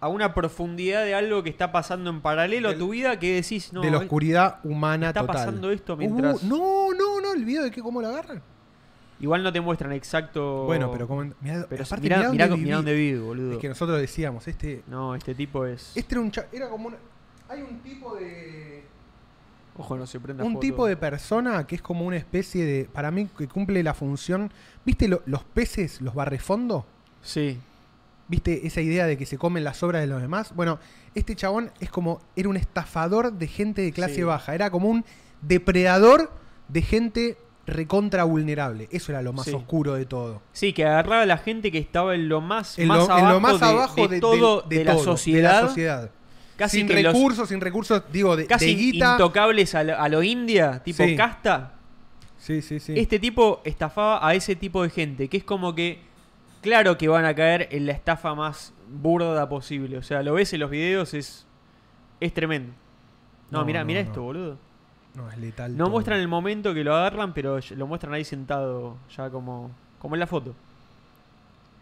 Speaker 1: a una profundidad de algo que está pasando en paralelo
Speaker 2: Del-
Speaker 1: a tu vida que decís... No,
Speaker 2: de la
Speaker 1: eh,
Speaker 2: oscuridad humana
Speaker 1: está
Speaker 2: total.
Speaker 1: pasando esto mientras-
Speaker 2: Uh, no, no, no, el video de que cómo lo agarran.
Speaker 1: Igual no te muestran exacto...
Speaker 2: Bueno, pero como mirá,
Speaker 1: Oh. Pero
Speaker 2: aparte,
Speaker 1: mirá,
Speaker 2: mirá
Speaker 1: mirá
Speaker 2: dónde
Speaker 1: con- mirá
Speaker 2: viví.
Speaker 1: dónde vive, boludo.
Speaker 2: Es que nosotros decíamos, este
Speaker 1: No, este tipo es...
Speaker 2: este era un cha- era como un hay un tipo de
Speaker 1: Ojo, no se prenda
Speaker 2: un
Speaker 1: fuego
Speaker 2: tipo
Speaker 1: todo.
Speaker 2: de persona que es como una especie de para mí que cumple la función, ¿viste lo- los peces, los barrefondos?
Speaker 1: Sí.
Speaker 2: ¿Viste esa idea de que se comen las obras de los demás? Bueno, este chabón es como. Era un estafador de gente de clase
Speaker 1: Sí.
Speaker 2: baja. Era como un depredador de gente recontra vulnerable. Eso era lo más
Speaker 1: Sí.
Speaker 2: oscuro de todo.
Speaker 1: Sí, que agarraba a la gente que estaba en lo más,
Speaker 2: En
Speaker 1: más
Speaker 2: lo, en
Speaker 1: abajo,
Speaker 2: lo más
Speaker 1: de,
Speaker 2: abajo
Speaker 1: de
Speaker 2: de, de-
Speaker 1: todo, de,
Speaker 2: de
Speaker 1: la
Speaker 2: todo,
Speaker 1: sociedad.
Speaker 2: la sociedad.
Speaker 1: Casi
Speaker 2: sin
Speaker 1: que los-
Speaker 2: recursos, sin recursos, digo, de, de
Speaker 1: Casi
Speaker 2: guita.
Speaker 1: intocables a lo, a lo india, tipo
Speaker 2: Sí.
Speaker 1: casta.
Speaker 2: Sí, sí, sí.
Speaker 1: Este tipo estafaba a ese tipo de gente, que es como que, claro que van a caer en la estafa más burda posible. O sea, lo ves en los videos, es, es tremendo. No,
Speaker 2: No,
Speaker 1: mirá,
Speaker 2: no,
Speaker 1: mirá
Speaker 2: no.
Speaker 1: esto, boludo.
Speaker 2: no, es letal.
Speaker 1: No
Speaker 2: todo.
Speaker 1: muestran el momento que lo agarran, pero lo muestran ahí sentado, ya como, como en la foto.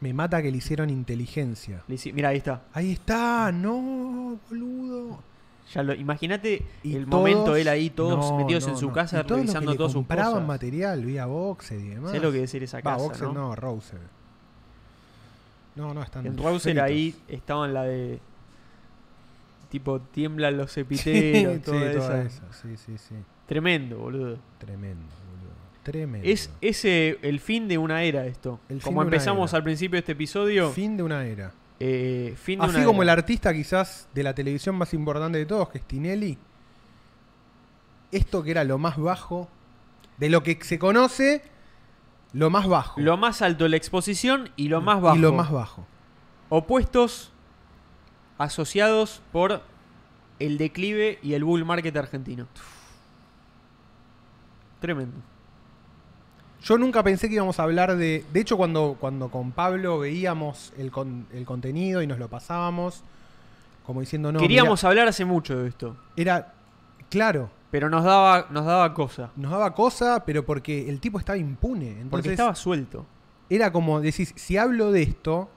Speaker 2: Me mata que le hicieron inteligencia.
Speaker 1: Le dice- Mirá, ahí está.
Speaker 2: Ahí está, no, boludo.
Speaker 1: Ya lo, imagínate
Speaker 2: Y
Speaker 1: el
Speaker 2: todos-
Speaker 1: momento él ahí, todos
Speaker 2: no,
Speaker 1: metidos
Speaker 2: no,
Speaker 1: en su
Speaker 2: no.
Speaker 1: casa,
Speaker 2: Y todos los que
Speaker 1: revisando
Speaker 2: le
Speaker 1: todas sus
Speaker 2: compraban
Speaker 1: cosas.
Speaker 2: material vía Boxer y demás.
Speaker 1: ¿Sabés lo que es decir esa
Speaker 2: Va,
Speaker 1: casa,
Speaker 2: Boxer
Speaker 1: no?
Speaker 2: no, Rouser. No, no, están
Speaker 1: En Rouser
Speaker 2: fritos.
Speaker 1: ahí estaban la de... Tipo, tiemblan los epiteros,
Speaker 2: sí,
Speaker 1: todo eso.
Speaker 2: toda esa, Sí, sí, sí.
Speaker 1: Tremendo, boludo.
Speaker 2: Tremendo, boludo. Tremendo.
Speaker 1: Es ese el fin de una era esto.
Speaker 2: El fin
Speaker 1: como
Speaker 2: de una
Speaker 1: empezamos
Speaker 2: era.
Speaker 1: al principio de este episodio,
Speaker 2: fin de una era.
Speaker 1: eh, fin de
Speaker 2: Así
Speaker 1: una
Speaker 2: como el
Speaker 1: era.
Speaker 2: artista quizás de la televisión más importante de todos, que es Tinelli, esto que era lo más bajo, de lo que se conoce, lo más bajo.
Speaker 1: Lo más alto la exposición y lo más bajo.
Speaker 2: Mm. Y lo más bajo.
Speaker 1: Opuestos asociados por el declive y el bull market argentino. Tremendo.
Speaker 2: Yo nunca pensé que íbamos a hablar de. De hecho, cuando, cuando con Pablo veíamos el, con- el contenido y nos lo pasábamos, como diciendo no.
Speaker 1: Queríamos hablar hace mucho de esto,
Speaker 2: mirá, era. Claro,
Speaker 1: pero nos daba, nos daba cosa.
Speaker 2: nos daba cosa, pero porque el tipo estaba impune. Entonces,
Speaker 1: Porque estaba suelto.
Speaker 2: era como decís, si hablo de esto,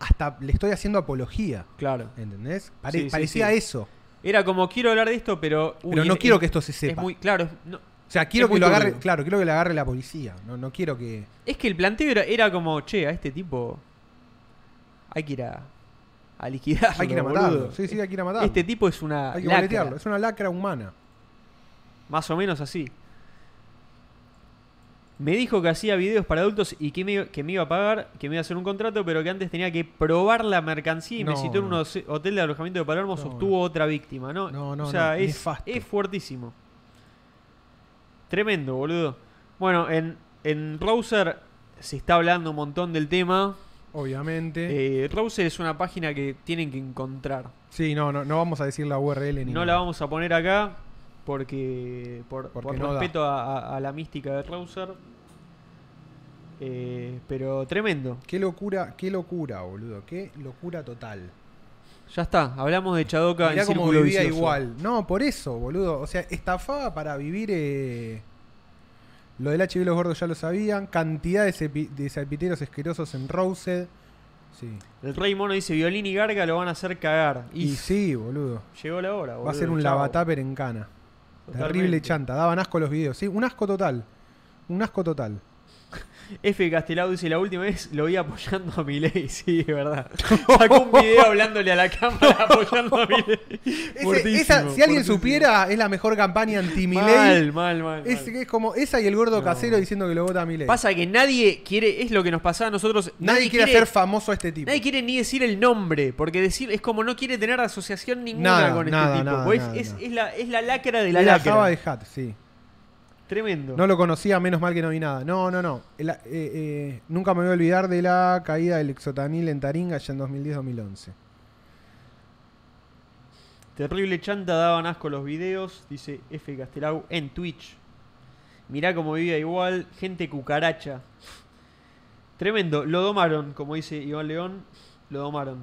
Speaker 2: hasta le estoy haciendo apología.
Speaker 1: Claro.
Speaker 2: ¿Entendés? Pare-
Speaker 1: Sí, sí,
Speaker 2: parecía
Speaker 1: sí.
Speaker 2: eso.
Speaker 1: Era como, quiero hablar de esto, pero... uy,
Speaker 2: Pero no
Speaker 1: es-
Speaker 2: quiero
Speaker 1: es-
Speaker 2: que esto se sepa.
Speaker 1: Es muy, claro, es- no,
Speaker 2: O sea, quiero
Speaker 1: Es
Speaker 2: que
Speaker 1: muy
Speaker 2: lo agarre.
Speaker 1: turbio.
Speaker 2: Claro, quiero que lo agarre la policía. No, no quiero que.
Speaker 1: Es que el planteo era, era como, che, a este tipo hay que ir a, a liquidarlo.
Speaker 2: Hay que ir a
Speaker 1: Ah, boludo.
Speaker 2: matarlo. Sí, sí, hay que ir a matarlo.
Speaker 1: Este tipo es una.
Speaker 2: hay que
Speaker 1: lacra.
Speaker 2: boletearlo. Es una lacra humana.
Speaker 1: Más o menos así. Me dijo que hacía videos para adultos y que me, que me iba a pagar, que me iba a hacer un contrato, pero que antes tenía que probar la mercancía y me
Speaker 2: No,
Speaker 1: citó en un
Speaker 2: no.
Speaker 1: hoce- hotel de alojamiento de Palermo,
Speaker 2: No,
Speaker 1: sostuvo
Speaker 2: no.
Speaker 1: otra víctima, ¿no?
Speaker 2: No, no,
Speaker 1: o sea,
Speaker 2: no,
Speaker 1: es,
Speaker 2: nefasto.
Speaker 1: es fuertísimo. Tremendo, boludo. Bueno, en, en Rouser se está hablando un montón del tema.
Speaker 2: Obviamente.
Speaker 1: Eh, Rouser es una página que tienen que encontrar.
Speaker 2: sí, no, no, no vamos a decir la URL ni
Speaker 1: No
Speaker 2: nada.
Speaker 1: la vamos a poner acá porque por,
Speaker 2: Porque
Speaker 1: por
Speaker 2: no da.
Speaker 1: respeto a, a- a la mística de Rouser. Eh, pero tremendo.
Speaker 2: Qué locura, qué locura, boludo. Qué locura total.
Speaker 1: Ya está, hablamos de Chadoka
Speaker 2: Mirá
Speaker 1: en
Speaker 2: cómo
Speaker 1: Círculo
Speaker 2: vivía
Speaker 1: Vicioso.
Speaker 2: igual. No, por eso, boludo. O sea, estafaba para vivir. eh, Lo del HB los gordos ya lo sabían. Cantidad de, cepi- de salpiteros asquerosos en Roused. Sí.
Speaker 1: El Rey Mono dice: Violín y Garga lo van a hacer cagar.
Speaker 2: Y,
Speaker 1: Y
Speaker 2: sí, boludo.
Speaker 1: llegó la hora, boludo.
Speaker 2: Va a ser un
Speaker 1: chao.
Speaker 2: lavataper en cana.
Speaker 1: Totalmente.
Speaker 2: Terrible chanta. Daban asco los videos. Sí, un asco total. Un asco total.
Speaker 1: F. Castelao dice: La última vez lo vi apoyando a Milei. Sí, es verdad. Sacó un video hablándole a la cámara apoyando a Milei.
Speaker 2: Ese-
Speaker 1: Fuertísimo,
Speaker 2: esa, si alguien
Speaker 1: fuertísimo.
Speaker 2: supiera, es la mejor campaña anti-Milei.
Speaker 1: Mal, mal, mal.
Speaker 2: Es,
Speaker 1: mal.
Speaker 2: es como esa y el gordo
Speaker 1: No.
Speaker 2: casero diciendo que lo vota a Milei. Nadie,
Speaker 1: Pasa que nadie quiere, es lo que nos pasaba a nosotros.
Speaker 2: quiere, hacer famoso a este tipo.
Speaker 1: Nadie quiere ni decir el nombre, porque decir es como no quiere tener asociación ninguna
Speaker 2: Nada,
Speaker 1: con este
Speaker 2: nada,
Speaker 1: tipo.
Speaker 2: nada,
Speaker 1: Pues
Speaker 2: nada,
Speaker 1: es,
Speaker 2: nada.
Speaker 1: es la, es la lácara de la
Speaker 2: la
Speaker 1: lácara.
Speaker 2: acaba de Hat, sí.
Speaker 1: Tremendo.
Speaker 2: No lo conocía, menos mal que no vi nada. No, no, no. El- eh, eh, nunca me voy a olvidar de la caída del exotanil en Taringa ya en 2010-2011.
Speaker 1: Terrible chanta daban asco los videos, dice F. Castelau en Twitch. Mirá cómo vivía igual, gente cucaracha. Tremendo, lo domaron, como dice Iván León, lo domaron.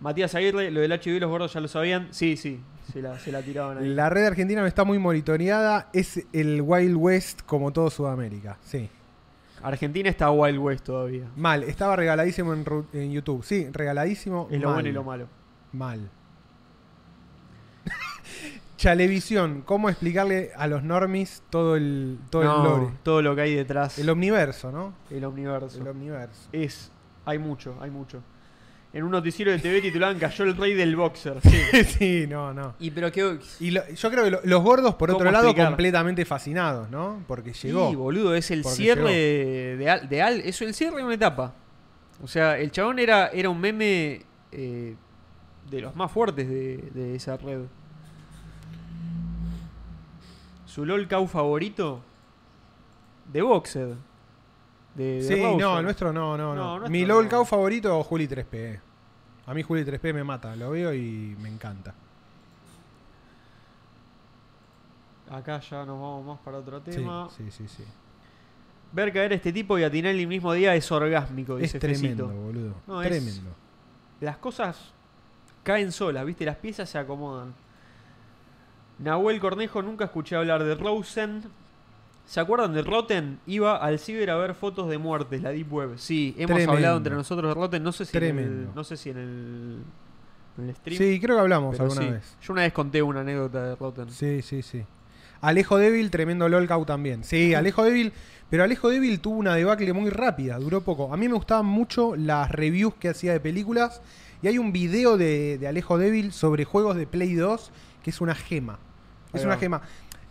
Speaker 1: Matías Aguirre, lo del HB los gordos ya lo sabían. Sí, sí, se la, se la tiraban ahí.
Speaker 2: La red argentina no está muy monitoreada. Es el Wild West como todo Sudamérica. Sí.
Speaker 1: Argentina está Wild West todavía.
Speaker 2: Mal. Estaba regaladísimo en, Ru- en YouTube. Sí, regaladísimo.
Speaker 1: Es lo
Speaker 2: mal.
Speaker 1: bueno y lo malo.
Speaker 2: Mal. Chalevisión. ¿Cómo explicarle a los normis todo el, todo
Speaker 1: No,
Speaker 2: el lore?
Speaker 1: todo lo que hay detrás.
Speaker 2: El omniverso, ¿no?
Speaker 1: el omniverso.
Speaker 2: El omniverso.
Speaker 1: Es. Hay mucho, hay mucho. En un noticiero de TV titulaban Cayó el rey del boxer. Sí.
Speaker 2: sí, no, no.
Speaker 1: y pero qué.
Speaker 2: Y lo- yo creo que lo- los gordos, por otro
Speaker 1: ¿Cómo
Speaker 2: lado,
Speaker 1: explicar?
Speaker 2: completamente fascinados, ¿no? Porque llegó.
Speaker 1: Sí, boludo, es el
Speaker 2: Porque
Speaker 1: cierre de, de al- de al- Es el cierre de una etapa. O sea, el chabón era, era un meme eh, de los más fuertes de, de esa red. Su LOL cow favorito de Boxer. De, de
Speaker 2: sí,
Speaker 1: Rouser.
Speaker 2: no, el nuestro no,
Speaker 1: No,
Speaker 2: no, no.
Speaker 1: nuestro
Speaker 2: Mi
Speaker 1: no.
Speaker 2: LOL cow favorito, Juli 3P. A mí Juli 3P me mata, lo veo y me encanta.
Speaker 1: Acá ya nos vamos más para otro
Speaker 2: Sí,
Speaker 1: tema.
Speaker 2: sí, sí, sí.
Speaker 1: Ver caer a este tipo y atinar el mismo día es orgásmico,
Speaker 2: Es
Speaker 1: dice
Speaker 2: tremendo,
Speaker 1: Fecito.
Speaker 2: boludo.
Speaker 1: No, es-
Speaker 2: tremendo.
Speaker 1: Las cosas caen solas, ¿viste? Las piezas se acomodan. Nahuel Cornejo nunca escuché hablar de Rosen. ¿Se acuerdan de Rotten? Iba al ciber a ver fotos de muertes, la Deep Web. Sí, hemos
Speaker 2: Tremendo.
Speaker 1: hablado entre nosotros de Rotten. No sé si, en el,
Speaker 2: Tremendo.
Speaker 1: no sé si en el, en el stream.
Speaker 2: Sí, creo que hablamos
Speaker 1: pero
Speaker 2: alguna
Speaker 1: sí.
Speaker 2: vez.
Speaker 1: Yo una vez conté una anécdota de Rotten.
Speaker 2: Sí, sí, sí. Alejo Débil, tremendo LOL cow también. Sí, Alejo Débil. Pero Alejo Débil tuvo una debacle muy rápida, duró poco. A mí me gustaban mucho las reviews que hacía de películas. Y hay un video de, de Alejo Débil sobre juegos de Play 2 que es una gema. Es
Speaker 1: Ahí
Speaker 2: una
Speaker 1: va.
Speaker 2: gema.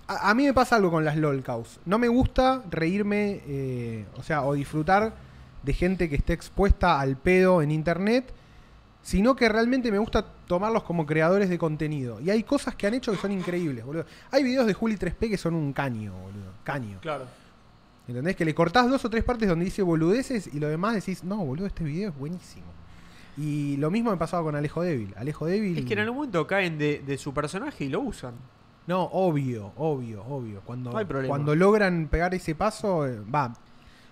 Speaker 2: A, a mí me pasa algo con las LOL cows. No me gusta reírme, eh, o sea, o disfrutar de gente que esté expuesta al pedo en internet sino que realmente me gusta tomarlos como creadores de contenido. Y hay cosas que han hecho que son increíbles, boludo. Hay videos de Juli 3P que son un caño, boludo. Caño.
Speaker 1: Claro.
Speaker 2: ¿Entendés? Que le cortás dos o tres partes donde dice boludeces y lo demás decís, no, boludo, este video es buenísimo. Y lo mismo me pasaba con Alejo Débil. Alejo Débil.
Speaker 1: Es que en algún momento caen de, de su personaje y lo usan.
Speaker 2: No, obvio, obvio, obvio. Cuando,
Speaker 1: No hay problema.
Speaker 2: cuando logran pegar ese paso, eh, va.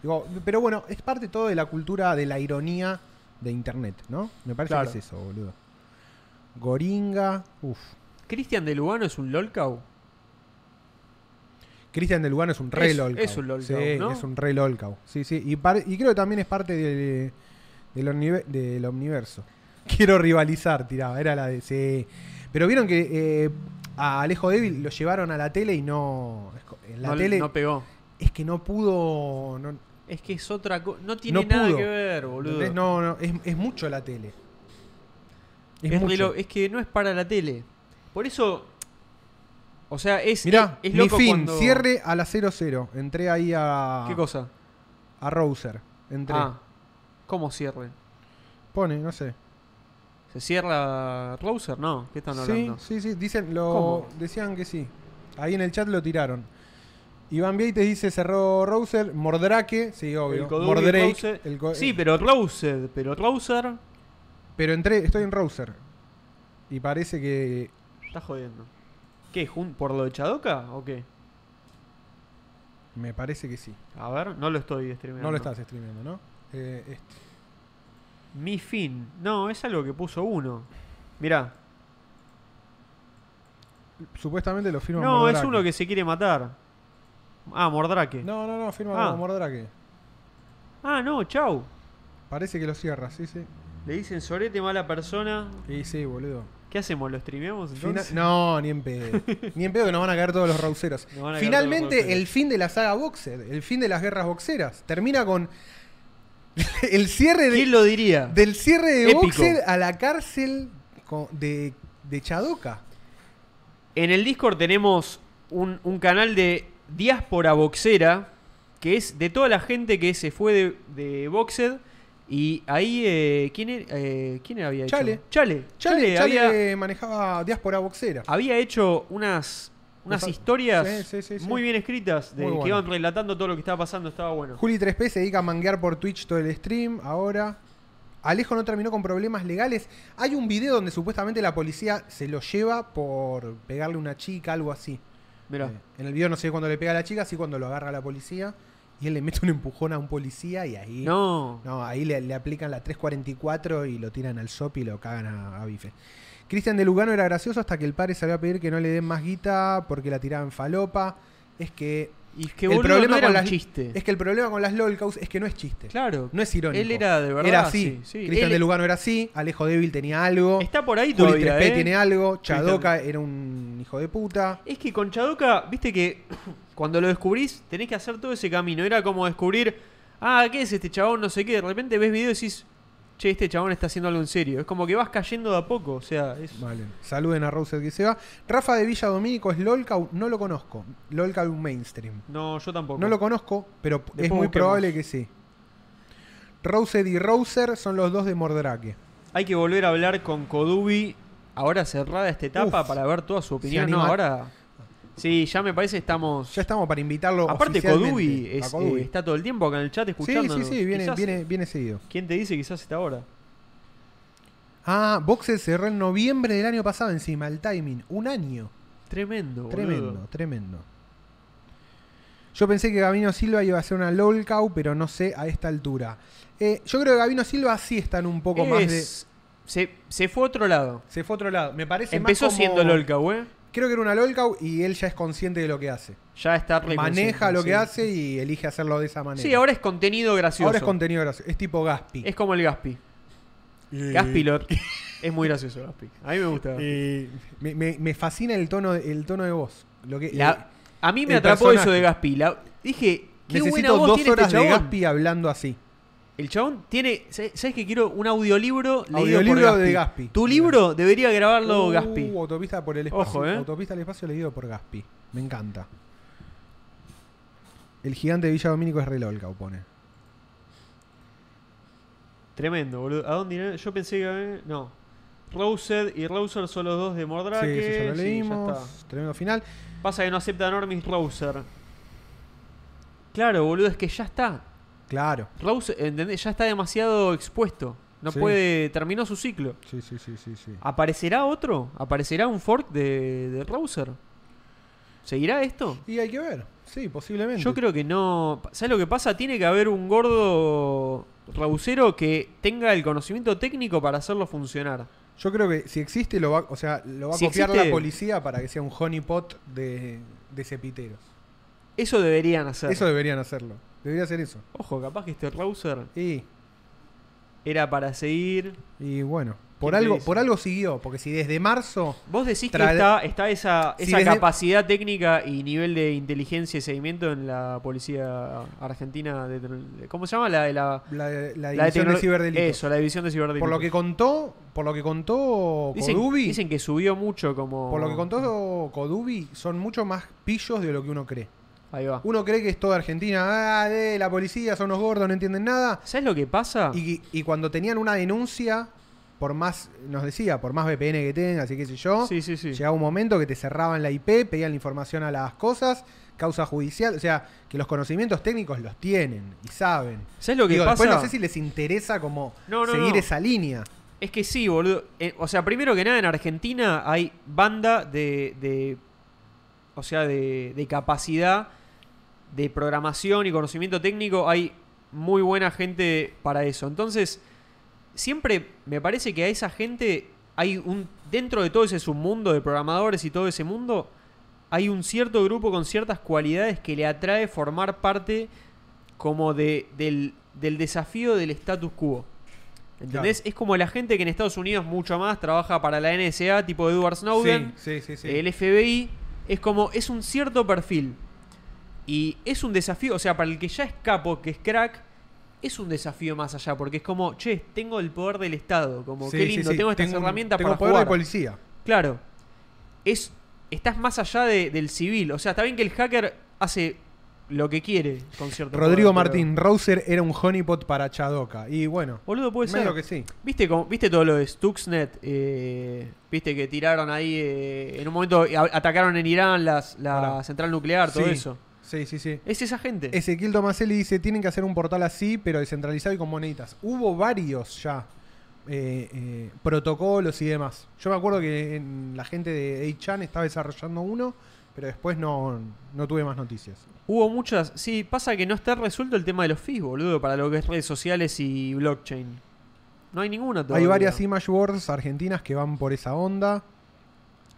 Speaker 2: Digo, pero bueno, es parte todo de la cultura de la ironía de internet, ¿no? Me parece
Speaker 1: Claro.
Speaker 2: que es eso, boludo. Goringa, uff.
Speaker 1: ¿Cristian de Lugano es un lolcow?
Speaker 2: Cristian del Lugano es un re
Speaker 1: Es-
Speaker 2: lolcau.
Speaker 1: es un lolcau,
Speaker 2: Sí,
Speaker 1: ¿no?
Speaker 2: es un re lolcau. Sí, sí. Y, par- y creo que también es parte del, del, omnive- del omniverso. Quiero rivalizar, tiraba. Era la de. sí. Pero vieron que eh, a Alejo Débil lo llevaron a la tele y no. En la
Speaker 1: no,
Speaker 2: tele
Speaker 1: no pegó.
Speaker 2: es que no pudo. No,
Speaker 1: Es que es otra cosa. No tiene
Speaker 2: No
Speaker 1: nada
Speaker 2: pudo.
Speaker 1: que ver, boludo.
Speaker 2: ¿entendés? no, no, es, es mucho la tele.
Speaker 1: Es, re
Speaker 2: mucho.
Speaker 1: lo- es que no es para la tele. Por eso. O sea, es.
Speaker 2: Mirá,
Speaker 1: es, es
Speaker 2: mi
Speaker 1: loco
Speaker 2: fin,
Speaker 1: cuando-
Speaker 2: cierre a la 00. Entré ahí a.
Speaker 1: ¿Qué cosa?
Speaker 2: A Rouser. Entré.
Speaker 1: Ah, ¿cómo cierre?
Speaker 2: Pone, no sé.
Speaker 1: ¿Se cierra Rouser? No, ¿qué están hablando?
Speaker 2: Sí, sí, sí. Dicen, lo,
Speaker 1: ¿Cómo?
Speaker 2: decían que sí. Ahí en el chat lo tiraron. Iván Vieites dice, cerró Rouser. Mordrake, sí, obvio.
Speaker 1: El Coduri,
Speaker 2: Mordrake.
Speaker 1: Roused.
Speaker 2: el eh. co-
Speaker 1: Sí, pero Roused, pero Rouser
Speaker 2: Pero entré, estoy en Rouser. Y parece que...
Speaker 1: está jodiendo. ¿Qué? jun- ¿Por lo de Chadoka o qué?
Speaker 2: Me parece que sí.
Speaker 1: A ver, no lo estoy streameando.
Speaker 2: No lo estás streameando, ¿no? Eh, este.
Speaker 1: Mi fin. No, es algo que puso uno. Mirá.
Speaker 2: Supuestamente lo firma
Speaker 1: No, es
Speaker 2: Mordrake.
Speaker 1: uno que se quiere matar. Ah, Mordrake.
Speaker 2: No, no, no, firma
Speaker 1: Ah.
Speaker 2: como Mordrake.
Speaker 1: Ah, no, chau.
Speaker 2: Parece que lo cierra, sí, sí.
Speaker 1: Le dicen sorete mala persona.
Speaker 2: Y sí, boludo.
Speaker 1: ¿Qué hacemos? ¿Lo streameamos
Speaker 2: Fina-
Speaker 1: entonces?
Speaker 2: No, ni en pedo. ni en pedo que nos van a caer todos los rauseros.
Speaker 1: Nos van a caer
Speaker 2: Finalmente,
Speaker 1: todos los rauseros.
Speaker 2: el fin de la saga Boxer, el fin de las guerras boxeras. Termina con el cierre de-
Speaker 1: ¿Quién lo diría?
Speaker 2: del cierre de
Speaker 1: Épico.
Speaker 2: Boxer a la cárcel co- de, de Chadoka.
Speaker 1: En el Discord tenemos un, un canal de diáspora boxera, que es de toda la gente que se fue de, de Boxed. Y ahí, eh, ¿quién, era- eh, ¿quién había hecho?
Speaker 2: Chale.
Speaker 1: Chale.
Speaker 2: Chale,
Speaker 1: Chale había,
Speaker 2: Chale manejaba diáspora boxera.
Speaker 1: había hecho unas, unas
Speaker 2: Usa-
Speaker 1: historias
Speaker 2: Sí, sí, sí, sí.
Speaker 1: muy bien escritas, de,
Speaker 2: Muy
Speaker 1: que
Speaker 2: bueno.
Speaker 1: iban relatando todo lo que estaba pasando, estaba bueno.
Speaker 2: Juli 3P se dedica a manguear por Twitch todo el stream ahora. Alejo no terminó con problemas legales. Hay un video donde supuestamente la policía se lo lleva por pegarle a una chica, algo así.
Speaker 1: Mirá.
Speaker 2: Eh, en el video no sé cuando le pega a la chica, sí cuando lo agarra la policía. Y él le mete un empujón a un policía y ahí.
Speaker 1: No.
Speaker 2: No, ahí le, le aplican la 344 y lo tiran al SOP y lo cagan a, a bife. Cristian de Lugano era gracioso hasta que el padre salió a pedir que no le den más guita porque la tiraban falopa. Es que.
Speaker 1: Y que boludo, no era un
Speaker 2: las,
Speaker 1: chiste.
Speaker 2: Es que el problema con las LOLcaus es que no es chiste.
Speaker 1: claro.
Speaker 2: No es irónico.
Speaker 1: Él era de verdad,
Speaker 2: Era así.
Speaker 1: sí, sí.
Speaker 2: Cristian
Speaker 1: Él-
Speaker 2: de Lugano era así. Alejo Débil tenía algo.
Speaker 1: Está por ahí
Speaker 2: Juli
Speaker 1: todavía,
Speaker 2: 3P
Speaker 1: ¿eh?
Speaker 2: tiene algo.
Speaker 1: Cristian-
Speaker 2: Chadoka era un hijo de puta.
Speaker 1: Es que con Chadoka, viste que cuando lo descubrís, tenés que hacer todo ese camino. Era como descubrir, ah, ¿qué es este chabón? No sé qué. De repente ves video y decís, che, este chabón está haciendo algo en serio. Es como que vas cayendo de a poco. O sea, es.
Speaker 2: Vale. Saluden a Rousset que se va. Rafa de Villa Domínico es Lolcau. No lo conozco. Lolcau mainstream.
Speaker 1: No, yo tampoco.
Speaker 2: No lo conozco, pero es muy
Speaker 1: busquemos.
Speaker 2: probable que sí. Roused y Rouser son los dos de Mordrake.
Speaker 1: Hay que volver a hablar con Kodubi. Ahora cerrada esta etapa
Speaker 2: Uf.
Speaker 1: para ver toda su opinión. No,
Speaker 2: anima-
Speaker 1: ahora. Sí, ya me parece estamos.
Speaker 2: Ya estamos para invitarlo.
Speaker 1: Aparte,
Speaker 2: oficialmente
Speaker 1: Kodubi
Speaker 2: a
Speaker 1: es,
Speaker 2: Kodubi.
Speaker 1: eh, está todo el tiempo acá en el chat
Speaker 2: sí,
Speaker 1: escuchando.
Speaker 2: sí, sí, viene, viene, viene seguido.
Speaker 1: ¿Quién te dice quizás está ahora?
Speaker 2: Ah, Boxer cerró en noviembre del año pasado encima, el timing. Un año.
Speaker 1: Tremendo, boludo.
Speaker 2: Tremendo, tremendo. Yo pensé que Gabino Silva iba a ser una lolcow, pero no sé a esta altura. Eh, yo creo que Gabino Silva sí está en un poco más de...
Speaker 1: Es- se, se fue a otro lado.
Speaker 2: Se fue a otro lado. Me parece más
Speaker 1: Empezó
Speaker 2: como-
Speaker 1: siendo Lolca, güey.
Speaker 2: Creo que era una lolcow y él ya es consciente de lo que hace.
Speaker 1: Ya está re
Speaker 2: maneja
Speaker 1: consciente,
Speaker 2: lo
Speaker 1: sí.
Speaker 2: que hace y elige hacerlo de esa manera.
Speaker 1: Sí, ahora es contenido gracioso.
Speaker 2: Ahora es contenido gracioso. Es tipo Gaspi.
Speaker 1: Es como el Gaspi. Gaspi lo- es muy gracioso, Gaspi. A mí me gusta.
Speaker 2: Me, me- me fascina el tono, el tono de voz. Lo que, eh,
Speaker 1: La- a mí me
Speaker 2: el
Speaker 1: atrapó
Speaker 2: personaje.
Speaker 1: eso de Gaspi. La- dije, qué buena
Speaker 2: necesito
Speaker 1: voz
Speaker 2: dos
Speaker 1: tiene
Speaker 2: horas
Speaker 1: este
Speaker 2: de
Speaker 1: chabón.
Speaker 2: Gaspi hablando así.
Speaker 1: El chabón tiene. ¿Sabes que quiero un audiolibro leído
Speaker 2: Audiolibro
Speaker 1: por
Speaker 2: de Gaspi.
Speaker 1: Tu libro debería grabarlo
Speaker 2: Uh,
Speaker 1: Gaspi.
Speaker 2: Autopista por el espacio.
Speaker 1: Ojo, eh.
Speaker 2: Autopista al espacio leído por Gaspi. Me encanta. El gigante de Villa Domínico es relolca, pone.
Speaker 1: Tremendo, boludo. ¿A dónde irá? Yo pensé que. eh, No. Roused y Rouser son los dos de Mordrake.
Speaker 2: Sí, eso ya lo
Speaker 1: Sí, ya
Speaker 2: leímos.
Speaker 1: está.
Speaker 2: Tremendo final.
Speaker 1: Pasa que no acepta Normis Rouser. Claro, boludo, es que ya está.
Speaker 2: Claro.
Speaker 1: Rouser, ¿entendés? Ya está demasiado expuesto. No
Speaker 2: Sí.
Speaker 1: puede. Terminó su ciclo.
Speaker 2: Sí, sí, sí, sí, sí.
Speaker 1: Ah. ¿Aparecerá otro? ¿Aparecerá un fork de, de Rouser? ¿Seguirá esto?
Speaker 2: Y hay que ver. Sí, posiblemente.
Speaker 1: Yo creo que no. ¿Sabes lo que pasa? Tiene que haber un gordo Rausero que tenga el conocimiento técnico para hacerlo funcionar.
Speaker 2: Yo creo que si existe, lo va, o sea, lo va a
Speaker 1: Si
Speaker 2: copiar
Speaker 1: existe-
Speaker 2: la policía para que sea un honeypot de, de cepiteros.
Speaker 1: Eso deberían hacer.
Speaker 2: Eso deberían hacerlo. Debería hacer eso.
Speaker 1: Ojo, capaz que este Rouser
Speaker 2: Y,
Speaker 1: era para seguir.
Speaker 2: y bueno, por
Speaker 1: ¿Quién te
Speaker 2: algo,
Speaker 1: dice?
Speaker 2: por algo siguió, porque si desde marzo
Speaker 1: Vos decís
Speaker 2: Tra-
Speaker 1: que está, está esa,
Speaker 2: Si
Speaker 1: esa
Speaker 2: desde-
Speaker 1: capacidad técnica y nivel de inteligencia y seguimiento en la policía argentina. De, de- ¿Cómo se llama? La de la,
Speaker 2: la, la
Speaker 1: la
Speaker 2: división de
Speaker 1: tecno-
Speaker 2: ciberdelitos.
Speaker 1: Eso, la división de ciberdelitos.
Speaker 2: Por lo que contó, por lo que contó
Speaker 1: dicen,
Speaker 2: Codubi,
Speaker 1: dicen que subió mucho como.
Speaker 2: por lo que contó Codubi, son mucho más pillos de lo que uno cree.
Speaker 1: Ahí va.
Speaker 2: Uno cree que es toda Argentina, ah, de la policía, son unos gordos, no entienden nada.
Speaker 1: ¿Sabes lo que pasa?
Speaker 2: Y, y cuando tenían una denuncia, por más, nos decía, por más VPN que tengas y qué sé yo,
Speaker 1: sí, sí, sí.
Speaker 2: llegaba un momento que te cerraban la IP, pedían la información a las cosas, causa judicial, o sea, que los conocimientos técnicos los tienen y saben.
Speaker 1: ¿Sabes lo que
Speaker 2: Digo,
Speaker 1: pasa?
Speaker 2: Después no sé si les interesa como
Speaker 1: No, no,
Speaker 2: seguir
Speaker 1: no.
Speaker 2: esa línea.
Speaker 1: Es que sí, boludo. Eh, o sea, primero que nada, en Argentina hay banda de. de- o sea, de, de capacidad de programación y conocimiento técnico. Hay muy buena gente para eso. Entonces, siempre me parece que a esa gente hay un. Dentro de todo ese submundo de programadores y todo ese mundo, hay un cierto grupo con ciertas cualidades que le atrae formar parte como de, del, del desafío del status quo. ¿Entendés? Es como la gente que en Estados Unidos mucho más trabaja para la NSA, tipo Edward Snowden,
Speaker 2: sí, sí, sí.
Speaker 1: el FBI. Es como, es un cierto perfil. Y es un desafío, o sea, para el que ya es capo, que es crack, es un desafío más allá, porque es como, che, tengo el poder del Estado, como,
Speaker 2: Sí,
Speaker 1: qué
Speaker 2: sí,
Speaker 1: lindo,
Speaker 2: sí.
Speaker 1: tengo estas
Speaker 2: un-
Speaker 1: herramientas
Speaker 2: tengo
Speaker 1: para
Speaker 2: poder
Speaker 1: jugar.
Speaker 2: de policía.
Speaker 1: Claro. Es, estás más allá de- del civil. O sea, está bien que el hacker hace lo que quiere con cierto
Speaker 2: Rodrigo
Speaker 1: poder, pero-
Speaker 2: Martín, Rouser era un honeypot para Chadoca. Y bueno,
Speaker 1: Boludo, puede ser.
Speaker 2: medio que sí.
Speaker 1: ¿Viste, cómo- ¿Viste todo lo de Stuxnet? Eh, ¿Viste que tiraron ahí? eh, en un momento eh, a- atacaron en Irán las, la
Speaker 2: Pará.
Speaker 1: central nuclear, todo
Speaker 2: Sí,
Speaker 1: eso.
Speaker 2: Sí, sí, sí.
Speaker 1: Es esa gente.
Speaker 2: Ezequiel Tomaselli dice, tienen que hacer un portal así, pero descentralizado y con moneditas. Hubo varios ya eh, eh, protocolos y demás. Yo me acuerdo que en- la gente de 8chan estaba desarrollando uno, pero después no, no tuve más noticias.
Speaker 1: Hubo muchas. Sí, pasa que no está resuelto el tema de los fees, boludo, para lo que es redes sociales y blockchain. No hay ninguna todavía.
Speaker 2: Hay varias image boards argentinas que van por esa onda.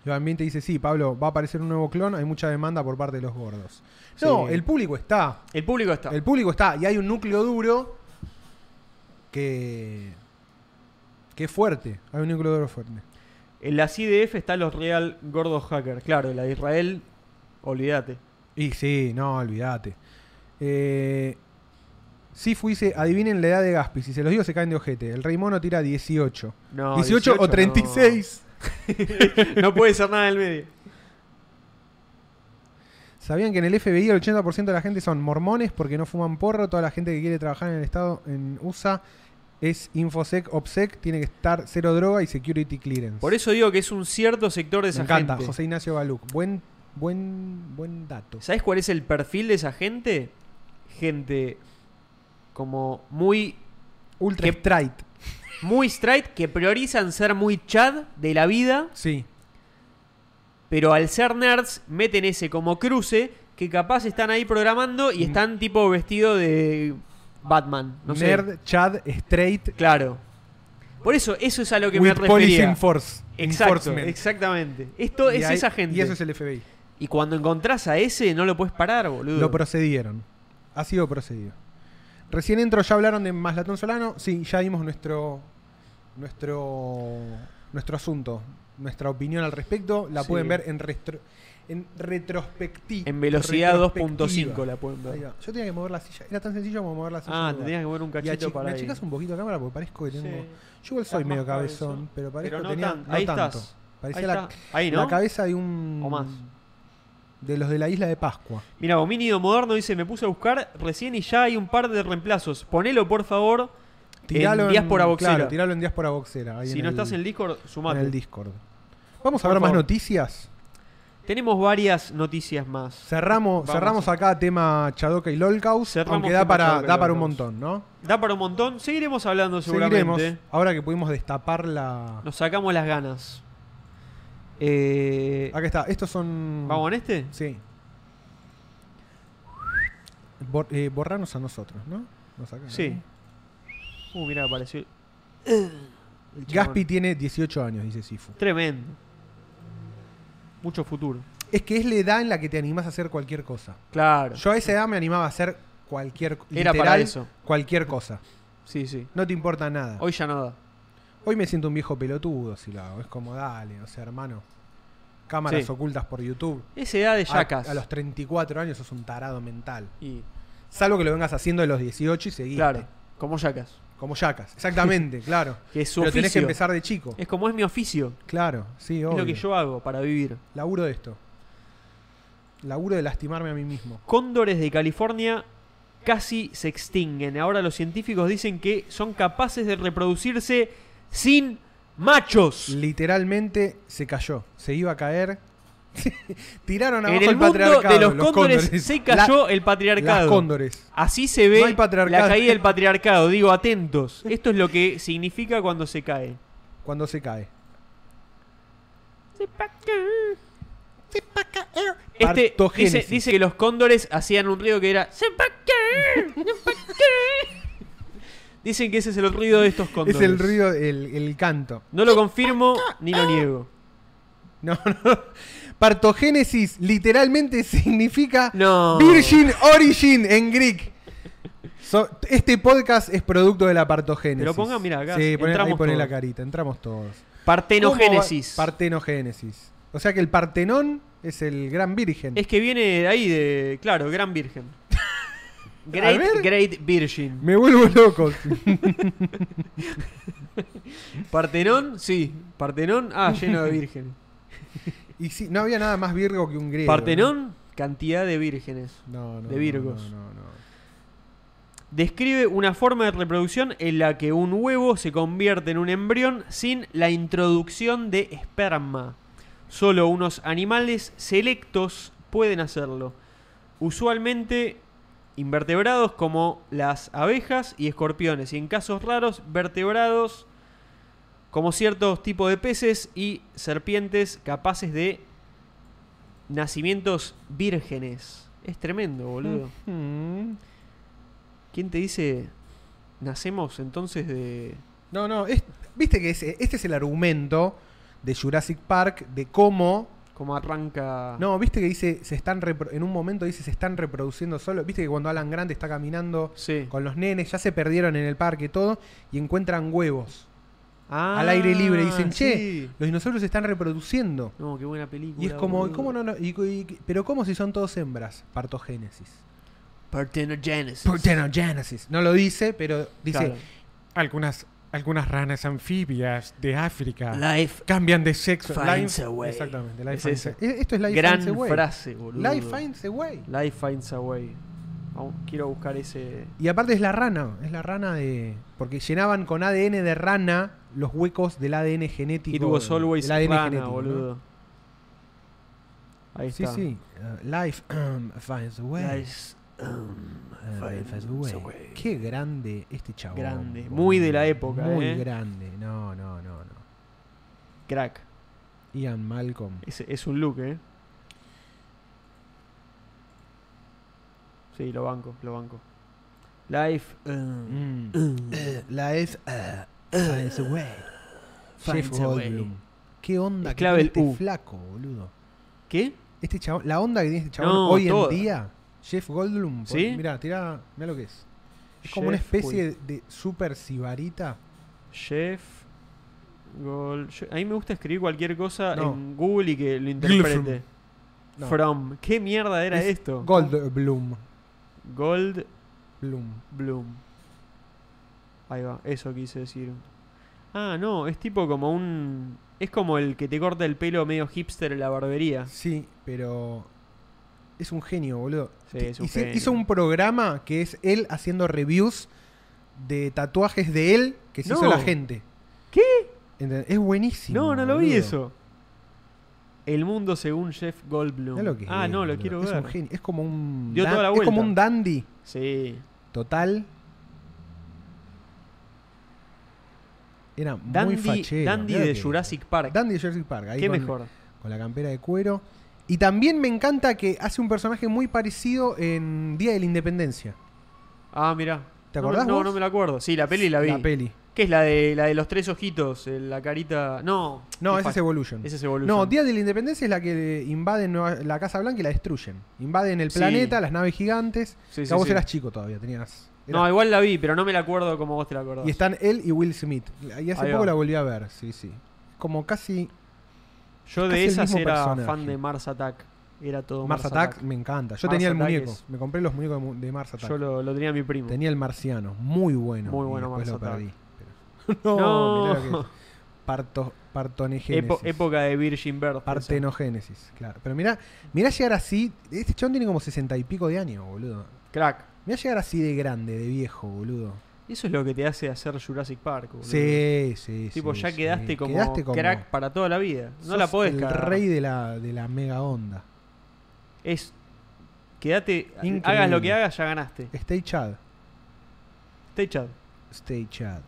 Speaker 2: Iván Bien te dice, sí, Pablo, va a aparecer un nuevo clon, hay mucha demanda por parte de los gordos. No,
Speaker 1: Sí.
Speaker 2: el público está.
Speaker 1: El público está.
Speaker 2: El público está. Y hay un núcleo duro que. que es fuerte. Hay un núcleo duro fuerte.
Speaker 1: En la CDF están los real gordos hackers. Claro, la de Israel, olvídate.
Speaker 2: Y sí, no, olvídate. Eh, Sifu dice, adivinen la edad de Gaspi. Si se los digo, se caen de ojete. El Rey Mono tira 18.
Speaker 1: No,
Speaker 2: 18, o
Speaker 1: no.
Speaker 2: 36.
Speaker 1: No. puede ser nada del medio.
Speaker 2: ¿Sabían que en el FBI el 80% de la gente son mormones porque no fuman porro? Toda la gente que quiere trabajar en el Estado, en USA, es InfoSec, OPSEC, tiene que estar cero droga y security clearance.
Speaker 1: Por eso digo que es un cierto sector de
Speaker 2: Me
Speaker 1: esa
Speaker 2: encanta,
Speaker 1: gente.
Speaker 2: José Ignacio Baluc. Buen, buen, buen dato.
Speaker 1: ¿Sabes cuál es el perfil de esa gente? Gente como muy
Speaker 2: Ultra
Speaker 1: Que-
Speaker 2: Straight.
Speaker 1: muy straight que priorizan ser muy chad de la vida,
Speaker 2: Sí.
Speaker 1: pero al ser nerds meten ese como cruce que capaz están ahí programando
Speaker 2: Mm.
Speaker 1: y están tipo vestido de Batman, no sé.
Speaker 2: Nerd, Chad, Straight,
Speaker 1: Claro. Por eso eso es a lo que me
Speaker 2: with Police
Speaker 1: refería.
Speaker 2: enforce-
Speaker 1: Exacto,
Speaker 2: Enforcement.
Speaker 1: exactamente. Esto
Speaker 2: Y
Speaker 1: es
Speaker 2: ahí-
Speaker 1: esa gente.
Speaker 2: Y eso es el FBI.
Speaker 1: Y cuando encontrás a ese, no lo puedes parar, boludo.
Speaker 2: Lo procedieron. Ha sido procedido. Recién entro, ya hablaron de Maslatón Solano. Sí, ya dimos nuestro nuestro nuestro asunto, nuestra opinión al respecto. La
Speaker 1: Sí.
Speaker 2: pueden ver en, retro, en retrospectiva.
Speaker 1: en velocidad 2.5 la pueden
Speaker 2: Ahí
Speaker 1: ver.
Speaker 2: va. Yo tenía que mover la silla. Era tan sencillo como mover la silla.
Speaker 1: Ah,
Speaker 2: en un lugar.
Speaker 1: tenías que poner un
Speaker 2: Y
Speaker 1: cachito
Speaker 2: achi-
Speaker 1: para
Speaker 2: me
Speaker 1: ahí.
Speaker 2: achicas un poquito la cámara porque parezco que
Speaker 1: Sí.
Speaker 2: tengo. Yo igual soy
Speaker 1: Estás
Speaker 2: medio
Speaker 1: más
Speaker 2: cabezón,
Speaker 1: cabezón.
Speaker 2: pero parezco
Speaker 1: Pero
Speaker 2: que
Speaker 1: no
Speaker 2: tenía.
Speaker 1: tan-
Speaker 2: no
Speaker 1: ahí
Speaker 2: tanto.
Speaker 1: estás.
Speaker 2: Parecía
Speaker 1: Ahí
Speaker 2: la,
Speaker 1: está. Ahí,
Speaker 2: la
Speaker 1: ¿no?
Speaker 2: cabeza de un.
Speaker 1: O más.
Speaker 2: De los de la isla de Pascua.
Speaker 1: Mira, Homínido Moderno dice, me puse a buscar recién y ya hay un par de reemplazos. Ponelo, por favor, en Diáspora Boxera.
Speaker 2: Claro, tiralo en diáspora boxera. ahí
Speaker 1: si no
Speaker 2: el-
Speaker 1: estás en Discord,
Speaker 2: en
Speaker 1: sumate.
Speaker 2: el Discord. Vamos a
Speaker 1: Por
Speaker 2: ver más
Speaker 1: favor.
Speaker 2: noticias.
Speaker 1: Tenemos varias noticias más.
Speaker 2: Cerramos,
Speaker 1: Vamos.
Speaker 2: cerramos acá tema Chadoca y Lolcaus.
Speaker 1: Cerramos
Speaker 2: aunque da
Speaker 1: tema
Speaker 2: para,
Speaker 1: Chadoca y
Speaker 2: da para un
Speaker 1: Lolcaus.
Speaker 2: montón, ¿no?
Speaker 1: Da para un montón. Seguiremos hablando
Speaker 2: Seguiremos.
Speaker 1: seguramente.
Speaker 2: Ahora que pudimos destapar la.
Speaker 1: Nos sacamos las ganas. Eh,
Speaker 2: Acá está. Estos son.
Speaker 1: ¿Vamos en este?
Speaker 2: Sí. Bor- eh, borranos a nosotros, ¿no? Nos sacan,
Speaker 1: Sí.
Speaker 2: ¿no?
Speaker 1: Uh, mira, apareció. el- el chabón.
Speaker 2: Gaspi tiene 18 años, dice Sifu.
Speaker 1: Tremendo. Mucho futuro.
Speaker 2: es que es la edad en la que te animás a hacer cualquier cosa.
Speaker 1: Claro.
Speaker 2: Yo a esa edad me animaba a hacer cualquier cosa.
Speaker 1: Era para eso.
Speaker 2: Cualquier cosa.
Speaker 1: Sí, sí.
Speaker 2: No te importa nada. Hoy,
Speaker 1: Hoy ya no da.
Speaker 2: me siento un viejo pelotudo si lo hago. Es como, dale, o sea, hermano. Cámaras
Speaker 1: Sí.
Speaker 2: ocultas por YouTube.
Speaker 1: Esa edad de
Speaker 2: A,
Speaker 1: yacas.
Speaker 2: a los 34 años sos un tarado mental.
Speaker 1: Y,
Speaker 2: Salvo que lo vengas haciendo de los 18 y seguiste.
Speaker 1: claro, como yacas.
Speaker 2: Como yacas. Exactamente, claro.
Speaker 1: Que es su
Speaker 2: Pero tenés que
Speaker 1: oficio.
Speaker 2: empezar de chico.
Speaker 1: Es como es mi oficio.
Speaker 2: Claro, sí, obvio.
Speaker 1: Es lo que yo hago para vivir.
Speaker 2: Laburo de esto. Laburo de lastimarme a mí mismo.
Speaker 1: Cóndores de California casi se extinguen. Ahora los científicos dicen que son capaces de reproducirse sin machos.
Speaker 2: Literalmente se cayó. Se iba a caer. Tiraron abajo
Speaker 1: En el
Speaker 2: el
Speaker 1: mundo
Speaker 2: patriarcado.
Speaker 1: de los cóndores, se cayó
Speaker 2: La-
Speaker 1: el
Speaker 2: Las
Speaker 1: patriarcado.
Speaker 2: cóndores.
Speaker 1: Así se ve
Speaker 2: No hay patriarcado.
Speaker 1: la caída del patriarcado. Digo, atentos. Esto es lo que significa cuando se cae.
Speaker 2: Cuando se cae.
Speaker 1: Este dice,
Speaker 2: Partogénesis.
Speaker 1: dice que los cóndores hacían un ruido que era. Dicen que ese es el ruido de estos cóndores.
Speaker 2: Es el ruido, el, el canto.
Speaker 1: No lo confirmo ni lo niego.
Speaker 2: No, no. Partogénesis literalmente significa
Speaker 1: No.
Speaker 2: Virgin Origin en Greek. So- este podcast es producto de la partogénesis.
Speaker 1: Pero pongan, mira, acá
Speaker 2: Sí, poné- ahí
Speaker 1: entramos
Speaker 2: poné la
Speaker 1: todos.
Speaker 2: carita. Entramos todos.
Speaker 1: Partenogénesis.
Speaker 2: ¿Cómo va- Partenogénesis. O sea que el Partenón es el gran virgen.
Speaker 1: es que viene de ahí de. Claro, Gran Virgen. Great,
Speaker 2: ver.
Speaker 1: Great Virgin.
Speaker 2: Me vuelvo loco.
Speaker 1: Partenón, sí. Partenón, ah, lleno de vírgenes.
Speaker 2: y sí, no había nada más virgo que un griego.
Speaker 1: Partenón, cantidad de vírgenes.
Speaker 2: ¿no? No, no,
Speaker 1: de
Speaker 2: no,
Speaker 1: virgos.
Speaker 2: no, no, no.
Speaker 1: Describe una forma de reproducción en la que un huevo se convierte en un embrión sin la introducción de esperma. Solo unos animales selectos pueden hacerlo. Usualmente invertebrados como las abejas y escorpiones y en casos raros vertebrados como ciertos tipos de peces y serpientes capaces de nacimientos vírgenes. Es tremendo, boludo.
Speaker 2: Mm.
Speaker 1: ¿Quién te dice nacemos entonces de
Speaker 2: No, no, es- viste que ese- este es el argumento de Jurassic Park de cómo.
Speaker 1: cómo arranca?
Speaker 2: No, viste que dice, se están repro- en un momento dice se están reproduciendo solo. Viste que cuando Alan Grant está caminando
Speaker 1: Sí.
Speaker 2: con los nenes, ya se perdieron en el parque todo, y encuentran huevos
Speaker 1: Ah,
Speaker 2: al aire libre. Dicen, che,
Speaker 1: sí.
Speaker 2: los dinosaurios se están reproduciendo.
Speaker 1: No, qué buena película.
Speaker 2: Y es como,
Speaker 1: boludo.
Speaker 2: ¿cómo no? no- y- y- pero ¿cómo si son todos hembras? Partogénesis.
Speaker 1: Parthenogenesis.
Speaker 2: Partogénesis. No lo dice, pero dice,
Speaker 1: Claro.
Speaker 2: algunas, algunas ranas anfibias de África
Speaker 3: Life
Speaker 2: cambian de sexo.
Speaker 3: finds
Speaker 2: Life-
Speaker 3: a way.
Speaker 2: Exactamente, life
Speaker 1: Es
Speaker 2: finds a-
Speaker 1: eso.
Speaker 2: e- Esto es Life
Speaker 1: Gran
Speaker 2: finds a way.
Speaker 1: frase, boludo.
Speaker 2: Life finds a way.
Speaker 1: Life finds a way. Vamos, quiero buscar ese.
Speaker 2: Y aparte es la rana, es la rana de... Porque llenaban con ADN de rana los huecos del ADN genético.
Speaker 1: It was always
Speaker 2: del ADN
Speaker 1: rana,
Speaker 2: genético, ¿no?
Speaker 1: boludo. Ahí
Speaker 2: Sí,
Speaker 1: está.
Speaker 2: sí. Uh, life um, finds a way.
Speaker 3: Life um,
Speaker 2: Ah,
Speaker 3: finds
Speaker 2: Fast Way.
Speaker 3: a way.
Speaker 2: Qué grande este chabón.
Speaker 1: Grande.
Speaker 2: boludo.
Speaker 1: Muy de la época,
Speaker 2: Muy
Speaker 1: eh.
Speaker 2: grande. No, no, no, no.
Speaker 1: Crack.
Speaker 2: Ian Malcolm.
Speaker 1: Es, es un look, ¿eh? Sí, lo banco, lo banco. Life. um,
Speaker 2: Mm. La F. eh, Finds a way. Jeff
Speaker 3: Finds a way.
Speaker 2: Goldblum. Qué onda que
Speaker 1: Esclave el
Speaker 2: tiene este
Speaker 1: U.
Speaker 2: flaco, boludo.
Speaker 1: ¿Qué?
Speaker 2: Este chabón, la onda que tiene este chabón
Speaker 1: No,
Speaker 2: hoy
Speaker 1: toda.
Speaker 2: en día. Jeff Goldblum. pon-
Speaker 1: ¿Sí?
Speaker 2: Mirá, tirá, mirá lo que es. Es como una
Speaker 1: Jeff-
Speaker 2: especie
Speaker 1: uy,
Speaker 2: de super sibarita.
Speaker 1: Jeff. Gol. yo- a mí me gusta escribir cualquier cosa
Speaker 2: No.
Speaker 1: en Google y que lo interprete.
Speaker 2: No.
Speaker 1: From. ¿Qué mierda era
Speaker 2: Es
Speaker 1: esto?
Speaker 2: Goldblum.
Speaker 1: Gold
Speaker 2: Bloom.
Speaker 1: Bloom. Ahí va, eso quise decir. Ah, no, es tipo como un. Es como el que te corta el pelo medio hipster en la barbería.
Speaker 2: Sí, pero es un genio, boludo.
Speaker 1: Sí,
Speaker 2: Te-
Speaker 1: es un
Speaker 2: hice-
Speaker 1: genio.
Speaker 2: Hizo un programa que es él haciendo reviews de tatuajes de él que se hizo
Speaker 1: No.
Speaker 2: la gente.
Speaker 1: ¿Qué?
Speaker 2: ¿Entendés? Es buenísimo.
Speaker 1: no, no lo vi
Speaker 2: boludo.
Speaker 1: eso. El mundo según Jeff Goldblum.
Speaker 2: Mirá lo que es,
Speaker 1: ah, no, lo
Speaker 2: boludo.
Speaker 1: quiero
Speaker 2: es
Speaker 1: ver.
Speaker 2: Un genio. Es como un.
Speaker 1: Dio
Speaker 2: dan-
Speaker 1: toda la
Speaker 2: Es como
Speaker 1: vuelta.
Speaker 2: un dandy
Speaker 1: Sí.
Speaker 2: total. Era muy
Speaker 1: Dandy,
Speaker 2: fachero.
Speaker 1: Dandy
Speaker 2: mirá lo
Speaker 1: de
Speaker 2: que-
Speaker 1: Jurassic Park.
Speaker 2: Dandy de Jurassic Park. Ahí
Speaker 1: ¿Qué
Speaker 2: con-
Speaker 1: mejor?
Speaker 2: con la campera de cuero. Y también me encanta que hace un personaje muy parecido en Día de la Independencia.
Speaker 1: Ah, mirá.
Speaker 2: ¿Te
Speaker 1: No me-
Speaker 2: acordás
Speaker 1: No,
Speaker 2: vos?
Speaker 1: no me la acuerdo. Sí, la peli la vi.
Speaker 2: La peli.
Speaker 1: ¿Qué es la de, la de los tres ojitos? eh, La carita. No.
Speaker 2: No,
Speaker 1: qué
Speaker 2: esa es
Speaker 1: falla.
Speaker 2: Evolution.
Speaker 1: Esa es Evolution.
Speaker 2: No, Día de la Independencia es la que invaden Nueva- la Casa Blanca y la destruyen. Invaden el
Speaker 1: Sí.
Speaker 2: planeta, las naves gigantes.
Speaker 1: Sí,
Speaker 2: Que
Speaker 1: sí,
Speaker 2: vos
Speaker 1: sí.
Speaker 2: eras chico todavía, tenías. eras-
Speaker 1: No, igual la vi, pero no me la acuerdo como vos te la acordás.
Speaker 2: y están él y Will Smith. Y hace
Speaker 1: Ahí
Speaker 2: poco
Speaker 1: va.
Speaker 2: la volví a ver, sí, sí. Como casi
Speaker 1: Yo
Speaker 2: casi
Speaker 1: de
Speaker 2: el
Speaker 1: esas
Speaker 2: mismo
Speaker 1: era
Speaker 2: personaje.
Speaker 1: fan de Mars Attack. Era todo
Speaker 2: Mars Attack, me encanta. Yo
Speaker 1: Mars
Speaker 2: tenía el
Speaker 1: Attack
Speaker 2: muñeco.
Speaker 1: es-
Speaker 2: Me compré los muñecos de mu- de Mars Attack.
Speaker 1: Yo lo, lo tenía mi primo.
Speaker 2: Tenía el marciano, muy bueno.
Speaker 1: Muy
Speaker 2: y
Speaker 1: bueno
Speaker 2: después
Speaker 1: Mars
Speaker 2: lo
Speaker 1: Attack.
Speaker 2: perdí. Pero-
Speaker 1: No.
Speaker 2: mirá lo que es. Parto, partonogénesis.
Speaker 1: Epo- época de Virgin Birth. esa.
Speaker 2: Partenogénesis, claro. Pero mirá, mirá llegar así. Este chabón tiene como sesenta y pico de años, boludo.
Speaker 1: Crack.
Speaker 2: Mirá llegar así de grande, de viejo, boludo.
Speaker 1: Eso es lo que te hace hacer Jurassic Park. boludo.
Speaker 2: Sí, sí,
Speaker 1: Tipo,
Speaker 2: sí,
Speaker 1: ya
Speaker 2: sí.
Speaker 1: quedaste, como
Speaker 2: Quedaste como-
Speaker 1: crack para toda la vida. No
Speaker 2: sos
Speaker 1: la podés
Speaker 2: El
Speaker 1: cagar.
Speaker 2: rey de la, de la mega onda.
Speaker 1: Es. Quédate.
Speaker 2: Increíble.
Speaker 1: Hagas lo que hagas, ya ganaste.
Speaker 2: Stay Chad.
Speaker 1: Stay Chad.
Speaker 2: Stay Chad.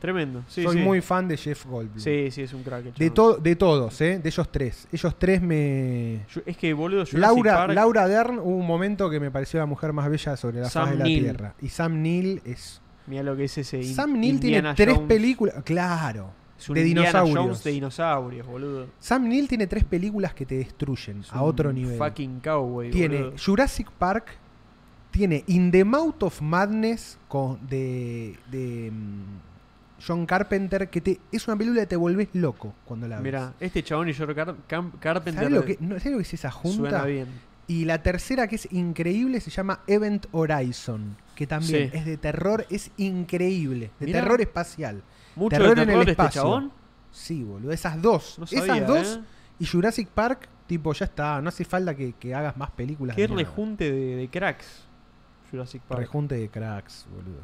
Speaker 1: Tremendo. Sí,
Speaker 2: Soy
Speaker 1: sí.
Speaker 2: muy fan de Jeff Goldblum.
Speaker 1: Sí, sí, es un crack. el
Speaker 2: De,
Speaker 1: chabón.
Speaker 2: to- de todos, ¿eh? De ellos tres. Ellos tres me.
Speaker 1: Yo- Es que, boludo, Jurassic
Speaker 2: Laura,
Speaker 1: Park-
Speaker 2: Laura Dern hubo un momento que me pareció la mujer más bella sobre la faz
Speaker 1: Sam
Speaker 2: de la
Speaker 1: Neill.
Speaker 2: Tierra. Y Sam Neill es.
Speaker 1: Mirá lo que es ese. in-
Speaker 2: Sam Neill
Speaker 1: Indiana
Speaker 2: tiene tres
Speaker 1: Jones.
Speaker 2: películas. Claro.
Speaker 1: Es un
Speaker 2: de
Speaker 1: Indiana
Speaker 2: dinosaurios.
Speaker 1: Jones de dinosaurios, boludo.
Speaker 2: Sam Neill tiene tres películas que te destruyen
Speaker 1: Es
Speaker 2: a
Speaker 1: un
Speaker 2: otro nivel.
Speaker 1: Fucking cowboy.
Speaker 2: Tiene
Speaker 1: boludo.
Speaker 2: Jurassic Park. Tiene In the Mouth of Madness con, de, de mm, John Carpenter. Que te, es una película que te volvés loco cuando la ves.
Speaker 1: Mirá, este chabón y George Car- Cam-
Speaker 2: ¿Sabés
Speaker 1: Carpenter
Speaker 2: lo, que, no, ¿sabés lo que es esa junta?
Speaker 1: suena bien.
Speaker 2: Y la tercera que es increíble se llama Event Horizon, que también
Speaker 1: Sí.
Speaker 2: es de terror, es increíble, de
Speaker 1: Mirá.
Speaker 2: terror espacial.
Speaker 1: Mucho
Speaker 2: Terror
Speaker 1: de
Speaker 2: en el
Speaker 1: terror este
Speaker 2: espacio.
Speaker 1: chabón.
Speaker 2: Sí, boludo, esas dos,
Speaker 1: No sabía,
Speaker 2: esas dos
Speaker 1: ¿eh?
Speaker 2: y Jurassic Park, tipo ya está, no hace falta que, que hagas más películas.
Speaker 1: Qué
Speaker 2: de mierda.
Speaker 1: rejunte de, de cracks. Jurassic Park.
Speaker 2: Rejunte de cracks, boludo.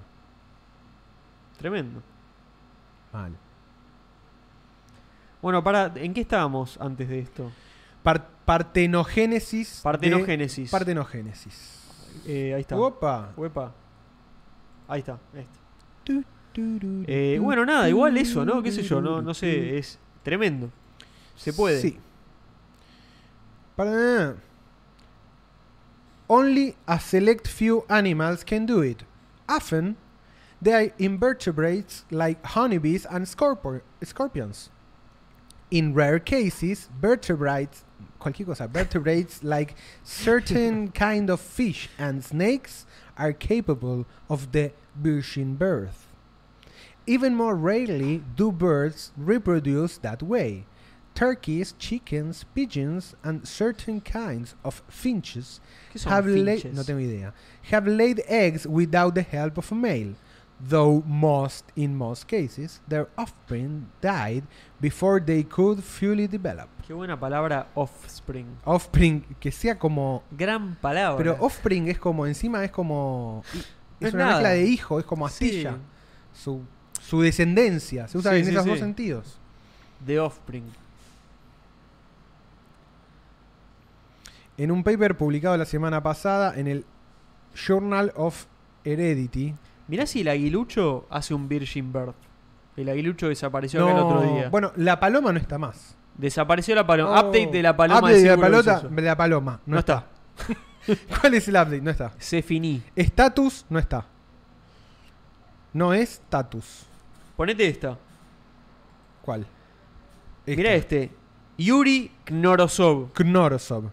Speaker 1: Tremendo.
Speaker 2: Mal.
Speaker 1: Bueno, para, ¿en qué estábamos antes de esto?
Speaker 2: Par- partenogénesis. de-
Speaker 1: Partenogénesis.
Speaker 2: partenogénesis.
Speaker 1: Eh, ahí está.
Speaker 2: Opa.
Speaker 1: Uepa. Ahí está. este.
Speaker 2: Tu, tu, tu,
Speaker 1: Eh,
Speaker 2: tu,
Speaker 1: bueno, nada,
Speaker 2: tu,
Speaker 1: igual eso, ¿no? ¿Qué sé yo? No,
Speaker 2: tu,
Speaker 1: no
Speaker 2: tu.
Speaker 1: sé, es tremendo. Se puede.
Speaker 2: Sí. Para. Only a select few animals can do it. Often, they are invertebrates like honeybees and scorpor- scorpions. In rare cases, vertebrates, cualquier cosa, vertebrates like certain kind of fish and snakes are capable of the virgin birth. Even more rarely do birds reproduce that way. Turkeys, chickens, pigeons, and certain kinds of finches
Speaker 1: ¿Qué son
Speaker 2: have laid
Speaker 1: finches?
Speaker 2: no tengo idea have laid eggs without the help of a male, though most in most cases their offspring died before they could fully develop.
Speaker 1: Qué buena palabra offspring.
Speaker 2: Offspring que sea como
Speaker 1: Gran palabra.
Speaker 2: pero offspring es como encima es como es,
Speaker 1: No es
Speaker 2: una
Speaker 1: nada.
Speaker 2: mezcla de hijo es como
Speaker 1: Sí.
Speaker 2: astilla su, su descendencia se usa
Speaker 1: Sí,
Speaker 2: en
Speaker 1: sí,
Speaker 2: esos
Speaker 1: sí.
Speaker 2: dos sentidos.
Speaker 1: De offspring.
Speaker 2: En un paper publicado la semana pasada en el Journal of Heredity
Speaker 1: Mirá si el aguilucho hace un virgin birth. El aguilucho desapareció acá el otro día.
Speaker 2: Bueno, la paloma no está más.
Speaker 1: Desapareció la paloma.
Speaker 2: Oh.
Speaker 1: Update de la paloma.
Speaker 2: Update de la,
Speaker 1: Círculo
Speaker 2: palota-
Speaker 1: Vicioso.
Speaker 2: de la paloma. No,
Speaker 1: No
Speaker 2: está.
Speaker 1: está.
Speaker 2: ¿Cuál es el update? No está.
Speaker 1: Se finí.
Speaker 2: Status no está. No es status.
Speaker 1: Ponete esta.
Speaker 2: ¿Cuál?
Speaker 1: Mirá este. Yuri Knorosov.
Speaker 2: Knorosov.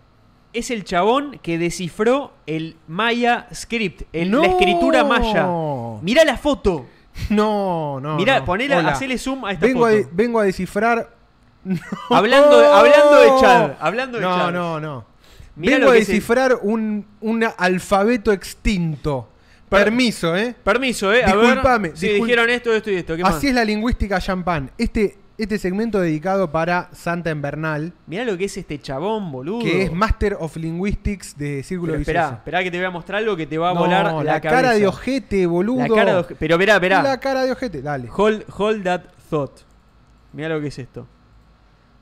Speaker 1: Es el chabón que descifró el Maya script. el- La escritura maya.
Speaker 2: No,
Speaker 1: Mirá la foto.
Speaker 2: no. no.
Speaker 1: Mirá, ponela,
Speaker 2: Hola.
Speaker 1: hacele zoom a esta
Speaker 2: vengo,
Speaker 1: foto.
Speaker 2: a, vengo a descifrar.
Speaker 1: Hablando, de, hablando de Chad. Hablando de
Speaker 2: no,
Speaker 1: Chad.
Speaker 2: no, no.
Speaker 1: Mirá
Speaker 2: vengo
Speaker 1: lo
Speaker 2: a
Speaker 1: que es el-
Speaker 2: descifrar un, un alfabeto extinto.
Speaker 1: Per-
Speaker 2: Permiso, ¿eh?
Speaker 1: Permiso, eh. A
Speaker 2: Disculpame,
Speaker 1: ver. Si
Speaker 2: discul-
Speaker 1: dijeron esto, esto y esto. ¿Qué más?
Speaker 2: Así es la lingüística champán. Este, este segmento dedicado para Santa Invernal,
Speaker 1: Mirá lo que es este chabón, boludo.
Speaker 2: que es Master of Linguistics de Círculo
Speaker 1: Pero
Speaker 2: Vicioso.
Speaker 1: esperá, esperá que te voy a mostrar algo que te va a
Speaker 2: No,
Speaker 1: volar la,
Speaker 2: la, cara
Speaker 1: cabeza.
Speaker 2: de ojete, boludo.
Speaker 1: La cara de oje- Pero esperá, esperá.
Speaker 2: La cara de ojete, dale.
Speaker 1: Hold, hold that thought. Mirá lo que es esto.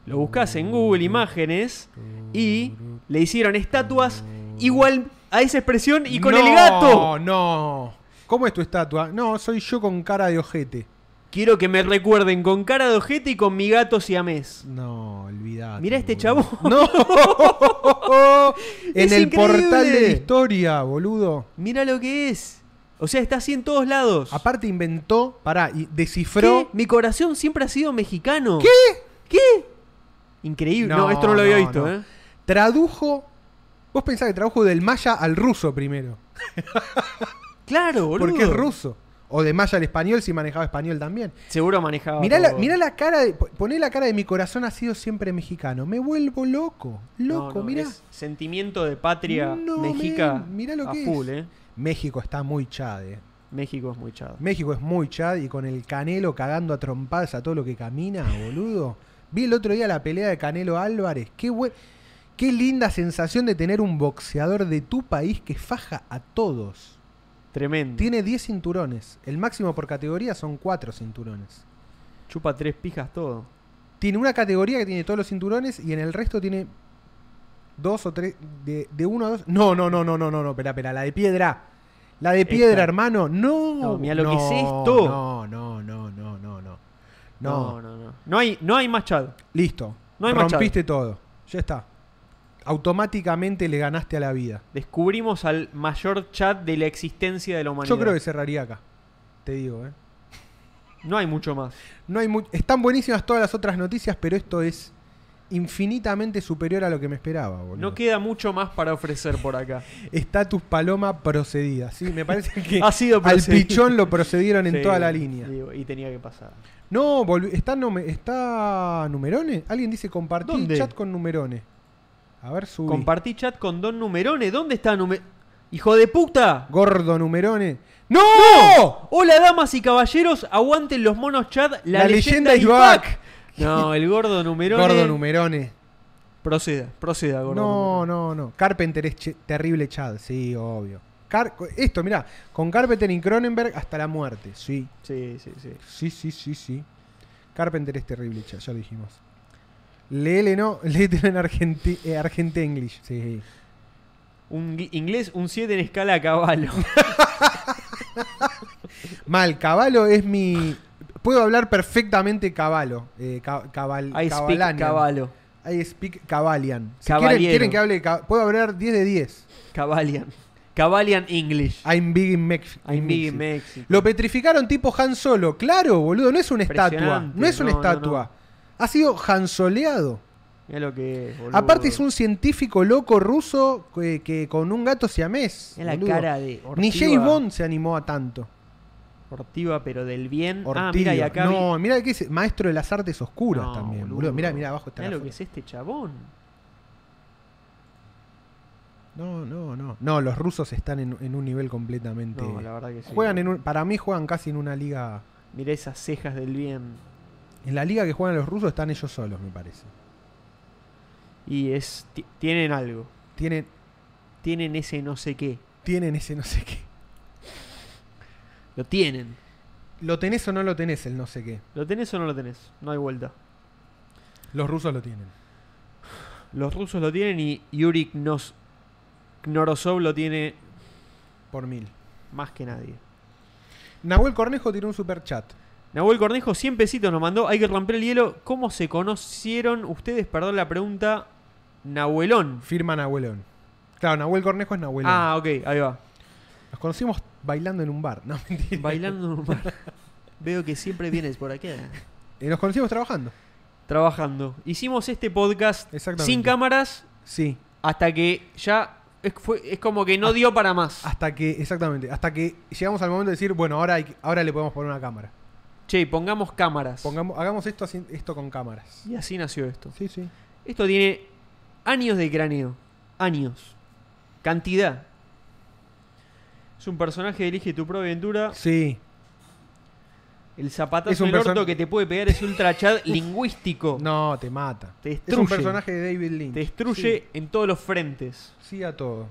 Speaker 1: Lo buscás en Google Imágenes y le hicieron estatuas igual a esa expresión y con
Speaker 2: No,
Speaker 1: el gato.
Speaker 2: No, ¿Cómo es tu estatua? No, soy yo con cara de ojete.
Speaker 1: Quiero que me recuerden con cara de ojete y con mi gato siamés.
Speaker 2: No, olvidate.
Speaker 1: Mirá este
Speaker 2: boludo.
Speaker 1: chabón.
Speaker 2: No. en
Speaker 1: Es
Speaker 2: el
Speaker 1: increíble.
Speaker 2: portal de la historia, boludo.
Speaker 1: Mirá lo que es. O sea, está así en todos lados.
Speaker 2: Aparte inventó, pará, y descifró.
Speaker 1: ¿Qué? Mi corazón siempre ha sido mexicano. ¿Qué? ¿Qué? Increíble. No, esto no lo había visto,
Speaker 2: no.
Speaker 1: ¿eh?
Speaker 2: Tradujo. Vos pensás que tradujo del maya al ruso primero.
Speaker 1: Claro, boludo.
Speaker 2: Porque es ruso. O de maya al español si manejaba español también.
Speaker 1: Seguro manejaba.
Speaker 2: Mirá la,
Speaker 1: todo.
Speaker 2: mirá la cara de. po- Poné la cara de mi corazón ha sido siempre mexicano. Me vuelvo loco.
Speaker 1: No,
Speaker 2: Loco,
Speaker 1: no,
Speaker 2: mirá.
Speaker 1: es sentimiento de patria
Speaker 2: No,
Speaker 1: mexica.
Speaker 2: men, mirá lo
Speaker 1: a
Speaker 2: que es.
Speaker 1: full, ¿eh?
Speaker 2: México está muy chad, eh.
Speaker 1: México es muy chado.
Speaker 2: México es muy chad y con el Canelo cagando a trompadas a todo lo que camina, boludo. Vi el otro día la pelea de Canelo Álvarez. Qué buen- Qué linda sensación de tener un boxeador de tu país que faja a todos.
Speaker 1: Tremendo.
Speaker 2: Tiene 10 cinturones. El máximo por categoría son 4 cinturones.
Speaker 1: Chupa tres pijas todo.
Speaker 2: Tiene una categoría que tiene todos los cinturones y en el resto tiene dos o tres. De, de uno a dos. No, no, no, no, no, no, no, espera, espera. La de piedra. La de piedra,
Speaker 1: Esta.
Speaker 2: hermano. No.
Speaker 1: No, mirá lo
Speaker 2: no,
Speaker 1: que es esto.
Speaker 2: No, no, no, no, no, no.
Speaker 1: No,
Speaker 2: No,
Speaker 1: no, no. No hay, no hay más chado.
Speaker 2: listo.
Speaker 1: No hay machado.
Speaker 2: Rompiste todo. Ya está. Automáticamente le ganaste a la vida.
Speaker 1: Descubrimos al mayor chat de la existencia de la humanidad.
Speaker 2: Yo creo que cerraría acá. Te digo, eh.
Speaker 1: No hay mucho más.
Speaker 2: No hay mu- Están buenísimas todas las otras noticias, pero esto es infinitamente superior a lo que me esperaba, boludo.
Speaker 1: No queda mucho más para ofrecer por acá.
Speaker 2: Estatus Paloma procedida. Sí, me parece que
Speaker 1: Ha sido
Speaker 2: al
Speaker 1: procedido.
Speaker 2: pichón lo procedieron en
Speaker 1: Sí,
Speaker 2: toda la línea.
Speaker 1: digo, y tenía que pasar.
Speaker 2: No, volvi- está, nume- está numerones. Alguien dice compartir
Speaker 1: ¿Dónde?
Speaker 2: chat con numerones. A ver, subí.
Speaker 1: Compartí chat con Don Numerone. ¿Dónde está Nume... ¡Hijo de puta!
Speaker 2: Gordo numerones. ¡No!
Speaker 1: ¡Oh! Hola damas y caballeros, aguanten los monos chat, la,
Speaker 2: La leyenda
Speaker 1: leyenda,
Speaker 2: is
Speaker 1: y
Speaker 2: back.
Speaker 1: back. No, el gordo Numerone.
Speaker 2: Gordo numerones.
Speaker 1: Proceda, proceda, gordo.
Speaker 2: No,
Speaker 1: Numerone.
Speaker 2: no, no. Carpenter es che- terrible chat. Sí, obvio. Car- esto, mirá. Con Carpenter y Cronenberg hasta la muerte. Sí.
Speaker 1: Sí, sí, sí.
Speaker 2: Sí, sí, sí, sí. Carpenter es terrible, ya, ya lo dijimos. Léele, no, léetelo en Argenti eh, Argente English. Sí.
Speaker 1: Un gui- inglés, un 7 en escala a caballo.
Speaker 2: Mal, Caballo es mi. Puedo hablar perfectamente Caballo. Eh, ca- cabal,
Speaker 1: I speak
Speaker 2: Cabalanian.
Speaker 1: caballo.
Speaker 2: I speak Cabalian. Si
Speaker 1: Caballero.
Speaker 2: quieren, quieren que hable de ca- Puedo hablar 10 de 10.
Speaker 1: Cabalian. Cabalian English.
Speaker 2: I'm big in Mex-
Speaker 1: I'm big in
Speaker 2: Mexico.
Speaker 1: Mexico.
Speaker 2: Lo petrificaron tipo Han Solo. Claro, boludo, no es una estatua.
Speaker 1: Impresionante.
Speaker 2: No es una
Speaker 1: No, no,
Speaker 2: estatua. Ha sido hansoleado.
Speaker 1: Mirá lo que es, boludo.
Speaker 2: Aparte es un científico loco ruso que, que con un gato siamés.
Speaker 1: Mirá la
Speaker 2: boludo.
Speaker 1: cara de Ortiva.
Speaker 2: Ni James Bond se animó a tanto.
Speaker 1: Ortiva, pero del bien. Ah,
Speaker 2: Ortiva.
Speaker 1: mira, y acá.
Speaker 2: no, mira que es maestro de las artes oscuras también, boludo. Mira, mira abajo está
Speaker 1: Mirá
Speaker 2: la
Speaker 1: lo que
Speaker 2: foto.
Speaker 1: es este chabón.
Speaker 2: No, no, no. No, los rusos están en, en un nivel completamente.
Speaker 1: No, la verdad que sí.
Speaker 2: juegan en un- para mí juegan casi en una liga.
Speaker 1: Mirá esas cejas del bien.
Speaker 2: En la liga que juegan los rusos están ellos solos, me parece.
Speaker 1: Y es. ti- Tienen algo.
Speaker 2: Tienen,
Speaker 1: Tienen ese no sé qué.
Speaker 2: tienen ese no sé qué.
Speaker 1: Lo tienen.
Speaker 2: ¿Lo tenés o no lo tenés el no sé qué?
Speaker 1: ¿Lo tenés o no lo tenés? No hay vuelta.
Speaker 2: Los rusos lo tienen.
Speaker 1: Los rusos lo tienen y Yuri Knos- Knorosov lo tiene
Speaker 2: Por mil.
Speaker 1: más que nadie.
Speaker 2: Nahuel Cornejo tiró un super chat.
Speaker 1: Nahuel Cornejo, 100 pesitos nos mandó. Hay que romper el hielo. ¿Cómo se conocieron ustedes? Perdón la pregunta. Nahuelón.
Speaker 2: Firma Nahuelón. Claro, Nahuel Cornejo es Nahuelón.
Speaker 1: Ah, ok, ahí va.
Speaker 2: Nos conocimos bailando en un bar. No, mentira.
Speaker 1: Bailando en un bar. Veo que siempre vienes por acá.
Speaker 2: Eh, nos conocimos trabajando.
Speaker 1: Trabajando. Hicimos este podcast
Speaker 2: Exactamente.
Speaker 1: sin cámaras
Speaker 2: Sí.
Speaker 1: hasta que ya es, fue- es como que
Speaker 2: Ah.
Speaker 1: no dio para más.
Speaker 2: Hasta que, exactamente, hasta que llegamos al momento de decir, bueno, ahora, hay que- ahora le podemos poner una cámara.
Speaker 1: Che, pongamos cámaras.
Speaker 2: Pongamos, hagamos esto, así- esto con cámaras.
Speaker 1: Y así nació esto.
Speaker 2: Sí, sí.
Speaker 1: Esto tiene años de cráneo. Años. Cantidad. Es un personaje de Elige tu propia aventura.
Speaker 2: Sí.
Speaker 1: El zapatazo
Speaker 2: Es un
Speaker 1: en el
Speaker 2: person-
Speaker 1: orto que te puede pegar es ultra chat lingüístico.
Speaker 2: No, te mata.
Speaker 1: Te
Speaker 2: Es un
Speaker 1: destruye.
Speaker 2: personaje de David Lynch.
Speaker 1: Te destruye en todos los frentes.
Speaker 2: Sí, sí a todo.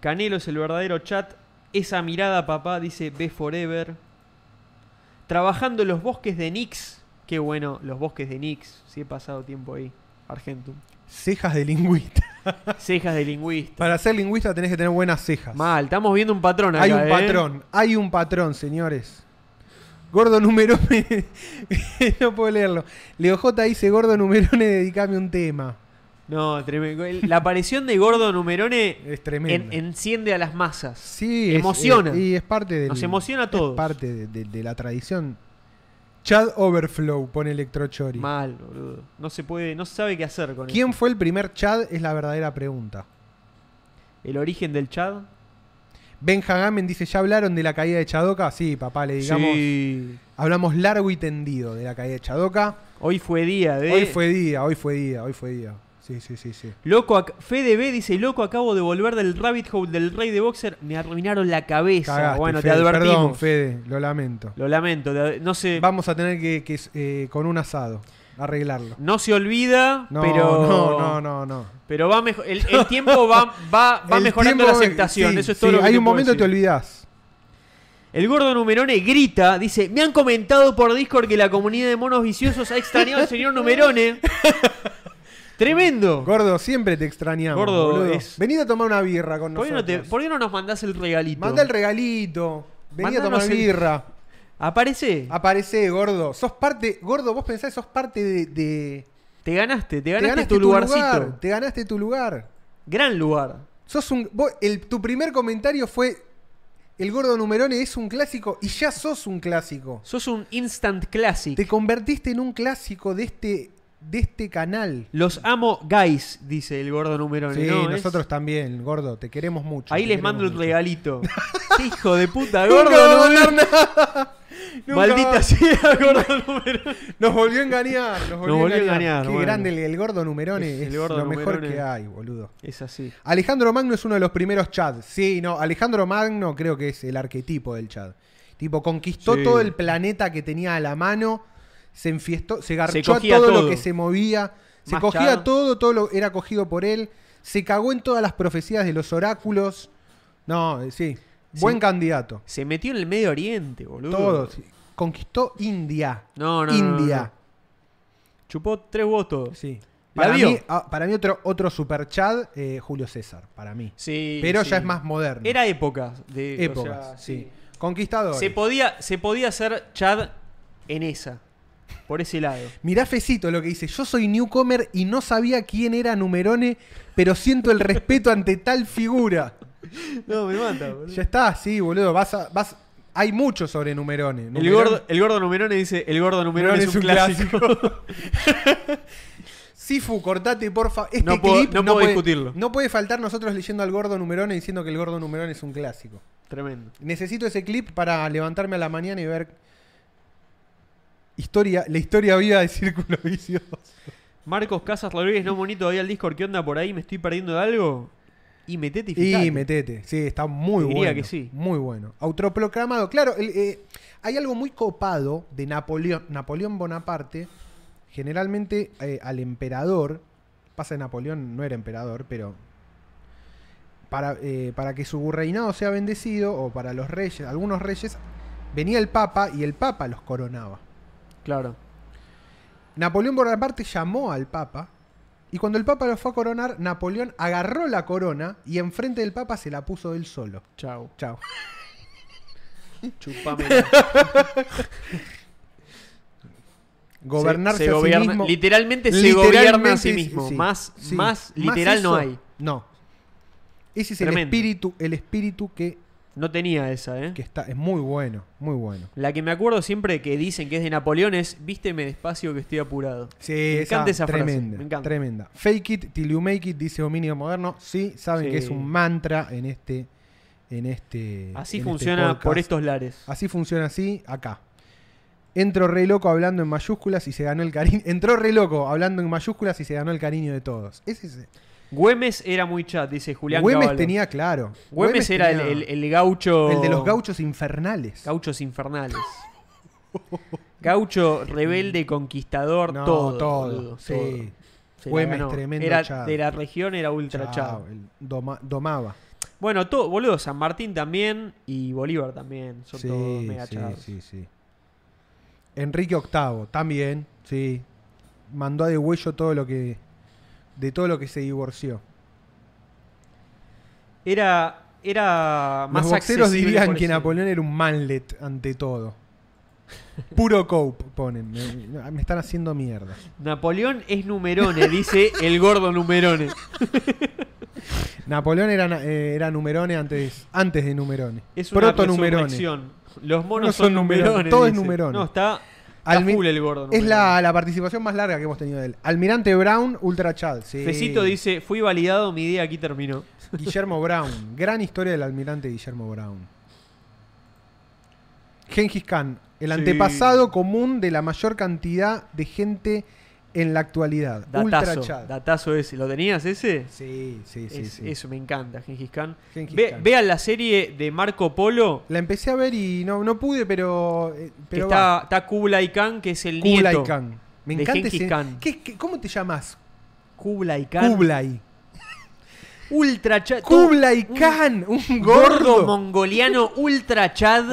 Speaker 1: Canelo es el verdadero chat. Esa mirada, papá, dice Be Forever. Trabajando en los bosques de Nix. Qué bueno, los bosques de Nix. Si he pasado tiempo ahí. Argentum.
Speaker 2: Cejas de lingüista.
Speaker 1: Cejas de lingüista.
Speaker 2: Para ser lingüista tenés que tener buenas cejas.
Speaker 1: Mal, estamos viendo un patrón acá,
Speaker 2: Hay un
Speaker 1: ¿eh?
Speaker 2: patrón, hay un patrón, señores. Gordo Numerone, no puedo leerlo. Leo J dice, Gordo Numerone, dedicame un tema.
Speaker 1: No, tremendo. El- La aparición de Gordo Numerone
Speaker 2: Es Eh,
Speaker 1: en-
Speaker 2: tremendo.
Speaker 1: enciende a las masas.
Speaker 2: Sí, es-
Speaker 1: Emociona.
Speaker 2: es- y es parte de.
Speaker 1: Nos emociona a todos.
Speaker 2: Es parte de, de- de la tradición. Chad Overflow pone Electrochori.
Speaker 1: Mal, boludo. No se puede, no se sabe qué hacer con
Speaker 2: ¿Quién
Speaker 1: esto.
Speaker 2: fue el primer Chad? Es la verdadera pregunta.
Speaker 1: ¿El origen del Chad?
Speaker 2: Ben Hagamen dice: ¿Ya hablaron de la caída de Chadoka? Sí, papá, le digamos.
Speaker 1: Sí.
Speaker 2: Hablamos largo y tendido de la caída de Chadoka.
Speaker 1: Hoy fue día de.
Speaker 2: Hoy fue día, hoy fue día, hoy fue día. Sí, sí, sí, sí.
Speaker 1: Loco, ac- Fede B dice, loco, acabo de volver del rabbit hole del rey de boxer, me arruinaron la cabeza.
Speaker 2: Cagaste,
Speaker 1: bueno,
Speaker 2: Fede.
Speaker 1: te advertimos.
Speaker 2: Perdón, Fede, lo lamento.
Speaker 1: Lo lamento, te ad- no se,
Speaker 2: Vamos a tener que, que, eh, con un asado, arreglarlo.
Speaker 1: no se olvida,
Speaker 2: No,
Speaker 1: pero
Speaker 2: no, no, no, no.
Speaker 1: pero va mejo- el, el tiempo va, va, va
Speaker 2: El
Speaker 1: mejorando
Speaker 2: tiempo-
Speaker 1: la aceptación.
Speaker 2: sí,
Speaker 1: Eso es
Speaker 2: sí,
Speaker 1: todo lo que
Speaker 2: Hay
Speaker 1: te
Speaker 2: un
Speaker 1: puedo
Speaker 2: momento que te
Speaker 1: decir.
Speaker 2: olvidás.
Speaker 1: El gordo Numerone grita, dice, me han comentado por Discord que la comunidad de monos viciosos ha extrañado al señor Numerone. Tremendo.
Speaker 2: Gordo, siempre te extrañamos.
Speaker 1: Gordo,
Speaker 2: boludo.
Speaker 1: es-
Speaker 2: Venid a tomar una birra con
Speaker 1: ¿Por qué, no
Speaker 2: nosotros.
Speaker 1: te- por qué no nos mandás el regalito?
Speaker 2: Manda el regalito. Vení a
Speaker 1: Mandanos
Speaker 2: tomar
Speaker 1: el-
Speaker 2: birra.
Speaker 1: Aparece.
Speaker 2: Aparece, gordo. Sos parte, gordo, vos pensás, sos parte de. de-
Speaker 1: Te ganaste, te
Speaker 2: te
Speaker 1: ganaste, tu lugarcito.
Speaker 2: lugar. Te ganaste tu lugar.
Speaker 1: Gran lugar.
Speaker 2: Sos un. vos- el, tu primer comentario fue. El gordo numerone es un clásico y ya sos un clásico.
Speaker 1: Sos un instant classic.
Speaker 2: Te convertiste en un clásico de este, de este canal.
Speaker 1: Los amo, guys, dice el gordo número
Speaker 2: Sí,
Speaker 1: uno, ¿no? Es-
Speaker 2: nosotros también, gordo, te queremos mucho.
Speaker 1: Ahí
Speaker 2: te
Speaker 1: les
Speaker 2: queremos
Speaker 1: mando el
Speaker 2: mucho.
Speaker 1: regalito. Qué hijo de puta,
Speaker 2: Nunca
Speaker 1: gordo.
Speaker 2: va a
Speaker 1: número-
Speaker 2: ganar nada. Nunca va-
Speaker 1: Maldita sea, gordo número uno.
Speaker 2: Nos volvió a engañar. Nos volvió,
Speaker 1: volvió
Speaker 2: a
Speaker 1: a
Speaker 2: engañar.
Speaker 1: engañar,
Speaker 2: Qué
Speaker 1: bueno.
Speaker 2: grande el, el gordo numerone. Es,
Speaker 1: Es el gordo
Speaker 2: lo mejor
Speaker 1: Numerone.
Speaker 2: que hay, boludo.
Speaker 1: Es así.
Speaker 2: Alejandro Magno es uno de los primeros Chad. Sí, no, Alejandro Magno creo que es el arquetipo del Chad. Tipo, conquistó
Speaker 1: Sí.
Speaker 2: todo el planeta que tenía a la mano, se enfiestó, se garchó a
Speaker 1: cogía
Speaker 2: todo, lo
Speaker 1: todo.
Speaker 2: que se movía, se
Speaker 1: Más
Speaker 2: cogía
Speaker 1: Chad.
Speaker 2: todo, todo lo era cogido por él, se cagó en todas las profecías de los oráculos. No, eh, sí, buen
Speaker 1: Sí.
Speaker 2: candidato.
Speaker 1: Se metió en el Medio Oriente, boludo.
Speaker 2: Todos. Conquistó India.
Speaker 1: No, no, no,
Speaker 2: India.
Speaker 1: no, Chupó tres votos.
Speaker 2: Sí.
Speaker 1: La
Speaker 2: Para
Speaker 1: vio.
Speaker 2: mí, ah, para mí otro, otro super Chad, eh, Julio César, para mí.
Speaker 1: Sí.
Speaker 2: Pero
Speaker 1: sí.
Speaker 2: ya es más moderno.
Speaker 1: Era época. De, o
Speaker 2: épocas,
Speaker 1: sea,
Speaker 2: sí. Conquistadores.
Speaker 1: Se podía, se podía hacer Chad en esa. Por ese lado.
Speaker 2: Mirá Fecito lo que dice, yo soy newcomer y no sabía quién era Numerone, pero siento el respeto ante tal figura.
Speaker 1: No, me mata, boludo.
Speaker 2: Ya está, sí, boludo, vas a- vas hay mucho sobre Numerone.
Speaker 1: El
Speaker 2: Numerone-
Speaker 1: gordo, el gordo numerone dice, el gordo numerone es un, clásico.
Speaker 2: Sifu, cortate, porfa. Este
Speaker 1: No puedo-
Speaker 2: clip
Speaker 1: no puedo
Speaker 2: puede,
Speaker 1: discutirlo.
Speaker 2: No puede faltar nosotros leyendo al gordo Numerone diciendo que el gordo Numerone es un clásico.
Speaker 1: Tremendo.
Speaker 2: Necesito ese clip para levantarme a la mañana y ver historia, la historia viva de Círculo Vicioso.
Speaker 1: Marcos Casas Rodríguez, no bonito todavía el Discord, ¿qué onda por ahí? ¿Me estoy perdiendo de algo? Y metete y fijate.
Speaker 2: Y metete, sí, está muy
Speaker 1: Diría
Speaker 2: bueno.
Speaker 1: que sí.
Speaker 2: Muy bueno. Autoproclamado, claro, el, eh, hay algo muy copado de Napoleón, Napoleón Bonaparte. Generalmente eh, al emperador, pasa que Napoleón no era emperador, pero para, eh, para que su reinado sea bendecido, o para los reyes, algunos reyes, venía el Papa y el Papa los coronaba.
Speaker 1: Claro.
Speaker 2: Napoleón Bonaparte llamó al Papa y cuando el Papa lo fue a coronar, Napoleón agarró la corona y enfrente del Papa se la puso él solo.
Speaker 1: Chao.
Speaker 2: Chao.
Speaker 1: Chupame.
Speaker 2: Gobernarse a sí mismo.
Speaker 1: Literalmente se
Speaker 2: Literalmente
Speaker 1: gobierna a sí
Speaker 2: es-
Speaker 1: mismo.
Speaker 2: sí,
Speaker 1: más,
Speaker 2: sí.
Speaker 1: más literal no
Speaker 2: eso,
Speaker 1: hay.
Speaker 2: No. Ese es el
Speaker 1: Tremendo.
Speaker 2: espíritu, el espíritu que,
Speaker 1: No tenía esa, ¿eh?
Speaker 2: que está. Es muy bueno, muy bueno.
Speaker 1: La que me acuerdo siempre que dicen que es de Napoleón es vísteme despacio que estoy apurado.
Speaker 2: Sí,
Speaker 1: me encanta esa frase,
Speaker 2: tremenda,
Speaker 1: me encanta.
Speaker 2: tremenda. Fake it till you make it, dice Dominio Moderno. Sí, saben
Speaker 1: Sí.
Speaker 2: que es un mantra en este. En este
Speaker 1: Así
Speaker 2: en este
Speaker 1: funciona por
Speaker 2: podcast.
Speaker 1: estos lares.
Speaker 2: Así funciona así acá. Entro re loco hablando en mayúsculas y se ganó el cariño. Entró re loco hablando en mayúsculas y se ganó el cariño de todos. Ese es-
Speaker 1: Güemes era muy chat, dice Julián
Speaker 2: Güemes
Speaker 1: Cavallo.
Speaker 2: tenía claro.
Speaker 1: Güemes, era el,
Speaker 2: tenía-
Speaker 1: el- el gaucho.
Speaker 2: el de los gauchos infernales.
Speaker 1: Gauchos infernales. Gaucho, rebelde, conquistador,
Speaker 2: No,
Speaker 1: todo.
Speaker 2: todo,
Speaker 1: boludo,
Speaker 2: sí.
Speaker 1: todo. Se la
Speaker 2: Güemes,
Speaker 1: ganó.
Speaker 2: tremendo
Speaker 1: Era
Speaker 2: chavo.
Speaker 1: de la región, era ultra
Speaker 2: Chao,
Speaker 1: chavo.
Speaker 2: el doma- domaba.
Speaker 1: Bueno, todo, boludo, San Martín también y Bolívar también. Son
Speaker 2: Sí,
Speaker 1: todos mega
Speaker 2: sí,
Speaker 1: chavos.
Speaker 2: sí, sí. Enrique VIII también, sí. Mandó a de huello todo lo que. De todo lo que se divorció.
Speaker 1: Era, era más
Speaker 2: Los boxeros
Speaker 1: accesible
Speaker 2: dirían
Speaker 1: por
Speaker 2: que
Speaker 1: ese-
Speaker 2: Napoleón era un manlet ante todo. Puro cope, ponen. Me, me están haciendo mierda.
Speaker 1: Napoleón es numerone, dice el gordo numerone.
Speaker 2: Napoleón era, na- eh, era Numerone antes, antes de Numerone.
Speaker 1: Es una
Speaker 2: Proto Numerone.
Speaker 1: resurrección. Los monos
Speaker 2: No
Speaker 1: son,
Speaker 2: son
Speaker 1: numerones.
Speaker 2: numerone, todo es
Speaker 1: dice.
Speaker 2: numerone.
Speaker 1: No, está, está
Speaker 2: Al mi-
Speaker 1: full el gordo.
Speaker 2: Es
Speaker 1: numerone.
Speaker 2: la, la participación más larga que hemos tenido de él. Almirante Brown, Ultra Child. sí.
Speaker 1: Fecito dice, fui validado, mi día aquí terminó.
Speaker 2: Guillermo Brown. Gran historia del almirante Guillermo Brown. Genghis Khan. El
Speaker 1: Sí.
Speaker 2: antepasado común de la mayor cantidad de gente en la actualidad. Ultra
Speaker 1: Datazo.
Speaker 2: Child.
Speaker 1: Datazo ese. ¿Lo tenías ese?
Speaker 2: sí, sí, sí.
Speaker 1: Es-
Speaker 2: sí.
Speaker 1: Eso me encanta, Gengis Khan.
Speaker 2: Gengis
Speaker 1: Ve-
Speaker 2: Khan.
Speaker 1: vean la serie de Marco Polo.
Speaker 2: La empecé a ver y no, no pude, pero. eh,
Speaker 1: que
Speaker 2: pero
Speaker 1: está,
Speaker 2: va.
Speaker 1: está Kublai Khan, que es el
Speaker 2: Kublai
Speaker 1: nieto.
Speaker 2: Khan. Me
Speaker 1: de
Speaker 2: encanta
Speaker 1: Genghis
Speaker 2: ese.
Speaker 1: Khan.
Speaker 2: ¿Qué- qué- cómo te llamas?
Speaker 1: Kublai Khan.
Speaker 2: Kublai.
Speaker 1: Ultra chad.
Speaker 2: Kublai Khan, un gordo.
Speaker 1: mongoliano ultra chad.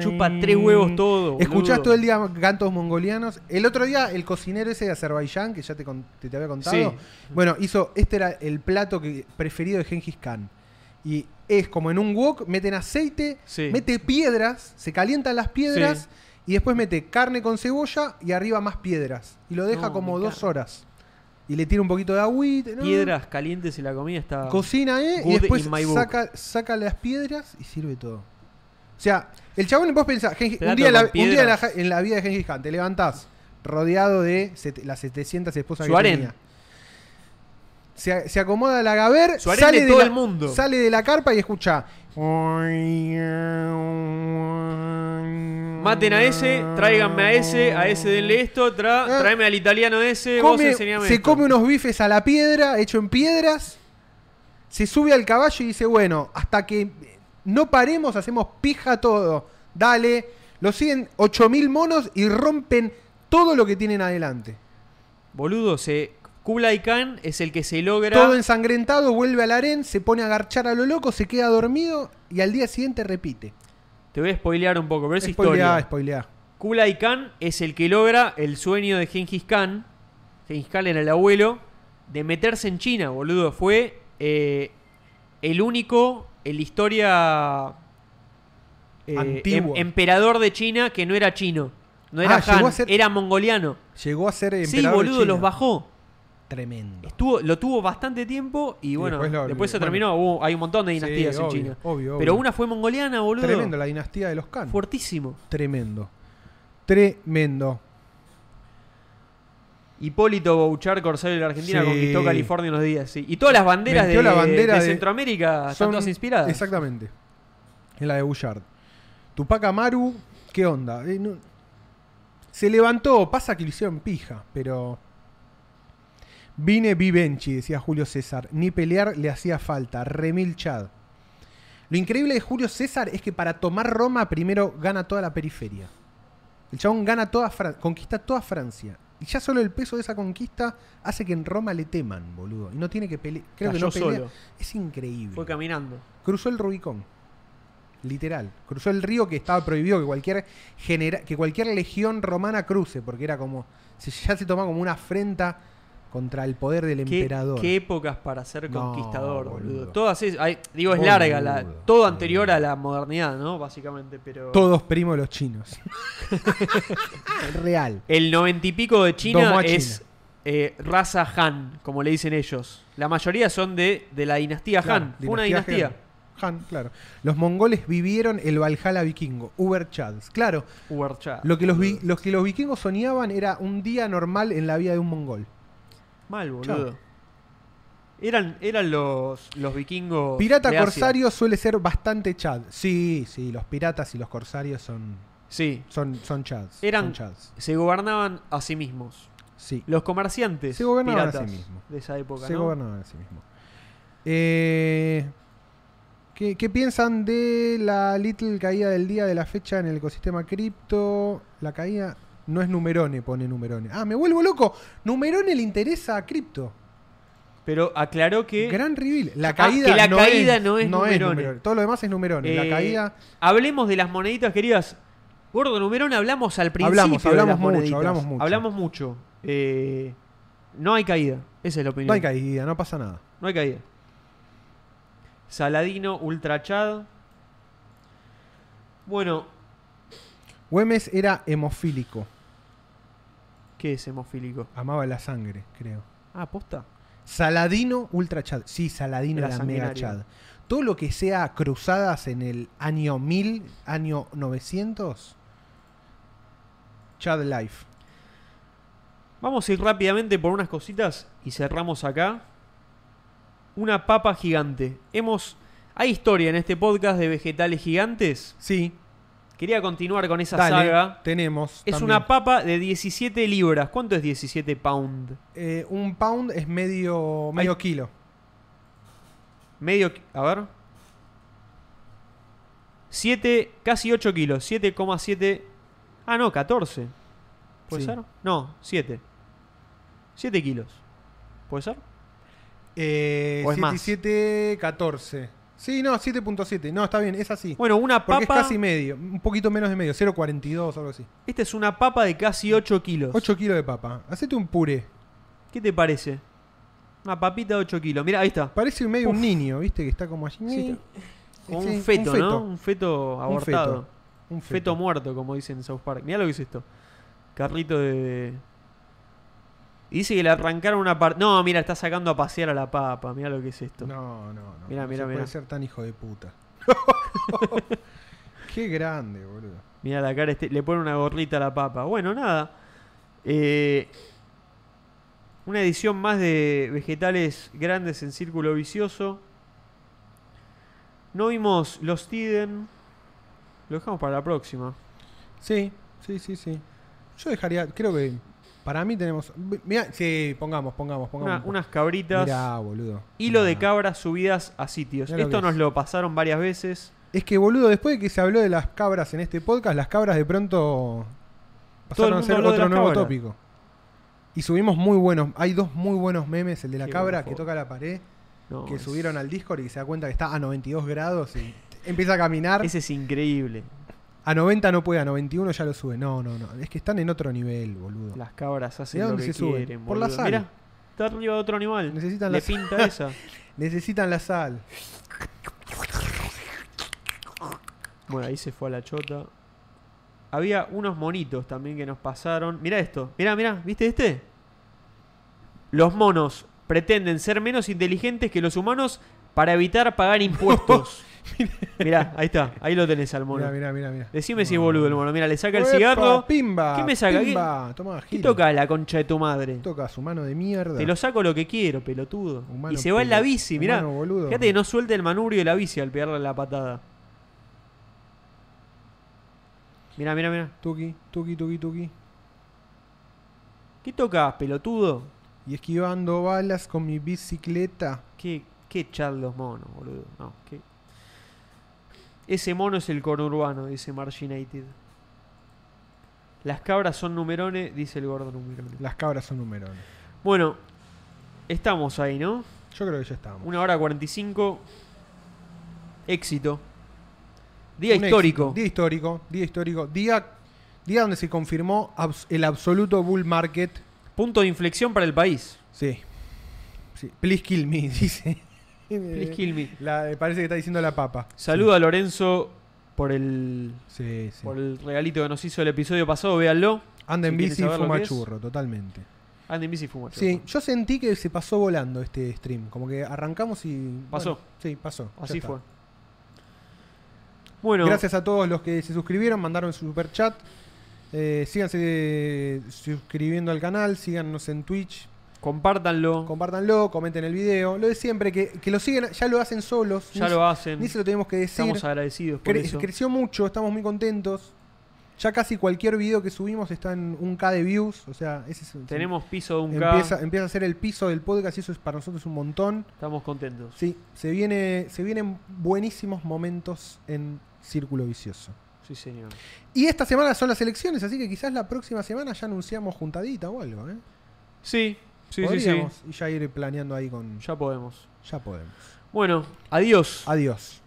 Speaker 1: Chupa tres huevos todo. boludo.
Speaker 2: Escuchás todo el día cantos mongolianos. El otro día, el cocinero ese de Azerbaiyán, que ya te, con- te, te había contado,
Speaker 1: Sí.
Speaker 2: bueno, hizo. Este era el plato que, preferido de Genghis Khan. Y es como en un wok, meten aceite,
Speaker 1: Sí.
Speaker 2: mete piedras, se calientan las piedras. Y después mete carne con cebolla y arriba más piedras. Y lo deja
Speaker 1: No,
Speaker 2: como
Speaker 1: me
Speaker 2: dos
Speaker 1: encanta.
Speaker 2: horas. Y le tira un poquito de agüita. ¿no?
Speaker 1: Piedras calientes y la comida está.
Speaker 2: Cocina, ¿eh?
Speaker 1: Good
Speaker 2: y después
Speaker 1: in my book.
Speaker 2: saca, saca las piedras y sirve todo. O sea, el chabón, vos pensás, Genghis-
Speaker 1: Plato
Speaker 2: un día, en la,
Speaker 1: con
Speaker 2: un día en, la,
Speaker 1: piedras.
Speaker 2: en la vida de Gengis Khan, te levantás rodeado de set- las 700 esposas
Speaker 1: Su
Speaker 2: que
Speaker 1: harén.
Speaker 2: tenía. Se, a- se acomoda la Gaber,
Speaker 1: Su harén de todo
Speaker 2: la,
Speaker 1: el mundo.
Speaker 2: sale de la carpa y escucha.
Speaker 1: Maten
Speaker 2: Maten
Speaker 1: a ese, tráiganme a ese, a ese denle esto, tra,
Speaker 2: Ah.
Speaker 1: tráeme al italiano ese, vos
Speaker 2: Come-
Speaker 1: enseñame.
Speaker 2: se
Speaker 1: esto.
Speaker 2: come unos bifes a la piedra, hecho en piedras. Se sube al caballo y dice, bueno, hasta que no paremos, hacemos pija todo. Dale. Lo siguen 8.000 monos y rompen todo lo que tienen adelante.
Speaker 1: Boludo, se. Kublai Khan es el que se logra.
Speaker 2: Todo ensangrentado, vuelve al harén, se pone a garchar a lo loco, se queda dormido y al día siguiente repite.
Speaker 1: Te voy a spoilear un poco, pero es
Speaker 2: Spoileá,
Speaker 1: historia.
Speaker 2: spoileá.
Speaker 1: Kublai Khan es el que logra el sueño de Genghis Khan. Genghis Khan era el abuelo. De meterse en China, boludo. Fue eh, el único en la historia. eh,
Speaker 2: Antiguo.
Speaker 1: em- emperador de China que no era chino. No era
Speaker 2: Ah, llegó
Speaker 1: Han,
Speaker 2: a ser
Speaker 1: era mongoliano.
Speaker 2: Llegó a ser
Speaker 1: Sí,
Speaker 2: emperador de
Speaker 1: boludo,
Speaker 2: China.
Speaker 1: los bajó.
Speaker 2: Tremendo.
Speaker 1: Estuvo, lo tuvo bastante tiempo y bueno,
Speaker 2: después
Speaker 1: después,
Speaker 2: lo-
Speaker 1: se
Speaker 2: bueno.
Speaker 1: terminó. Hubo- hay un montón de dinastías
Speaker 2: Sí,
Speaker 1: en
Speaker 2: obvio,
Speaker 1: China.
Speaker 2: obvio,
Speaker 1: Pero
Speaker 2: obvio.
Speaker 1: una fue mongoliana, boludo.
Speaker 2: Tremendo, la dinastía de los Khan.
Speaker 1: Fuertísimo.
Speaker 2: Tremendo. Tremendo.
Speaker 1: Hipólito Bouchard, corsario de la Argentina,
Speaker 2: Sí.
Speaker 1: conquistó California unos días. sí. Y todas las banderas
Speaker 2: Metió
Speaker 1: de,
Speaker 2: la bandera
Speaker 1: de
Speaker 2: de-
Speaker 1: Centroamérica están
Speaker 2: Son-
Speaker 1: todas inspiradas.
Speaker 2: Exactamente. Es la de Bouchard. Tupac Amaru, ¿qué onda? Eh, no- Se levantó, pasa que lo hicieron pija, pero. Vine Vivenchi, decía Julio César. Ni pelear le hacía falta. Remil Chad. Lo increíble de Julio César es que para tomar Roma primero gana toda la periferia. El chabón gana toda Fran- conquista toda Francia. Y ya solo el peso de esa conquista hace que en Roma le teman, boludo. Y no tiene que pelear. Creo
Speaker 1: Cayó
Speaker 2: que no pelea.
Speaker 1: solo.
Speaker 2: Es increíble
Speaker 1: Fue caminando.
Speaker 2: cruzó el Rubicón. Literal. Cruzó el río que estaba prohibido que cualquier genera- que cualquier legión romana cruce, porque era como. se- ya se tomaba como una afrenta contra el poder del
Speaker 1: ¿Qué,
Speaker 2: emperador.
Speaker 1: qué épocas para ser
Speaker 2: No,
Speaker 1: conquistador, boludo.
Speaker 2: boludo.
Speaker 1: Todas es, ay, digo, es
Speaker 2: Boludo,
Speaker 1: larga, la, todo
Speaker 2: boludo.
Speaker 1: anterior a la modernidad, ¿no? Básicamente, pero.
Speaker 2: Todos primos los chinos. Real.
Speaker 1: El noventa y pico de China
Speaker 2: Domó a
Speaker 1: es
Speaker 2: China.
Speaker 1: eh, raza Han, como le dicen ellos. La mayoría son de, de la dinastía Han. Fue una dinastía.
Speaker 2: Han. Han, claro. Los mongoles vivieron el Valhalla vikingo, Uber Chads. Claro,
Speaker 1: Uberchá.
Speaker 2: lo que los, vi- los que los vikingos soñaban era un día normal en la vida de un mongol.
Speaker 1: Mal,
Speaker 2: Chao.
Speaker 1: boludo. Eran, eran los, los vikingos.
Speaker 2: Pirata
Speaker 1: de Asia.
Speaker 2: corsario suele ser bastante chad. Sí, sí, los piratas y los corsarios son
Speaker 1: Sí.
Speaker 2: son son chads.
Speaker 1: Eran-
Speaker 2: son chads.
Speaker 1: Se gobernaban a sí mismos.
Speaker 2: Sí,
Speaker 1: Los comerciantes
Speaker 2: Se gobernaban a
Speaker 1: piratas
Speaker 2: sí mismos.
Speaker 1: de esa época,
Speaker 2: se
Speaker 1: ¿no?
Speaker 2: gobernaban a sí mismos. Eh, ¿qué, qué piensan de la little caída del día de la fecha en el ecosistema cripto? La caída no es Numerone, pone Numerone. Ah, me vuelvo loco. Numerone le interesa a cripto.
Speaker 1: Pero aclaró que
Speaker 2: Gran reveal. La
Speaker 1: Ah,
Speaker 2: caída,
Speaker 1: que la caída no es Numerone.
Speaker 2: Numerone. Todo lo demás es Numerone.
Speaker 1: eh,
Speaker 2: la caída
Speaker 1: Hablemos de las moneditas queridas. Gordo Numerón, hablamos al principio.
Speaker 2: Hablamos,
Speaker 1: de
Speaker 2: hablamos
Speaker 1: las
Speaker 2: mucho,
Speaker 1: moneditas.
Speaker 2: hablamos mucho.
Speaker 1: Hablamos mucho. Eh, no hay caída. Esa es la opinión.
Speaker 2: no hay caída, no pasa nada.
Speaker 1: No hay caída. Saladino, Ultra Chad. Bueno,
Speaker 2: Güemes era hemofílico.
Speaker 1: ¿Qué es hemofílico?
Speaker 2: Amaba la sangre, creo.
Speaker 1: Ah, posta.
Speaker 2: Saladino ultra chad. Sí, Saladino
Speaker 1: Era
Speaker 2: era mega chad.
Speaker 1: sanguinario.
Speaker 2: Todo lo que sea cruzadas en el año 1000, año 900, chad life.
Speaker 1: Vamos a ir rápidamente por unas cositas y cerramos acá. Una papa gigante. Hemos. Hay historia en este podcast de vegetales gigantes.
Speaker 2: Sí,
Speaker 1: Quería continuar con esa
Speaker 2: dale,
Speaker 1: saga.
Speaker 2: tenemos.
Speaker 1: Es
Speaker 2: también.
Speaker 1: una papa de 17 libras. ¿Cuánto es 17 pound?
Speaker 2: Eh, un pound es medio, medio kilo.
Speaker 1: Medio. ki- A ver. 7, casi 8 kilos. 7,7. Ah, no, 14. ¿Puede
Speaker 2: Sí.
Speaker 1: ser? No, 7. 7 kilos. ¿Puede ser?
Speaker 2: Eh,
Speaker 1: ¿O es más?
Speaker 2: 77, 14. Sí, no, 7.7. No, está bien, es así.
Speaker 1: Bueno, una papa.
Speaker 2: Porque es casi medio, un poquito menos de medio, 0.42 algo así.
Speaker 1: Esta Este es una papa de casi 8 kilos.
Speaker 2: 8 kilos de papa. Hacete un puré.
Speaker 1: ¿Qué te parece? Una papita de 8 kilos. Mira, ahí está.
Speaker 2: Parece medio
Speaker 1: Uf.
Speaker 2: un niño, ¿viste? Que está como allí.
Speaker 3: Sí, está.
Speaker 1: Como
Speaker 2: Sí,
Speaker 1: un feto, ¿no? Un feto
Speaker 2: Un feto.
Speaker 1: abortado. Un feto,
Speaker 2: Un
Speaker 1: muerto, como dicen en South Park. Mira lo que es esto. Carrito de. Y Dice que le arrancaron una parte. No, mira, está sacando a pasear a la papa. Mira lo que es esto.
Speaker 2: No, no, no.
Speaker 1: Mirá,
Speaker 2: no
Speaker 1: mirá,
Speaker 2: se
Speaker 1: mirá.
Speaker 2: puede ser tan hijo de puta. Qué grande, boludo.
Speaker 1: Mira la cara, este, le pone una gorrita a la papa. Bueno, nada. Eh, una edición más de vegetales grandes en círculo vicioso. No vimos los Tiden. Lo dejamos para la próxima.
Speaker 2: Sí, sí, sí, sí. Yo dejaría, creo que para mí tenemos. Mira, sí, pongamos, pongamos,
Speaker 1: Una-
Speaker 2: pongamos.
Speaker 1: unas cabritas.
Speaker 2: Mirá, boludo.
Speaker 1: Hilo de
Speaker 2: Mirá.
Speaker 1: cabras subidas a sitios.
Speaker 2: Mirá lo
Speaker 1: Esto
Speaker 2: que
Speaker 1: nos
Speaker 2: es.
Speaker 1: lo pasaron varias veces.
Speaker 2: Es que, boludo, después de que se habló de las cabras en este podcast, las cabras de pronto pasaron a
Speaker 1: mundo
Speaker 2: ser
Speaker 1: habló de
Speaker 2: otro
Speaker 1: las
Speaker 2: nuevo
Speaker 1: cabras.
Speaker 2: tópico. Y subimos muy buenos. Hay dos muy buenos memes: el de la
Speaker 1: Qué
Speaker 2: cabra
Speaker 1: bueno,
Speaker 2: que
Speaker 1: fue.
Speaker 2: toca la pared,
Speaker 1: No,
Speaker 2: que
Speaker 1: es-
Speaker 2: subieron al Discord y se da cuenta que está a 92 grados y empieza a caminar.
Speaker 1: Ese es increíble.
Speaker 2: A 90 no puede, a 91 ya lo sube. No, no, no. Es que están en otro nivel, boludo.
Speaker 1: Las cabras hacen
Speaker 2: Mirá
Speaker 1: lo
Speaker 2: dónde
Speaker 1: que
Speaker 2: se suben.
Speaker 1: quieren.
Speaker 2: Por la
Speaker 1: boludo.
Speaker 2: sal.
Speaker 1: Mirá, está arriba de otro animal.
Speaker 2: Necesitan
Speaker 1: Le
Speaker 2: la sal.
Speaker 1: pinta esa.
Speaker 2: Necesitan la sal.
Speaker 1: Bueno, ahí se fue a la chota. Había unos monitos también que nos pasaron. Mirá esto. Mirá, mirá. ¿Viste este? Los monos pretenden ser menos inteligentes que los humanos para evitar pagar impuestos. mirá, ahí está. Ahí lo tenés al mono.
Speaker 2: Mira, mira, mira, mira.
Speaker 1: Decime si es boludo el mono. Mirá, le saca el
Speaker 2: Epa,
Speaker 1: cigarro.
Speaker 2: Pimba.
Speaker 1: ¿Qué me saca? ¿Qué-
Speaker 2: Pimba. Toma,
Speaker 1: ¿Qué
Speaker 2: gil.
Speaker 1: toca la concha de tu madre?
Speaker 2: Toca su mano de mierda.
Speaker 1: Te lo saco lo que quiero, pelotudo.
Speaker 2: Humano
Speaker 1: y se va en la
Speaker 2: pelotudo.
Speaker 1: bici, mirá.
Speaker 2: Humano boludo.
Speaker 1: Fíjate que no suelta el manubrio de la bici al pegarle la patada. Mirá, mirá, mirá.
Speaker 2: Tuki, tuki, tuki, tuki.
Speaker 1: ¿Qué tocas, pelotudo?
Speaker 2: Y esquivando balas con mi bicicleta.
Speaker 1: ¿Qué, qué echar los monos, boludo? No, ¿qué? Ese mono es el conurbano, dice Marginated. Las cabras son numerones, dice el gordo numerone.
Speaker 2: Las cabras son numerones.
Speaker 1: Bueno, estamos ahí, ¿no?
Speaker 2: Yo creo que ya estamos.
Speaker 1: Una hora 45. Éxito. Día
Speaker 2: Un
Speaker 1: histórico.
Speaker 2: éxito. Día histórico, día histórico. Día, día donde se confirmó abs- el absoluto bull market.
Speaker 1: Punto de inflexión para el país.
Speaker 2: Sí. sí. Please kill me, dice. Eh,
Speaker 1: Please kill me.
Speaker 2: La- eh, parece que está diciendo la papa.
Speaker 1: Saludo a Lorenzo por el,
Speaker 2: Sí, sí.
Speaker 1: por el regalito que nos hizo el episodio pasado, véanlo.
Speaker 2: Anda
Speaker 1: si quieren
Speaker 2: en bici y
Speaker 1: saber lo que
Speaker 2: fuma
Speaker 1: es.
Speaker 2: churro, totalmente.
Speaker 1: Anden en bici y fuma,
Speaker 2: Sí,
Speaker 1: chorro.
Speaker 2: yo sentí que se pasó volando este stream. Como que arrancamos y.
Speaker 1: Pasó.
Speaker 2: bueno, sí, pasó. ya
Speaker 1: Así
Speaker 2: está.
Speaker 1: fue. Bueno,
Speaker 2: Gracias a todos los que se suscribieron, mandaron su super chat. síganse eh, suscribiendo al canal, síganos en Twitch,
Speaker 1: compártanlo.
Speaker 2: compártanlo, comenten el video. Lo de siempre, que, que lo siguen, ya lo hacen solos.
Speaker 1: ya
Speaker 2: ni,
Speaker 1: lo hacen.
Speaker 2: ni se lo tenemos que decir.
Speaker 1: Estamos agradecidos por
Speaker 2: Cre-
Speaker 1: eso.
Speaker 2: creció mucho, estamos muy contentos. Ya casi cualquier video que subimos está en un K de views. O sea, ese es,
Speaker 1: Tenemos piso de un K.
Speaker 2: empieza, empieza a ser el piso del podcast y eso es para nosotros un montón.
Speaker 1: Estamos contentos.
Speaker 2: Sí, se, viene, se vienen buenísimos momentos en Círculo Vicioso.
Speaker 1: Sí, señor.
Speaker 2: Y esta semana son las elecciones, así que quizás la próxima semana ya anunciamos juntadita o algo, ¿eh?
Speaker 1: Sí, sí, sí, sí.
Speaker 2: Podríamos y ya ir planeando ahí con...
Speaker 1: Ya podemos.
Speaker 2: Ya podemos.
Speaker 1: Bueno, adiós.
Speaker 2: Adiós.